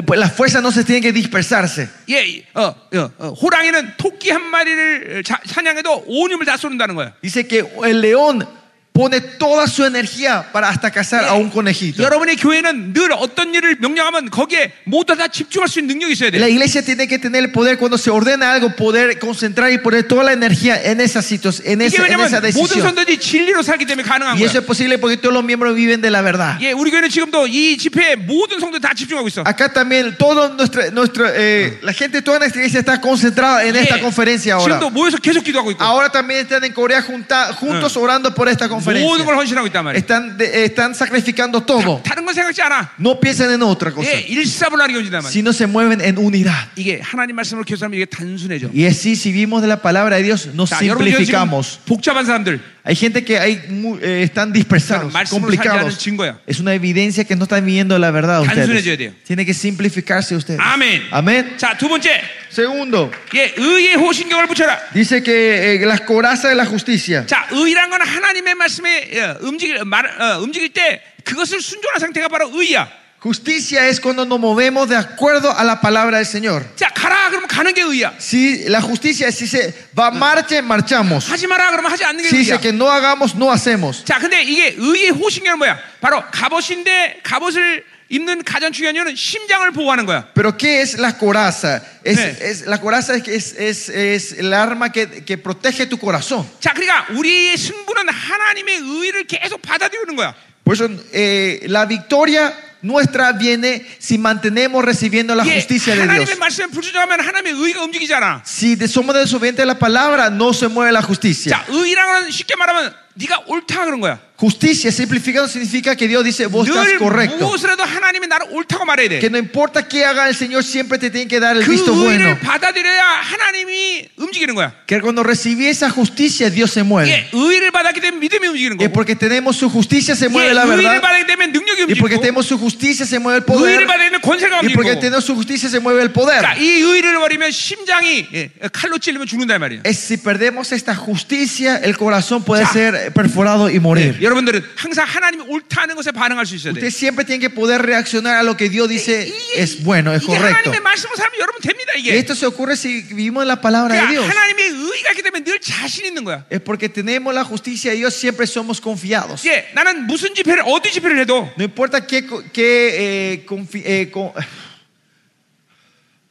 [SPEAKER 2] Pues Las fuerzas no se tienen que dispersarse.
[SPEAKER 1] 예, 어, 어, 어, 호랑이는 토끼 한 마리를 자- 사냥해도 온 힘을 다 쏟는다는 거야.
[SPEAKER 2] Dice que el león pone toda su energía para hasta cazar a un conejito.
[SPEAKER 1] 여러분의 교회는 늘 어떤 일을 명령하면 거기에 모두 다 집중할 수 있는 네, 능력이 있어야 돼.
[SPEAKER 2] La iglesia tiene que tener el poder cuando se ordena algo, poder concentrar y poner toda la energía en esas situaciones, en
[SPEAKER 1] 이게
[SPEAKER 2] esa, en
[SPEAKER 1] 왜냐면
[SPEAKER 2] esa
[SPEAKER 1] 모든
[SPEAKER 2] decisión.
[SPEAKER 1] 선들이 진리로 살기 때문에 가능한
[SPEAKER 2] Y
[SPEAKER 1] 거야.
[SPEAKER 2] eso es posible porque todos los miembros viven de la verdad.
[SPEAKER 1] 예, 우리 교회는 지금도 이 집회에 모든 성도 다 집중하고 있어.
[SPEAKER 2] Acá también todo nuestra, nuestra, eh, la gente, toda nuestra iglesia está concentrada en
[SPEAKER 1] 예,
[SPEAKER 2] esta conferencia ahora.
[SPEAKER 1] 지금도 모여서 계속 기도하고 있고
[SPEAKER 2] Ahora también están en Corea junta- juntos orando por esta
[SPEAKER 1] 모든 걸
[SPEAKER 2] conferencia.
[SPEAKER 1] 헌신하고 있단 말이야.
[SPEAKER 2] Están, de- eh, están sacrificando todo.
[SPEAKER 1] 다른 건 생각지 않아.
[SPEAKER 2] No piensan en otra cosa,
[SPEAKER 1] 예, 일사분란하게 움직인단 말이야.
[SPEAKER 2] sino se mueven en unidad.
[SPEAKER 1] 이게 hacer 말씀으로 계속하면 이게 단순해져.
[SPEAKER 2] Y así, si vimos de la palabra de Dios, nos
[SPEAKER 1] 자, 여러분 지금
[SPEAKER 2] simplificamos.
[SPEAKER 1] 복잡한 사람들
[SPEAKER 2] Hay gente que hay, mu- eh, están dispersados,
[SPEAKER 1] 말씀으로 살지 않은
[SPEAKER 2] complicados.
[SPEAKER 1] 증거야.
[SPEAKER 2] Es una evidencia que no están viviendo la verdad
[SPEAKER 1] 단순해져야 돼요.
[SPEAKER 2] ustedes. Tiene que simplificarse ustedes.
[SPEAKER 1] 아멘.
[SPEAKER 2] Amén.
[SPEAKER 1] 자, 두 번째.
[SPEAKER 2] Segundo,
[SPEAKER 1] 예, 의의 호신경을 붙여라.
[SPEAKER 2] dice que eh, las corazas de la justicia.
[SPEAKER 1] 자, 의란 건 하나님의 말씀에 예, 움직일 말, 어, 움직일 때 그것을 순종하는 상태가 바로 의야.
[SPEAKER 2] Justicia es cuando nos movemos de acuerdo a la palabra del Señor.
[SPEAKER 1] 자, 가라 그러면 가는 게 의야.
[SPEAKER 2] Si la justicia, si se va marche, marchamos.
[SPEAKER 1] 하지 마라 그러면 하지 않는 게
[SPEAKER 2] Si
[SPEAKER 1] 의야.
[SPEAKER 2] dice que no hagamos, no hacemos.
[SPEAKER 1] 자, 근데 이게 의의 호신경은 뭐야? 바로 갑옷인데 갑옷을 입는 가장 중요한 이유는 심장을 보호하는 거야.
[SPEAKER 2] Pero ¿qué es la coraza? Es,
[SPEAKER 1] Sí.
[SPEAKER 2] es- la coraza es, es, es, es el arma que, que protege tu corazón.
[SPEAKER 1] 자, 그러니까 우리의 승부는 하나님의 의를 계속 받아들이는 거야.
[SPEAKER 2] Por eso eh, la victoria nuestra viene si mantenemos recibiendo la
[SPEAKER 1] 이게
[SPEAKER 2] justicia de Dios.
[SPEAKER 1] 하나님의 말씀에 불순종하면 하나님의 의가 움직이잖아.
[SPEAKER 2] Si de- somos desobedientes a la palabra, no se mueve la justicia.
[SPEAKER 1] 자, 의라는 건 쉽게 말하면 네가 옳다 그런 거야.
[SPEAKER 2] Justicia simplificado significa que Dios dice, vos estás
[SPEAKER 1] 늘
[SPEAKER 2] correcto.
[SPEAKER 1] 무엇을 해도 하나님이 나를 옳다고 말해야 돼.
[SPEAKER 2] Que no importa qué haga el Señor, siempre te tiene que dar el
[SPEAKER 1] 그
[SPEAKER 2] visto bueno.
[SPEAKER 1] 의를 받아들여야 하나님이 움직이는 거야.
[SPEAKER 2] Que cuando recibí esa justicia, Dios se mueve.
[SPEAKER 1] 이게 의를 받았기 때문에 믿음이 움직이는
[SPEAKER 2] Que
[SPEAKER 1] 거고.
[SPEAKER 2] porque tenemos su justicia, se
[SPEAKER 1] 이게
[SPEAKER 2] mueve la
[SPEAKER 1] 의를
[SPEAKER 2] verdad.
[SPEAKER 1] 받았기 때문에 능력이
[SPEAKER 2] Y porque
[SPEAKER 1] 움직이고.
[SPEAKER 2] tenemos su justicia, se mueve el
[SPEAKER 1] 의를
[SPEAKER 2] poder.
[SPEAKER 1] 받아야 되는 권세가
[SPEAKER 2] Y porque
[SPEAKER 1] 움직이고
[SPEAKER 2] tenemos su justicia, se mueve el poder.
[SPEAKER 1] 자, 이 의를 버리면 심장이 예, 칼로 찔리면 죽는다 이 말이에요
[SPEAKER 2] Es si perdemos esta justicia, el corazón puede
[SPEAKER 1] Ya.
[SPEAKER 2] ser perforado y morir.
[SPEAKER 1] 예, 여러분들은 항상 하나님이 옳다는 것에 반응할 수 있어야 돼요
[SPEAKER 2] Usted siempre tiene que poder reaccionar a lo que Dios dice
[SPEAKER 1] 이-
[SPEAKER 2] es bueno, es
[SPEAKER 1] 이게
[SPEAKER 2] correcto.
[SPEAKER 1] 하나님의 말씀을 살면 여러분 됩니다
[SPEAKER 2] Y
[SPEAKER 1] 이게
[SPEAKER 2] esto se ocurre si vivimos en la palabra de
[SPEAKER 1] 그러니까
[SPEAKER 2] Dios.
[SPEAKER 1] 하나님의 의가 있기 때문에 늘 자신 있는 거야
[SPEAKER 2] Es porque tenemos la justicia de Dios, siempre somos confiados.
[SPEAKER 1] 예, 나는 무슨 집회를 어디 집회를 해도
[SPEAKER 2] No importa qué, co- qué, eh, confi- eh, con-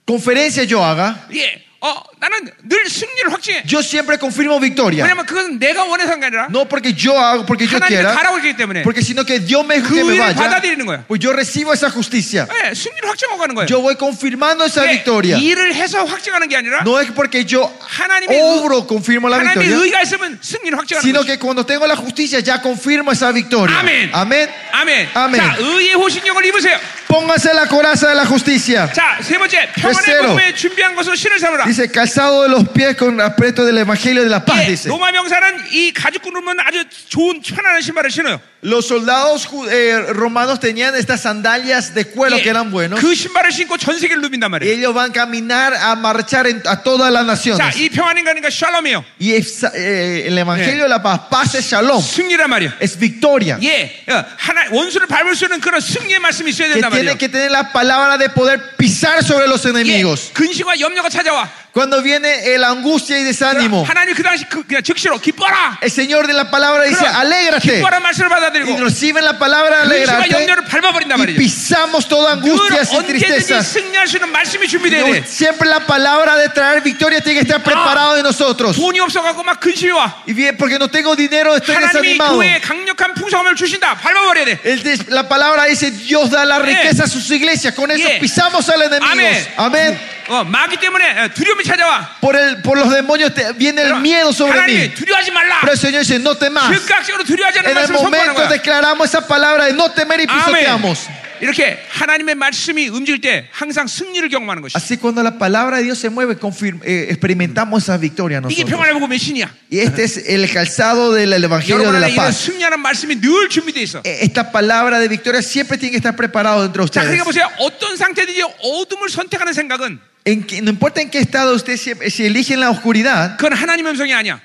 [SPEAKER 2] conferencia yo haga,
[SPEAKER 1] 예, 어, 나는 늘 승리를 확증해
[SPEAKER 2] yo siempre confirmo victoria.
[SPEAKER 1] 왜냐면 그건 내가 원해서 한게 아니라
[SPEAKER 2] No porque yo hago, porque yo
[SPEAKER 1] 그러니까 하나님이
[SPEAKER 2] quiera,
[SPEAKER 1] 가라고 했기 때문에
[SPEAKER 2] porque sino que Dios me,
[SPEAKER 1] 그
[SPEAKER 2] que me
[SPEAKER 1] 의를
[SPEAKER 2] vaya.
[SPEAKER 1] 받아들이는 거야
[SPEAKER 2] Pues yo recibo esa justicia.
[SPEAKER 1] 예, 승리를 확증하고 가는 거예요
[SPEAKER 2] Yo voy confirmando esa
[SPEAKER 1] 예,
[SPEAKER 2] victoria.
[SPEAKER 1] 일을 해서 확증하는 게 아니라
[SPEAKER 2] No es porque yo
[SPEAKER 1] 하나님의 의-
[SPEAKER 2] obro, confirmo la
[SPEAKER 1] 하나님의
[SPEAKER 2] victoria.
[SPEAKER 1] 의가 있으면 승리를 확증하는
[SPEAKER 2] sino
[SPEAKER 1] 거죠.
[SPEAKER 2] que cuando tengo la justicia ya confirmo esa victoria.
[SPEAKER 1] Amén.
[SPEAKER 2] Amén.
[SPEAKER 1] 아멘.
[SPEAKER 2] 아멘.
[SPEAKER 1] 자, 의의 호신경을 입으세요.
[SPEAKER 2] Póngase la coraza de la justicia.
[SPEAKER 1] 자, 세 번째, 평안의
[SPEAKER 2] Tercero.
[SPEAKER 1] 복음에 준비한 것으로 신을 삼으라.
[SPEAKER 2] Dice, calzado de los pies con apreto del evangelio de la paz,
[SPEAKER 1] 예,
[SPEAKER 2] dice.
[SPEAKER 1] 로마 명사는 이 가죽 구르면 아주 좋은 편안한 신발을 신어요.
[SPEAKER 2] Los soldados ju- eh, romanos tenían estas sandalias de cuero
[SPEAKER 1] 예,
[SPEAKER 2] que eran buenos.
[SPEAKER 1] 그 신발을 신고 전 세계를 누빈단
[SPEAKER 2] Y
[SPEAKER 1] 말이에요.
[SPEAKER 2] ellos van a caminar a marchar en- a todas las
[SPEAKER 1] 자,
[SPEAKER 2] naciones.
[SPEAKER 1] 이 평안인 가니까 샬롬이에요.
[SPEAKER 2] Y es- eh, el
[SPEAKER 1] Sí.
[SPEAKER 2] evangelio de la paz, paz es shalom,
[SPEAKER 1] 승리란 말이에요.
[SPEAKER 2] es victoria.
[SPEAKER 1] 예, 어, 하나 원수를 밟을 수 있는 그런 승리의 말씀이 있어야
[SPEAKER 2] Que
[SPEAKER 1] 된단 말이에요.
[SPEAKER 2] tiene que tener la palabra de poder pisar sobre los
[SPEAKER 1] 예,
[SPEAKER 2] enemigos.
[SPEAKER 1] 근심과 염려가 찾아와.
[SPEAKER 2] Cuando viene la angustia y desánimo,
[SPEAKER 1] 하나님 그 당시 그, 그냥 즉시로 기뻐라.
[SPEAKER 2] el Señor de la palabra dice,
[SPEAKER 1] 그럼
[SPEAKER 2] alégrate.
[SPEAKER 1] 기뻐라 말씀을
[SPEAKER 2] Y
[SPEAKER 1] 예. 받아들이고
[SPEAKER 2] reciben la
[SPEAKER 1] 근심과
[SPEAKER 2] palabra alegrate
[SPEAKER 1] 염려를 밟아버린단
[SPEAKER 2] y
[SPEAKER 1] 말이죠.
[SPEAKER 2] pisamos toda
[SPEAKER 1] 늘
[SPEAKER 2] angustia y
[SPEAKER 1] 언제든지
[SPEAKER 2] tristezas.
[SPEAKER 1] 승리할 수 있는 말씀이 준비되야 돼.
[SPEAKER 2] Siempre la palabra de traer victoria tiene que estar preparado de nosotros.
[SPEAKER 1] 돈이 없어갖고 막 근심이 와.
[SPEAKER 2] Y bien, porque no tengo dinero, estoy
[SPEAKER 1] 하나님이
[SPEAKER 2] desanimado.
[SPEAKER 1] 교회에 강력한 풍성함을 주신다. 밟아버려야 돼.
[SPEAKER 2] El des- la palabra dice, Dios da la riqueza a sus iglesias. Con eso
[SPEAKER 1] Yeah.
[SPEAKER 2] pisamos al enemigo.
[SPEAKER 1] Amén.
[SPEAKER 2] Amén.
[SPEAKER 1] 어, 마귀 때문에 어, 두려움이 찾아와.
[SPEAKER 2] Por, el, por los demonios te- viene el miedo sobre mí.
[SPEAKER 1] 하나님이 두려워하지 말라.
[SPEAKER 2] Pero el Señor dice, no temas.
[SPEAKER 1] 즉각적으로 두려워하지 않는
[SPEAKER 2] En el
[SPEAKER 1] 말씀을 선포하는
[SPEAKER 2] momento
[SPEAKER 1] 거야.
[SPEAKER 2] declaramos esa palabra de no temer y
[SPEAKER 1] 아멘.
[SPEAKER 2] pisoteamos.
[SPEAKER 1] 이렇게 하나님의 말씀이 움직일 때 항상 아, 승리를 경험하는 것이.
[SPEAKER 2] Así cuando la palabra de Dios se mueve, confirm- eh, experimentamos esa victoria
[SPEAKER 1] 이게
[SPEAKER 2] nosotros.
[SPEAKER 1] 평안의 복음의 신이야.
[SPEAKER 2] Y este es el calzado del Evangelio
[SPEAKER 1] 예, 여러분
[SPEAKER 2] de
[SPEAKER 1] 안에
[SPEAKER 2] la
[SPEAKER 1] 이런
[SPEAKER 2] paz.
[SPEAKER 1] 승리하는 말씀이 늘 준비되어 있어.
[SPEAKER 2] Eh, Esta palabra de victoria siempre tiene que estar preparado dentro de
[SPEAKER 1] 자,
[SPEAKER 2] ustedes.
[SPEAKER 1] 그러니까 보세요. 어떤 상태든지 어둠을 선택하는 생각은
[SPEAKER 2] En que- no importa en qué estado usted si, si eligen la oscuridad,
[SPEAKER 1] 그건 하나님의 음성이 아니야.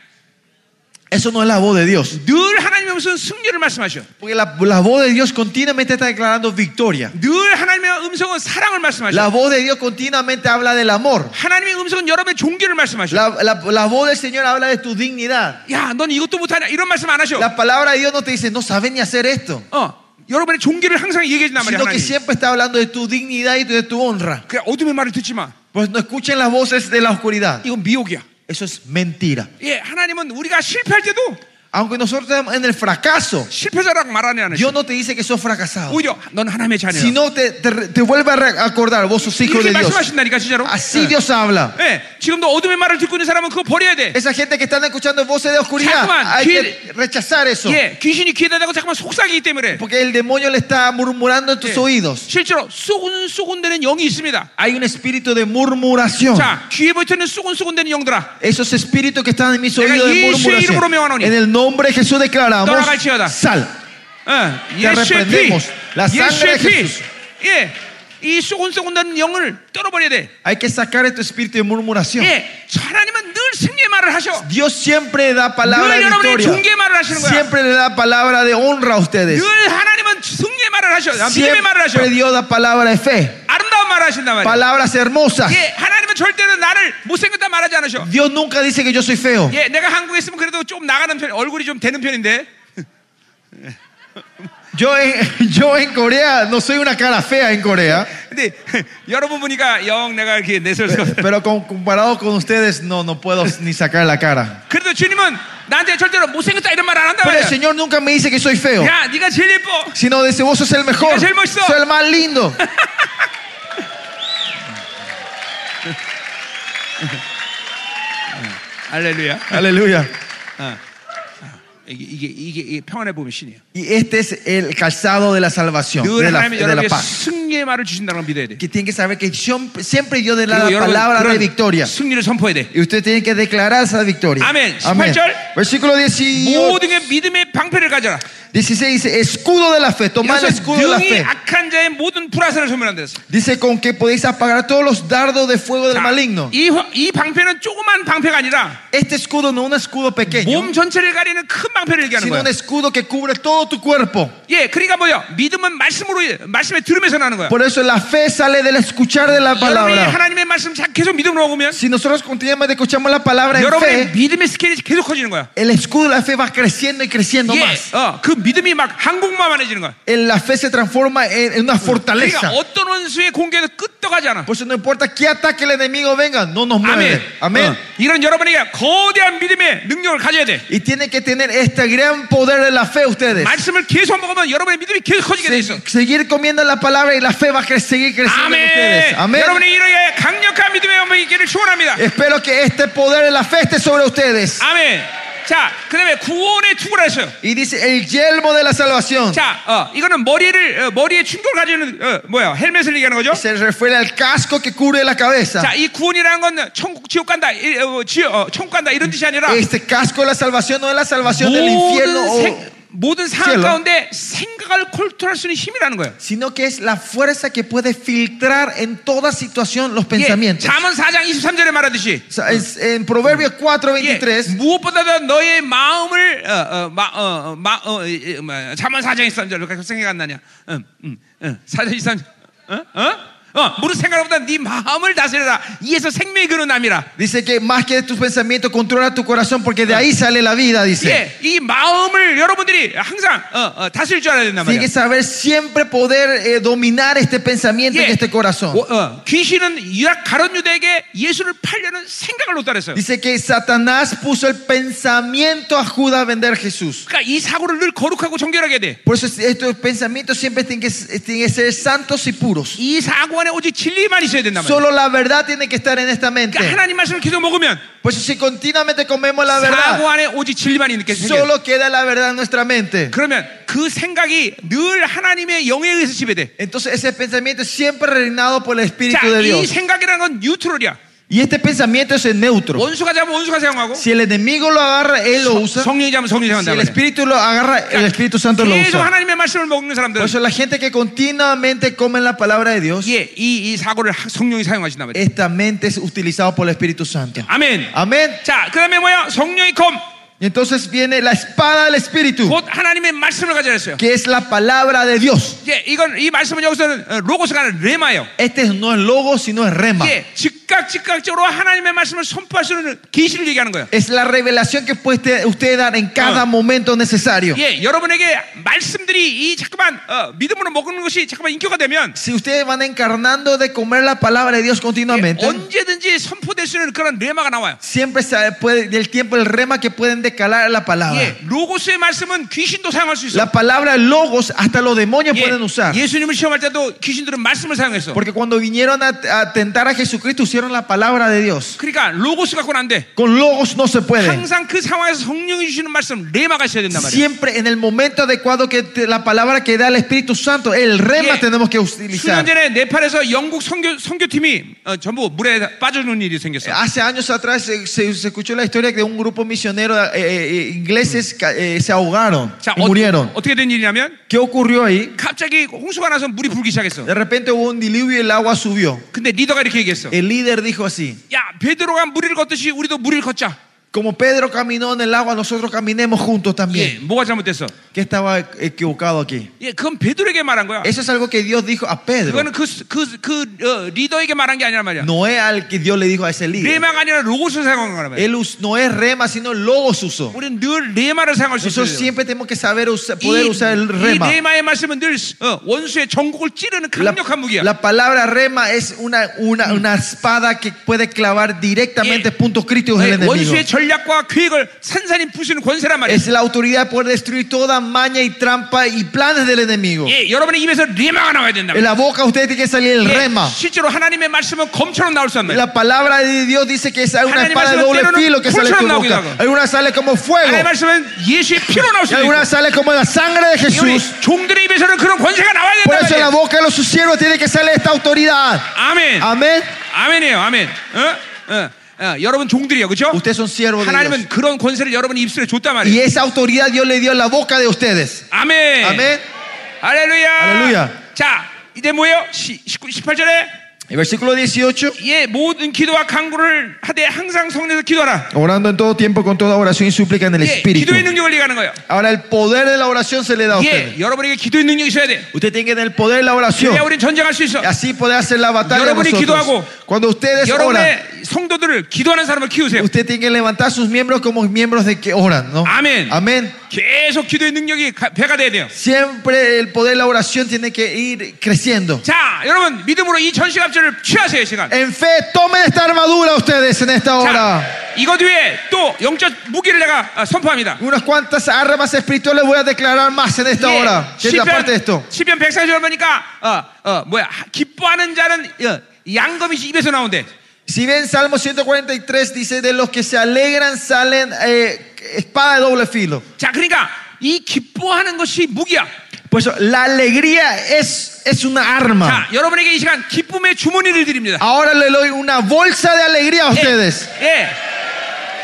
[SPEAKER 2] eso no es la voz de Dios.
[SPEAKER 1] 늘 하나님의 음성은 승리를 말씀하셔.
[SPEAKER 2] Porque la, la voz de Dios continuamente está declarando victoria.
[SPEAKER 1] 늘 하나님의 음성은 사랑을
[SPEAKER 2] La
[SPEAKER 1] 말씀하셔.
[SPEAKER 2] voz de Dios continuamente habla del amor.
[SPEAKER 1] 하나님의 음성은 여러분의 종기를 말씀하셔.
[SPEAKER 2] La, la- la voz del Señor habla de tu dignidad.
[SPEAKER 1] 야, 넌 이것도 못하냐? 이런 말씀 안 하셔.
[SPEAKER 2] La palabra de Dios no te dice, no sabes ni hacer esto.
[SPEAKER 1] 어, 여러분의 종기를 항상 얘기해 준단 말이야.
[SPEAKER 2] Sino que
[SPEAKER 1] 하나님.
[SPEAKER 2] siempre está hablando de tu dignidad y de tu honra.
[SPEAKER 1] 그냥 어둠의 말을 듣지 마.
[SPEAKER 2] Pues no escuchen las voces de la oscuridad.
[SPEAKER 1] 이건 미혹이야.
[SPEAKER 2] Eso es mentira.
[SPEAKER 1] 예, 하나님은 우리가 실패할 때도
[SPEAKER 2] Aunque nosotros estemos en el fracaso,
[SPEAKER 1] 실패자라고 말하네 않으시
[SPEAKER 2] Dios no te dice que sos fracasado.
[SPEAKER 1] 오히려 넌 하나님의 자녀야.
[SPEAKER 2] Sino te, te, te vuelve a re- acordar, vos sos hijo
[SPEAKER 1] 이렇게
[SPEAKER 2] de Dios.
[SPEAKER 1] 말씀하신다니까 진짜로.
[SPEAKER 2] Así Dios habla.
[SPEAKER 1] 예, 예, 지금도 어둠의 말을 듣고 있는 사람은 그거 버려야 돼.
[SPEAKER 2] Esa gente que están escuchando voces de oscuridad,
[SPEAKER 1] Chacuán,
[SPEAKER 2] hay que
[SPEAKER 1] ¿quién-
[SPEAKER 2] rechazar eso.
[SPEAKER 1] 예, 귀신이 귀에 대다고 잠깐만 속삭이기 때문에.
[SPEAKER 2] Porque el demonio le está murmurando en tus
[SPEAKER 1] 예,
[SPEAKER 2] oídos.
[SPEAKER 1] 실제로 쏘군쏘군대는 영이 있습니다.
[SPEAKER 2] Hay un espíritu de murmuración.
[SPEAKER 1] 자, 귀에 붙어있는 쏘군쏘군대는 영들아.
[SPEAKER 2] Esos espíritus que están en mis
[SPEAKER 1] Venga,
[SPEAKER 2] oídos de
[SPEAKER 1] Yeshua
[SPEAKER 2] murmuración.
[SPEAKER 1] 이름으로 명하노니.
[SPEAKER 2] En el nombre de Jesús declaramos:
[SPEAKER 1] Toragalchiada.
[SPEAKER 2] Sal.
[SPEAKER 1] 예,
[SPEAKER 2] Te
[SPEAKER 1] 예수의 피,
[SPEAKER 2] reprendemos. La
[SPEAKER 1] 예수의
[SPEAKER 2] sangre de Jesús.
[SPEAKER 1] 피. 예, 이 쏘군쏘군대는 영을 떨어버려야 돼.
[SPEAKER 2] Hay que sacar este espíritu de murmuración.
[SPEAKER 1] 예, 하나님은 늘 승리의 말을 하셔.
[SPEAKER 2] Dios siempre da palabra
[SPEAKER 1] 늘
[SPEAKER 2] de
[SPEAKER 1] 여러분의
[SPEAKER 2] victoria.
[SPEAKER 1] 종교의 말을 하시는 거야.
[SPEAKER 2] Siempre le da palabra de honra a ustedes.
[SPEAKER 1] 늘 하나님은 승리의 말을 하셔. 아, 믿음의 말을 하셔.
[SPEAKER 2] Siempre Dios da palabra de fe.
[SPEAKER 1] 아름다운 말을 하신단 말이야.
[SPEAKER 2] Palabras hermosas.
[SPEAKER 1] 예, 하나님은 절대로 나를 못생겼다 말하지 않으셔.
[SPEAKER 2] Dios nunca dice que yo soy feo.
[SPEAKER 1] 예, 내가 한국에 있으면 그래도 조금 나가는 편, 얼굴이 좀 되는 편인데.
[SPEAKER 2] Yo en, yo en Corea no soy una cara fea en Corea,
[SPEAKER 1] 근데 여러분 보니까 영 내가 이렇게 내설 수가 없어.
[SPEAKER 2] pero con- comparado con ustedes no, no puedo ni sacar la cara.
[SPEAKER 1] 그래도 주님은 나한테 절대로 못생겼다 이런 말 안 한다
[SPEAKER 2] Pero el
[SPEAKER 1] 말이야.
[SPEAKER 2] Señor nunca me dice que soy feo,
[SPEAKER 1] 야, 네가 제일 예뻐.
[SPEAKER 2] sino dice vos sos el mejor,
[SPEAKER 1] Es el mejor.
[SPEAKER 2] sos el más lindo.
[SPEAKER 1] 할렐루야.
[SPEAKER 2] Aleluya.
[SPEAKER 1] 어. 어. 이게 이게 이게, 이게 평안의 복음의 신이에요.
[SPEAKER 2] Y este es el calzado de la salvación, de
[SPEAKER 1] 늘
[SPEAKER 2] la,
[SPEAKER 1] 하나님이
[SPEAKER 2] de la
[SPEAKER 1] 여러분에게
[SPEAKER 2] paz.
[SPEAKER 1] 승리의 말을 주신다는 걸 믿어야 돼.
[SPEAKER 2] Que tienen que saber que siempre siempre Dios le da
[SPEAKER 1] 그리고
[SPEAKER 2] la palabra de
[SPEAKER 1] 여러분 그런
[SPEAKER 2] victoria.
[SPEAKER 1] 승리를 선포해야 돼.
[SPEAKER 2] Y usted tiene que declarar esa victoria.
[SPEAKER 1] Amén.
[SPEAKER 2] Amén.
[SPEAKER 1] 18.
[SPEAKER 2] Versículo 18,
[SPEAKER 1] 모든 게 믿음의 방패를 가져라.
[SPEAKER 2] 16 dice, escudo de la fe, tomad el
[SPEAKER 1] 이것은
[SPEAKER 2] escudo de la
[SPEAKER 1] 능히
[SPEAKER 2] fe.
[SPEAKER 1] 악한 자의 모든 불화살을 소멸한다 했어.
[SPEAKER 2] Dice con que podéis apagar todos los dardos de fuego del
[SPEAKER 1] 자,
[SPEAKER 2] maligno.
[SPEAKER 1] 이, 화- 이 방패는 조그만 방패가 아니라
[SPEAKER 2] Este escudo no es un escudo pequeño,
[SPEAKER 1] 몸 전체를 가리는 큰 방패를 얘기하는
[SPEAKER 2] sino
[SPEAKER 1] 거야.
[SPEAKER 2] un escudo que cubre todo tu cuerpo.
[SPEAKER 1] 예, 그러니까 뭐요? 믿음은 말씀으로 인- 말씀의 들음에서 나는 거야.
[SPEAKER 2] Por eso la fe sale del escuchar de la
[SPEAKER 1] 여러분이
[SPEAKER 2] palabra.
[SPEAKER 1] 하나님의 말씀 자- 계속 믿음으로 먹으면
[SPEAKER 2] Si nosotros continuamente escuchamos la palabra en
[SPEAKER 1] 여러분의
[SPEAKER 2] fe,
[SPEAKER 1] 믿음의 스케일이 계속 커지는 거야.
[SPEAKER 2] el escudo de la fe va creciendo y creciendo más.
[SPEAKER 1] 예, 어, 그 믿음이 막 한국만만해지는 거야.
[SPEAKER 2] El- La fe se transforma en en una fortaleza.
[SPEAKER 1] 그러니까 어떤 원수의 공격에도 끄떡하지 않아.
[SPEAKER 2] Por eso no importa qué ataque el enemigo venga, no nos mueve.
[SPEAKER 1] 네. 아멘.
[SPEAKER 2] Amén. Ah.
[SPEAKER 1] 어, 이런 여러분에게 거대한 믿음의 능력을 가져야 돼.
[SPEAKER 2] Y tienen que tener este gran poder de la fe ustedes.
[SPEAKER 1] 말씀을 계속 먹으면 여러분의 믿음이 계속 커지게 돼 있어.
[SPEAKER 2] Se- seguir comiendo la palabra y la fe va a cre- seguir creciendo en ustedes.
[SPEAKER 1] 아멘.
[SPEAKER 2] Amén.
[SPEAKER 1] 여러분의 이런 강력한 믿음의 영이 있기를 축원합니다.
[SPEAKER 2] Espero que este poder de la fe esté sobre ustedes.
[SPEAKER 1] 아멘. 자, 그다음에 구원의 투구라 했어요.
[SPEAKER 2] Y dice el yelmo de la salvación.
[SPEAKER 1] 자, 어, 이거는 머리를 어, 머리에 충격을 가지는 어, 뭐야? 헬멧을 얘기하는 거죠?
[SPEAKER 2] Se refiere al casco que cubre la cabeza.
[SPEAKER 1] 자, 이 구원이라는 건 천국 지옥 간다. 이, 어, 지, 어, 천국 간다 이런 뜻이 아니라
[SPEAKER 2] Este casco de la salvación no es la salvación del infierno, oh,
[SPEAKER 1] 모든
[SPEAKER 2] o-
[SPEAKER 1] 생, 모든 상황
[SPEAKER 2] cielo.
[SPEAKER 1] 가운데 생각을 컨트롤할 수 있는 힘이라는 거예요.
[SPEAKER 2] sino que es la fuerza que puede filtrar en toda situación los
[SPEAKER 1] 예,
[SPEAKER 2] pensamientos.
[SPEAKER 1] 잠언 4장 23절에 말하듯이
[SPEAKER 2] O sea, es- en Proverbios
[SPEAKER 1] 예,
[SPEAKER 2] 4:23
[SPEAKER 1] 무엇보다도 너의 마음을 어, 어, 마, 어, 어, 마, 어, 이, 이, 뭐, 잠언 4장 23절 그렇게 생각이 안 나냐? 응, 응, 응. 4장 23절. 어? 어? 어, 모든 생각보다 네 마음을 다스려라. 이에서 생명이 그로남이라.
[SPEAKER 2] Dice que más que tus pensamientos, controla tu corazón porque de ahí sale la vida, dice.
[SPEAKER 1] 예, 이 마음을 여러분들이 항상 어, 어, 다스릴 줄 알아야 된단
[SPEAKER 2] Tiene
[SPEAKER 1] 말이야.
[SPEAKER 2] que saber siempre poder eh, dominar este pensamiento
[SPEAKER 1] 예.
[SPEAKER 2] y este corazón.
[SPEAKER 1] 어, 어, 귀신은 유학 가론 유대에게 예수를 팔려는 생각을 놓다 그랬어요.
[SPEAKER 2] Dice que Satanás puso el pensamiento a Judas a vender a Jesús.
[SPEAKER 1] 그러니까 이 사고를 늘 거룩하고 정결하게 돼.
[SPEAKER 2] Por eso estos pensamientos siempre tienen que, tienen que ser santos y puros.
[SPEAKER 1] 이 사고 안에 오직 진리만 있어야 된단 말이야.
[SPEAKER 2] Solo la verdad tiene que estar en esta mente.
[SPEAKER 1] 그러니까 하나님 말씀을 계속 먹으면
[SPEAKER 2] Por eso si continuamente comemos la
[SPEAKER 1] 사고
[SPEAKER 2] verdad,
[SPEAKER 1] 안에 오직 진리만 있는 게 생겨.
[SPEAKER 2] solo queda la verdad en nuestra mente.
[SPEAKER 1] 그러면 그 생각이 늘 하나님의 영에 의해서 지배돼.
[SPEAKER 2] Entonces ese pensamiento es siempre reinado por el
[SPEAKER 1] 자,
[SPEAKER 2] Espíritu de
[SPEAKER 1] 이
[SPEAKER 2] Dios.
[SPEAKER 1] 생각이라는 건 뉴트럴이야.
[SPEAKER 2] Y este pensamiento es el neutro.
[SPEAKER 1] 원수가 잡으면 원수가 사용하고
[SPEAKER 2] Si el enemigo lo agarra, él lo usa. Si
[SPEAKER 1] 성령이 잡으면 성령이
[SPEAKER 2] el
[SPEAKER 1] 사용한다.
[SPEAKER 2] Espíritu lo agarra, el Espíritu Santo lo
[SPEAKER 1] 계속
[SPEAKER 2] usa.
[SPEAKER 1] 하나님의 말씀을 먹는
[SPEAKER 2] Por
[SPEAKER 1] 사람들은
[SPEAKER 2] eso la gente que continuamente come la palabra de Dios,
[SPEAKER 1] 예, 이, 이 사고를 하- 성령이 사용하신단 말이야.
[SPEAKER 2] esta mente es utilizada por el Espíritu Santo.
[SPEAKER 1] 아멘.
[SPEAKER 2] Amén.
[SPEAKER 1] 자, 그다음에 뭐야? 성령의 검.
[SPEAKER 2] Y entonces viene la espada del Espíritu,
[SPEAKER 1] 곧 하나님의 말씀을 가져야 했어요.
[SPEAKER 2] que es la palabra de Dios.
[SPEAKER 1] 예, 이건 이 말씀은 여기서는 어, 로고스가 아니라 레마예요.
[SPEAKER 2] Este no es logo, sino es rema.
[SPEAKER 1] 예, 즉각 즉각적으로 하나님의 말씀을 선포할 수 있는 계시를 얘기하는 거예요.
[SPEAKER 2] Es la revelación que puede usted dar en cada momento necesario.
[SPEAKER 1] 예, 여러분에게 말씀들이 이 잠깐만 어, 믿음으로 먹는 것이 잠깐만 인격화 되면
[SPEAKER 2] Si ustedes van encarnando de comer la palabra de Dios continuamente,
[SPEAKER 1] 언제든지 선포될 수 있는 그런 레마가 나와요.
[SPEAKER 2] siempre se puede, del tiempo el rema que pueden decalar la palabra.
[SPEAKER 1] 예, 로고스의 말씀은 귀신도 사용할 수 있어.
[SPEAKER 2] La palabra logos hasta los demonios pueden usar.
[SPEAKER 1] 예, 예수님을 시험할 때도 귀신들은 말씀을 사용했어.
[SPEAKER 2] Porque cuando vinieron a, a tentar a Jesucristo usaron la palabra de Dios.
[SPEAKER 1] 그러니까 로고스 갖고는 안 돼.
[SPEAKER 2] Con logos no se puede.
[SPEAKER 1] 항상 그 상황에서 성령이 주시는 말씀 레마가 있어야 된단 말이야.
[SPEAKER 2] Siempre en el momento adecuado que te- la palabra que da el Espíritu Santo, el rema
[SPEAKER 1] Yeah.
[SPEAKER 2] tenemos que
[SPEAKER 1] 수년
[SPEAKER 2] utilizar.
[SPEAKER 1] 전에 네팔에서 영국 선교 선교팀이 어, 전부 물에 빠져는 일이 생겼어. 요
[SPEAKER 2] Hace años atrás se, se- se escuchó la historia de un grupo misionero eh, eh, ingleses ca- eh, se ahogaron
[SPEAKER 1] 자,
[SPEAKER 2] y
[SPEAKER 1] 어,
[SPEAKER 2] murieron.
[SPEAKER 1] 어떻게 된 일이냐면
[SPEAKER 2] ¿Qué ocurrió ahí?
[SPEAKER 1] 갑자기 홍수가 나서 물이 불기 시작했어.
[SPEAKER 2] De repente hubo un diluvio y el agua subió.
[SPEAKER 1] 근데 리더가 이렇게 얘기했어.
[SPEAKER 2] El líder dijo así,
[SPEAKER 1] 야, 베드로가 물을 걷듯이 우리도 물을 걷자.
[SPEAKER 2] como Pedro caminó en el agua, nosotros caminemos juntos
[SPEAKER 1] 예,
[SPEAKER 2] también.
[SPEAKER 1] 뭐가 잘못됐어?
[SPEAKER 2] ¿Qué estaba equivocado aquí?
[SPEAKER 1] 예, 그건 베드로에게 말한 거야.
[SPEAKER 2] Eso es algo que Dios dijo a Pedro.
[SPEAKER 1] 그거는 그 그 그 리더에게 말한 게 아니란 말이야.
[SPEAKER 2] No es al que Dios le dijo a ese líder.
[SPEAKER 1] 레마가 아니라 로고스 사용한 거란 말이야.
[SPEAKER 2] Él us- no es rema, sino logos usó.
[SPEAKER 1] 우리는 늘 레마를 사용할 수
[SPEAKER 2] Nosotros
[SPEAKER 1] 있어요.
[SPEAKER 2] siempre tenemos que saber usa-
[SPEAKER 1] 이,
[SPEAKER 2] poder usar el
[SPEAKER 1] 이
[SPEAKER 2] rema.
[SPEAKER 1] 레마의 말씀은 늘 어, 원수의 전국을 찌르는
[SPEAKER 2] La,
[SPEAKER 1] 강력한 무기야.
[SPEAKER 2] la palabra rema es una, una, una espada que puede clavar directamente
[SPEAKER 1] Yeah.
[SPEAKER 2] puntos críticos del
[SPEAKER 1] 네,
[SPEAKER 2] enemigo.
[SPEAKER 1] 원수의 전략과 계획을 산산히 부수는 권세란 말이에요.
[SPEAKER 2] Es la autoridad de poder destruir toda maña y trampa y planes del enemigo.
[SPEAKER 1] 예, 여러분의 입에서 리마가 나와야 된다.
[SPEAKER 2] En la boca usted tiene que salir el rema.
[SPEAKER 1] 예, 실제로 하나님의 말씀은 검처럼 나올 수 없나요?
[SPEAKER 2] La palabra de Dios dice que es una
[SPEAKER 1] 하나님
[SPEAKER 2] espada de
[SPEAKER 1] 말씀은
[SPEAKER 2] doble
[SPEAKER 1] 때로는
[SPEAKER 2] filo que sale de tu
[SPEAKER 1] 불처럼 나오기도
[SPEAKER 2] boca.
[SPEAKER 1] 하고.
[SPEAKER 2] Algunas sale como fuego.
[SPEAKER 1] 하나님의 말씀은 예수의 피로 나올
[SPEAKER 2] Y
[SPEAKER 1] 수
[SPEAKER 2] algunas
[SPEAKER 1] 있고
[SPEAKER 2] sale como la sangre de
[SPEAKER 1] 이 우리
[SPEAKER 2] Jesús.
[SPEAKER 1] 종들의 입에서는 그런 권세가 나와야
[SPEAKER 2] Por eso en la
[SPEAKER 1] 된다.
[SPEAKER 2] boca de los sus siervos tiene que salir esta autoridad.
[SPEAKER 1] 아멘.
[SPEAKER 2] Amén.
[SPEAKER 1] 아멘이에요. 아멘. 어? 어, 어, 여러분 종들이에요. 그렇죠?
[SPEAKER 2] Ustedes son siervos de Dios.
[SPEAKER 1] 하나님은 그런 권세를 여러분 입술에 줬단
[SPEAKER 2] Y
[SPEAKER 1] 말이에요.
[SPEAKER 2] esa autoridad Dios le dio en la boca de ustedes.
[SPEAKER 1] 예. 아멘.
[SPEAKER 2] Amén.
[SPEAKER 1] 할렐루야.
[SPEAKER 2] 할렐루야.
[SPEAKER 1] 자, 이제 뭐예요? 시, 19, 18절에
[SPEAKER 2] El versículo 18.
[SPEAKER 1] 예, 모든 기도와 간구를 하되 항상 성령에서 기도하라.
[SPEAKER 2] Orando en todo tiempo con toda oración y súplica en el
[SPEAKER 1] 예,
[SPEAKER 2] Espíritu.
[SPEAKER 1] 기도의 능력을 얘기하는 거예요.
[SPEAKER 2] Ahora el poder de la oración se le da a ustedes.
[SPEAKER 1] 예, 여러분에게 기도의 능력이 있어야 돼.
[SPEAKER 2] Usted tiene que tener el poder de la oración.
[SPEAKER 1] 그래야 우린 전쟁할 수 있어.
[SPEAKER 2] Así poder hacer la batalla.
[SPEAKER 1] 여러분이
[SPEAKER 2] Nosotros.
[SPEAKER 1] 기도하고,
[SPEAKER 2] Cuando ustedes oran.
[SPEAKER 1] 여러분의 성도들을 기도하는 사람을 키우세요.
[SPEAKER 2] Usted tiene que levantar sus miembros como miembros de que oran, ¿no?
[SPEAKER 1] Amén.
[SPEAKER 2] Amén.
[SPEAKER 1] 계속 기도의 능력이 가- 배가 돼야 돼요.
[SPEAKER 2] Siempre el poder de la oración tiene que ir creciendo.
[SPEAKER 1] 자, 여러분 믿음으로 이 전시갑절을 취하세요, 이 시간.
[SPEAKER 2] En fe, tomen esta armadura ustedes en esta hora.
[SPEAKER 1] 자, 이것 외에 또 영적 무기를 내가 아, 선포합니다.
[SPEAKER 2] Unas cuantas armas espirituales voy a declarar más en
[SPEAKER 1] 예,
[SPEAKER 2] esta hora. Que es la parte de esto.
[SPEAKER 1] 10편 140절 보니까 어, 어, 뭐야 하- 기뻐하는 자는 어, 양검이 입에서 나온대.
[SPEAKER 2] Si bien Salmo 143 dice, de los que se alegran salen eh, espada de doble filo.
[SPEAKER 1] 자, 그러니까 이 기뻐하는 것이 무기야.
[SPEAKER 2] Pues la alegría es, es una arma.
[SPEAKER 1] 자, 여러분에게 이 시간 기쁨의 주머니를 드립니다.
[SPEAKER 2] Ahora le doy una bolsa de alegría a
[SPEAKER 1] 예,
[SPEAKER 2] ustedes.
[SPEAKER 1] 예.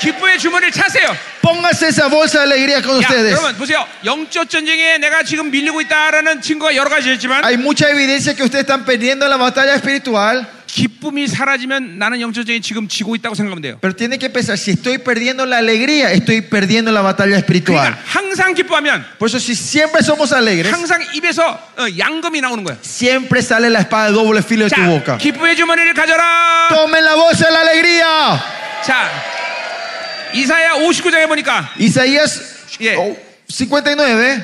[SPEAKER 1] 기쁨의 주머니를 차세요.
[SPEAKER 2] Pónganse esa bolsa de alegría con
[SPEAKER 1] 야,
[SPEAKER 2] ustedes.
[SPEAKER 1] 여러분 보세요. 영적 전쟁에 내가 지금 밀리고 있다라는 증거가 여러 가지였지만
[SPEAKER 2] Hay mucha evidencia que ustedes están perdiendo en la batalla espiritual.
[SPEAKER 1] 기쁨이 사라지면 나는 영적인 지금 지고 있다고 생각하면 돼요.
[SPEAKER 2] Pero tiene que pensar, si estoy perdiendo la alegría, estoy perdiendo la batalla
[SPEAKER 1] 그러니까
[SPEAKER 2] espiritual.
[SPEAKER 1] 항상 기뻐하면
[SPEAKER 2] Por eso si siempre somos alegres,
[SPEAKER 1] 항상 입에서 어, 양금이 나오는 거야.
[SPEAKER 2] siempre sale la espada de doble filo de tu
[SPEAKER 1] 자,
[SPEAKER 2] boca.
[SPEAKER 1] 기쁨의 주머니를 가져라.
[SPEAKER 2] Tomen la voz de la alegría.
[SPEAKER 1] 자, 이사야 59장에 보니까
[SPEAKER 2] Isaías
[SPEAKER 1] Yeah.
[SPEAKER 2] oh, 59,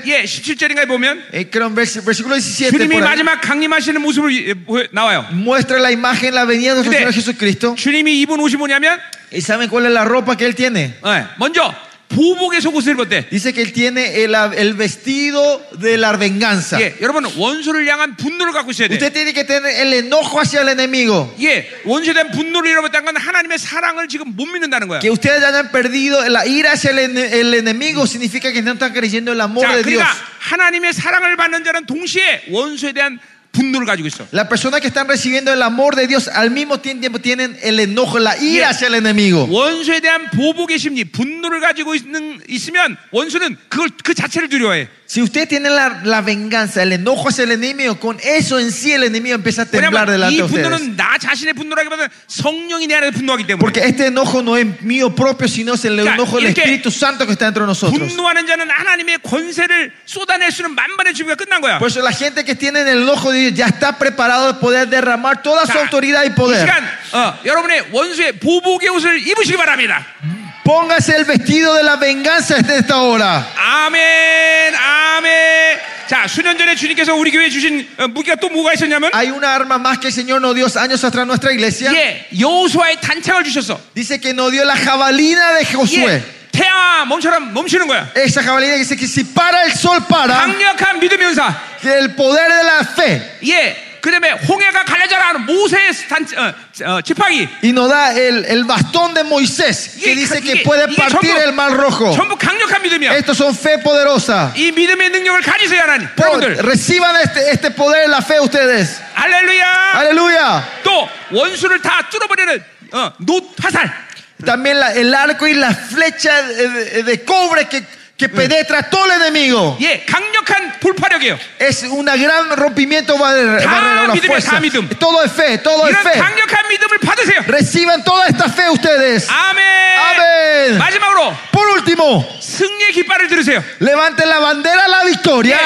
[SPEAKER 1] 예, 17절인가에 보면
[SPEAKER 2] eh, creo en vers- versículo 17,
[SPEAKER 1] 주님이
[SPEAKER 2] por ahí,
[SPEAKER 1] 마지막 강림하시는 모습을 예, 보여- 나와요.
[SPEAKER 2] muestra la imagen, la venida de nuestro
[SPEAKER 1] 근데
[SPEAKER 2] Señor Jesucristo.
[SPEAKER 1] 주님이 입은 옷이 뭐냐면
[SPEAKER 2] ¿Y saben cuál es la ropa que Él tiene?
[SPEAKER 1] 예, 먼저 보복의 속옷을 입었대.
[SPEAKER 2] Dice que Él tiene el, el vestido de la venganza.
[SPEAKER 1] 예, 여러분 원수를 향한 분노를 갖고 있어야 돼.
[SPEAKER 2] Usted tiene que tener el enojo hacia el enemigo.
[SPEAKER 1] 예, 원수에 대한 분노를 잃어버렸다는 건 하나님의 사랑을 지금 못 믿는다는 거야.
[SPEAKER 2] Que ustedes hayan perdido la ira hacia el, ene- el enemigo significa que no están creyendo el amor
[SPEAKER 1] 자,
[SPEAKER 2] de Dios.
[SPEAKER 1] 그러니까 하나님의 사랑을 받는 자는 동시에 원수에 대한 분노를 가지고 있어.
[SPEAKER 2] Las personas que están recibiendo el amor de Dios al mismo tiempo tienen el enojo, la ira
[SPEAKER 1] Yeah.
[SPEAKER 2] hacia el enemigo.
[SPEAKER 1] 원수에 대한 보복의 심리, 분노를 가지고 있는 있으면 원수는 그걸 그 자체를 두려워해.
[SPEAKER 2] Si usted tiene la, la venganza, el enojo hacia el enemigo, con eso en sí el enemigo empieza a temblar
[SPEAKER 1] 왜냐하면
[SPEAKER 2] delante
[SPEAKER 1] 이
[SPEAKER 2] de ustedes.
[SPEAKER 1] 분노는 나 자신의 분노라기보다는 성령이 내 안에 분노하기 때문에.
[SPEAKER 2] Porque este enojo no es mío propio, sino es el
[SPEAKER 1] Claro,
[SPEAKER 2] enojo
[SPEAKER 1] y
[SPEAKER 2] del
[SPEAKER 1] es que-
[SPEAKER 2] Espíritu Santo que está dentro de nosotros.
[SPEAKER 1] 분노하는 자는 하나님의 권세를 쏟아낼 수는 만반의 준비가 끝난 거야.
[SPEAKER 2] Por eso la gente que tiene el enojo de Dios ya está preparado de poder derramar toda su
[SPEAKER 1] 자,
[SPEAKER 2] autoridad y
[SPEAKER 1] 이
[SPEAKER 2] poder.
[SPEAKER 1] 시간 어, 여러분의 원수의 보복의 옷을 입으시기 바랍니다.
[SPEAKER 2] Póngase el vestido de la venganza desde esta hora.
[SPEAKER 1] 아멘, 아멘. 자, 수년 전에 주님께서 우리 교회에 주신 어, 무기가 또 뭐가 있었냐면,
[SPEAKER 2] Hay una arma más que el Señor nos dio años atrás en nuestra iglesia.
[SPEAKER 1] 예, 여호수아의 단창을 주셨어.
[SPEAKER 2] Dice que nos dio la jabalina de Josué.
[SPEAKER 1] 예, 태양아 몸처럼 멈추는 거야.
[SPEAKER 2] Esa jabalina que dice que si para el sol
[SPEAKER 1] 아.
[SPEAKER 2] para,
[SPEAKER 1] 강력한 믿음의 은사.
[SPEAKER 2] que el poder de la fe.
[SPEAKER 1] 예, 그다음에 홍해가 갈라져라 하는 모세의 단, 어, 어, 지팡이.
[SPEAKER 2] Y nos da el, el bastón de Moisés,
[SPEAKER 1] 이게,
[SPEAKER 2] que dice
[SPEAKER 1] 그, 이게,
[SPEAKER 2] que puede
[SPEAKER 1] 이게
[SPEAKER 2] partir
[SPEAKER 1] 전부,
[SPEAKER 2] el mar rojo.
[SPEAKER 1] 전부 강력한 믿음이야.
[SPEAKER 2] Estos son fe poderosa.
[SPEAKER 1] 이 믿음의 능력을 가지세요 하나님.
[SPEAKER 2] Por-
[SPEAKER 1] 여러분들,
[SPEAKER 2] reciban este, este poder de la fe ustedes.
[SPEAKER 1] 할렐루야.
[SPEAKER 2] Aleluya.
[SPEAKER 1] 또 원수를 다 뚫어버리는 어, 노 화살.
[SPEAKER 2] También la- el arco y la flecha de, de- de cobre que, que penetra todo el enemigo.
[SPEAKER 1] 예, 강력한 돌파력이에요.
[SPEAKER 2] Es un gran rompimiento barrera,
[SPEAKER 1] 다
[SPEAKER 2] barrera, una
[SPEAKER 1] 믿음이야, 다
[SPEAKER 2] fuerza.
[SPEAKER 1] 믿음.
[SPEAKER 2] Todo es fe, todo es
[SPEAKER 1] 이런
[SPEAKER 2] fe.
[SPEAKER 1] 강력한 믿음을 받으세요.
[SPEAKER 2] Reciban toda esta fe ustedes.
[SPEAKER 1] 아멘.
[SPEAKER 2] 아멘.
[SPEAKER 1] 마지막으로
[SPEAKER 2] Por último,
[SPEAKER 1] 승리의 깃발을 들으세요. 예,
[SPEAKER 2] levanten la bandera de la victoria.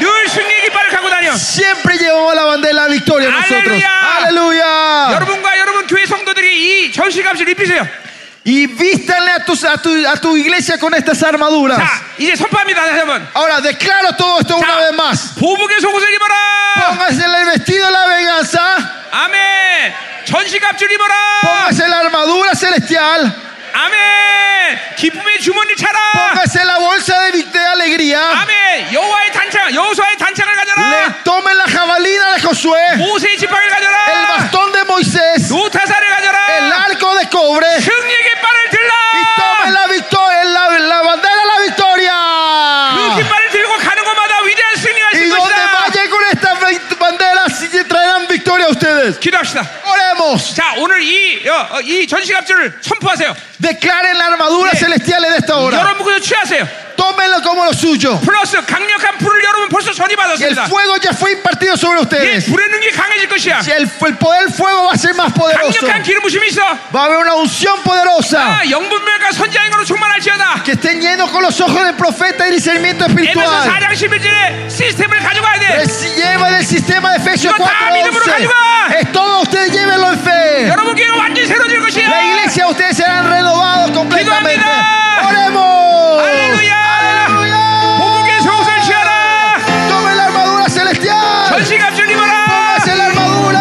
[SPEAKER 1] 늘 승리의 깃발을 갖고 다녀.
[SPEAKER 2] Siempre llevamos la bandera de la victoria nosotros.
[SPEAKER 1] Aleluya.
[SPEAKER 2] Aleluya.
[SPEAKER 1] 여러분과 여러분 교회 성도들이 이 전시값을 입히세요.
[SPEAKER 2] Y vístanle a tu, a tu, a tu iglesia con estas armaduras.
[SPEAKER 1] 자, 이제 선포합니다, 다시 한번.
[SPEAKER 2] Ahora, declaro todo esto una
[SPEAKER 1] 자,
[SPEAKER 2] vez más.
[SPEAKER 1] 보복의 속옷을 입어라.
[SPEAKER 2] Póngase el vestido de la venganza.
[SPEAKER 1] 아멘. 전시갑줄 입어라.
[SPEAKER 2] Póngase la armadura celestial.
[SPEAKER 1] 아멘. 기쁨의 주머니 차라.
[SPEAKER 2] Póngase la bolsa de, vic- de alegría.
[SPEAKER 1] 아멘. 여호와의 단창, 여호수아의 단창을
[SPEAKER 2] Le
[SPEAKER 1] 가져라.
[SPEAKER 2] tomen la jabalina de Josué.
[SPEAKER 1] 모세의 지팡이를
[SPEAKER 2] El
[SPEAKER 1] 가져라.
[SPEAKER 2] bastón de Moisés.
[SPEAKER 1] 노타사를
[SPEAKER 2] El
[SPEAKER 1] 가져라.
[SPEAKER 2] arco de cobre.
[SPEAKER 1] 승리의 깃발을
[SPEAKER 2] Y tomen
[SPEAKER 1] 들라.
[SPEAKER 2] la victoria. La, la bandera de la
[SPEAKER 1] 그
[SPEAKER 2] victoria.
[SPEAKER 1] 깃발을 들고 가는 곳마다 위대한 승리가
[SPEAKER 2] Y
[SPEAKER 1] 있을
[SPEAKER 2] donde
[SPEAKER 1] 것이다.
[SPEAKER 2] vayan con estas ve- banderas, sí que traerán victoria a ustedes.
[SPEAKER 1] 기도합시다.
[SPEAKER 2] Oremos.
[SPEAKER 1] 자, 오늘 이, 어, 어, 이 전시갑줄을 선포하세요.
[SPEAKER 2] Declaren la armadura
[SPEAKER 1] Sí.
[SPEAKER 2] celestial de esta hora.
[SPEAKER 1] 여러분께서 취하세요.
[SPEAKER 2] Tómenlo como lo suyo.
[SPEAKER 1] 플러스 강력한 불을 여러분 벌써 전이
[SPEAKER 2] Y el
[SPEAKER 1] 받았습니다.
[SPEAKER 2] fuego ya fue impartido sobre
[SPEAKER 1] 예,
[SPEAKER 2] ustedes.
[SPEAKER 1] 불의 능력이 강해질 것이야.
[SPEAKER 2] Si El, el poder del fuego va a ser más poderoso.
[SPEAKER 1] 강력한 기름 부심이 있어.
[SPEAKER 2] Va a haber una unción poderosa.
[SPEAKER 1] 아, 영분별과 선지자인으로 충만할지어다.
[SPEAKER 2] Que estén llenos con los ojos del profeta y
[SPEAKER 1] 에베소
[SPEAKER 2] discernimiento espiritual.
[SPEAKER 1] 4장 11절에 시스템을 가져가야 돼.
[SPEAKER 2] Reci- Llevan el sistema de Efesios
[SPEAKER 1] Yo también, pero
[SPEAKER 2] 4:11.
[SPEAKER 1] ayuda.
[SPEAKER 2] Es todo, ustedes llévenlo en fe.
[SPEAKER 1] 여러분 교회가 완전히 새로워질 것이야.
[SPEAKER 2] La iglesia, ustedes serán renovados completamente.
[SPEAKER 1] Ayuda.
[SPEAKER 2] Oremos.
[SPEAKER 1] 할렐루야.
[SPEAKER 2] Aleluya.
[SPEAKER 1] 보복의 속옷을 취하라.
[SPEAKER 2] Tomen la armadura celestial.
[SPEAKER 1] 전시갑줄 입어라.
[SPEAKER 2] Pónganse la armadura.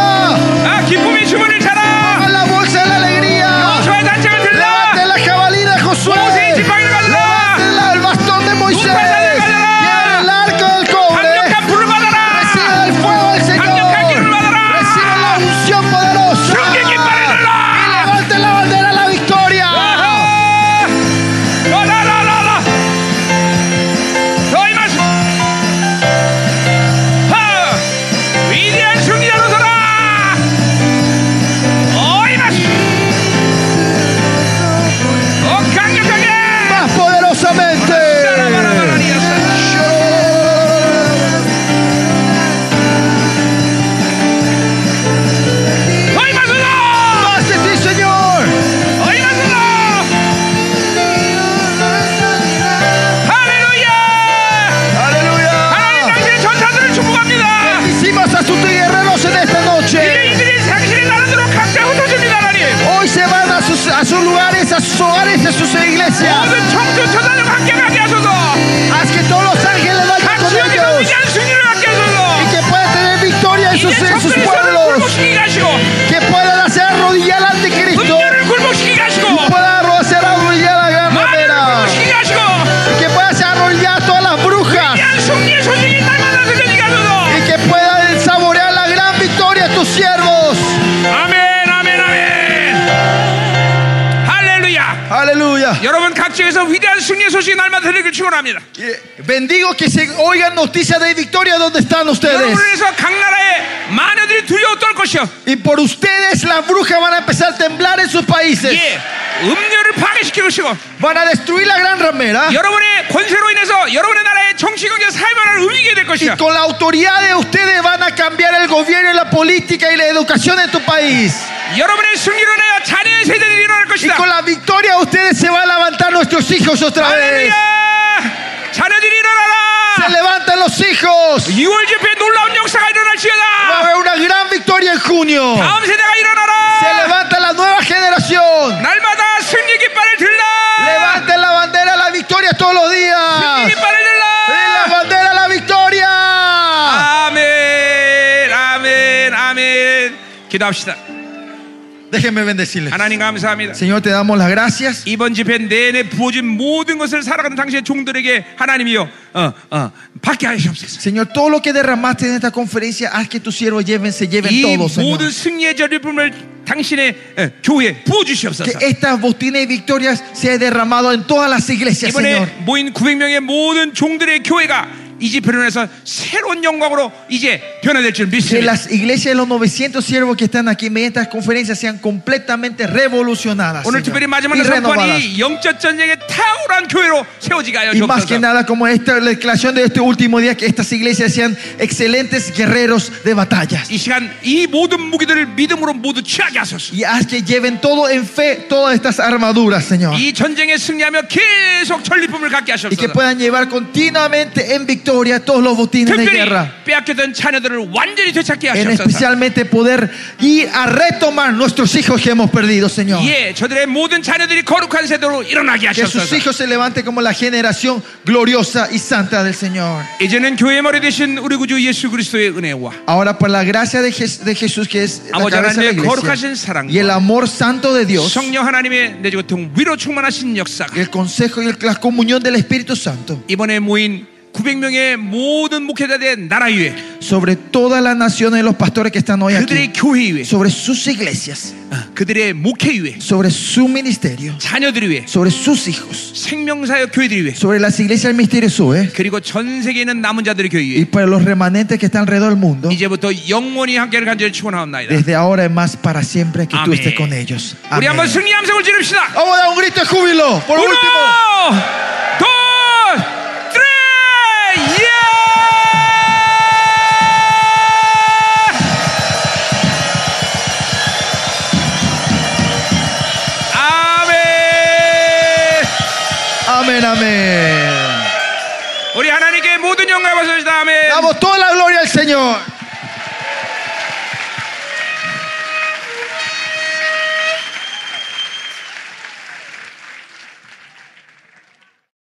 [SPEAKER 1] 아, 기쁨의 주문을 차라.
[SPEAKER 2] Pongan la bolsa de la alegría.
[SPEAKER 1] 저의 단체를
[SPEAKER 2] Levanten
[SPEAKER 1] 들라.
[SPEAKER 2] la jabalina de
[SPEAKER 1] 모세의
[SPEAKER 2] Josué.
[SPEAKER 1] 지팡이를 가져라.
[SPEAKER 2] Levanten la- el bastón de Moisés.
[SPEAKER 1] Ustedes,
[SPEAKER 2] Lleven el arco del cobre.
[SPEAKER 1] 강력한 불을 받아라.
[SPEAKER 2] Reciban el fuego del
[SPEAKER 1] 강력한
[SPEAKER 2] Señor.
[SPEAKER 1] 기름을 받아라.
[SPEAKER 2] Reciban la unción poderosa.
[SPEAKER 1] 성령 깃발을 들라.
[SPEAKER 2] Levanten
[SPEAKER 1] 어,
[SPEAKER 2] la bandera de la victoria.
[SPEAKER 1] 아하! 라라라라! 어, 어,
[SPEAKER 2] 아. 예.
[SPEAKER 1] 그래서 위대한 승리의 소식이 날마다 들리길 축원합니다.
[SPEAKER 2] 네, eh, Bendigo que se oigan noticias de victoria donde están ustedes.
[SPEAKER 1] 여러분을 위해서 각 나라의 마녀들이 두려워 떨 것이요.
[SPEAKER 2] Y por ustedes las brujas van a empezar a temblar en sus países.
[SPEAKER 1] 예, 음료를 파괴시킬 것이고
[SPEAKER 2] Van a destruir la gran ramera.
[SPEAKER 1] 여러분의 권세로 인해서 여러분의 나라의 정치 경제 사회 변화를 움직이게 될
[SPEAKER 2] Y
[SPEAKER 1] 것이야.
[SPEAKER 2] con la autoridad de ustedes van a cambiar el gobierno, y la política y la educación de tu país.
[SPEAKER 1] 여러분의 승리로 인하여 자녀의 세대들이 일어날
[SPEAKER 2] Y
[SPEAKER 1] 것이다.
[SPEAKER 2] con la victoria de ustedes se van a levantar nuestros hijos otra vez.
[SPEAKER 1] 할렐루야! 자녀들이
[SPEAKER 2] Se
[SPEAKER 1] 일어나라!
[SPEAKER 2] levantan los hijos.
[SPEAKER 1] 2월 집회 놀라운 역사가
[SPEAKER 2] Va a
[SPEAKER 1] 일어날지어다!
[SPEAKER 2] haber una gran victoria en junio.
[SPEAKER 1] 다음 세대가
[SPEAKER 2] Se
[SPEAKER 1] 일어나라!
[SPEAKER 2] levanta la nueva generación.
[SPEAKER 1] 날마다 승리 깃발을 들라!
[SPEAKER 2] Levanten la bandera de la victoria todos los días.
[SPEAKER 1] 승리 깃발을
[SPEAKER 2] ¡La
[SPEAKER 1] 들라!
[SPEAKER 2] bandera de la victoria!
[SPEAKER 1] 아멘, 아멘, 아멘. 기도합시다.
[SPEAKER 2] Déjenme bendecirles.
[SPEAKER 1] 하나님 감사합니다.
[SPEAKER 2] Señor, te damos las gracias.
[SPEAKER 1] 이번 집회 내내 부어진 모든 것을 살아가는 당신의 종들에게 하나님이여, 어, 어, 받게 하시옵소서.
[SPEAKER 2] Señor, todo lo que derramaste en esta conferencia, haz que tus siervos lleven, se lleven
[SPEAKER 1] 이
[SPEAKER 2] todos, Señor.
[SPEAKER 1] 모든 승리의 절입품을 당신의 에, 교회에 부어주시옵소서.
[SPEAKER 2] Que estas botines y victorias se hayan derramado en todas las iglesias,
[SPEAKER 1] 이번에
[SPEAKER 2] Señor.
[SPEAKER 1] 모인 900명의 모든 종들의 교회가 이 집회를 해서 새로운 영광으로 이제 변화될 줄
[SPEAKER 2] Que
[SPEAKER 1] 믿습니다.
[SPEAKER 2] las iglesias de los 900 siervos que están aquí mediante estas conferencias sean completamente revolucionadas
[SPEAKER 1] 오늘
[SPEAKER 2] Señor,
[SPEAKER 1] 특별히 마지막
[SPEAKER 2] y
[SPEAKER 1] 날
[SPEAKER 2] renovadas.
[SPEAKER 1] 선포하니 영적 전쟁의 탁월한 교회로 세워지게 하여
[SPEAKER 2] Y más
[SPEAKER 1] 주옵소서.
[SPEAKER 2] que nada, como esta la declaración de este último día, que estas iglesias sean excelentes guerreros de batallas.
[SPEAKER 1] 이 시간 이 모든 무기들을 믿음으로 모두 취하게 하소서.
[SPEAKER 2] Y haz que lleven todo en fe, todas estas armaduras, Señor.
[SPEAKER 1] 이 전쟁에 승리하며 계속 전리품을 갖게
[SPEAKER 2] y que
[SPEAKER 1] 하소서.
[SPEAKER 2] puedan llevar continuamente en victoria todos los botines de
[SPEAKER 1] 특별히
[SPEAKER 2] guerra.
[SPEAKER 1] 빼앗겼던 자녀들을 완전히 되찾게
[SPEAKER 2] En
[SPEAKER 1] 하소서.
[SPEAKER 2] especialmente poder ir a retomar nuestros hijos que hemos perdido, Señor.
[SPEAKER 1] 예, 저들의 모든 자녀들이 거룩한 세대로 일어나게
[SPEAKER 2] Que sus
[SPEAKER 1] 하소서.
[SPEAKER 2] hijos se levanten como la generación gloriosa y santa del Señor.
[SPEAKER 1] 이제는 교회의 머리 되신 우리 구주 예수 그리스도의 은혜와
[SPEAKER 2] Ahora, por la gracia de, Jes- de Jesús, que es la
[SPEAKER 1] Amor
[SPEAKER 2] cabeza de
[SPEAKER 1] hablando de
[SPEAKER 2] la
[SPEAKER 1] 거룩하신
[SPEAKER 2] iglesia,
[SPEAKER 1] 사랑과
[SPEAKER 2] y el amor santo de Dios,
[SPEAKER 1] 성령 하나님의 내주 고통 위로 충만하신 역사가
[SPEAKER 2] y el consejo y el- la comunión del Espíritu Santo
[SPEAKER 1] 이번에 모인 900명의 모든 목회자들의 나라 위에
[SPEAKER 2] sobre todas las naciones de los pastores que están hoy aquí,
[SPEAKER 1] 그들의 교회 위에
[SPEAKER 2] sobre sus iglesias,
[SPEAKER 1] 어, 그들의 목회 위에
[SPEAKER 2] sobre su ministerio,
[SPEAKER 1] 자녀들 위에
[SPEAKER 2] sobre sus hijos.
[SPEAKER 1] 생명사역 교회들 위에
[SPEAKER 2] sobre las iglesias del misterio sube
[SPEAKER 1] 그리고 전 세계에 있는 남은 자들의 교회
[SPEAKER 2] y
[SPEAKER 1] 위에
[SPEAKER 2] para los remanentes que están alrededor del mundo
[SPEAKER 1] 이제부터 영원히 함께를 간절히 축원하옵나이다
[SPEAKER 2] desde ahora en más para siempre que
[SPEAKER 1] Amén.
[SPEAKER 2] tú estés con ellos
[SPEAKER 1] 우리
[SPEAKER 2] Amén.
[SPEAKER 1] 한번 승리 함성을 지릅시다
[SPEAKER 2] vamos a dar un grito de júbilo por
[SPEAKER 1] 우노
[SPEAKER 2] último
[SPEAKER 1] 예! 아멘
[SPEAKER 2] amén amén
[SPEAKER 1] 우리 하나님께 모든 영광을 받으시다 아멘
[SPEAKER 2] damos toda la gloria al Señor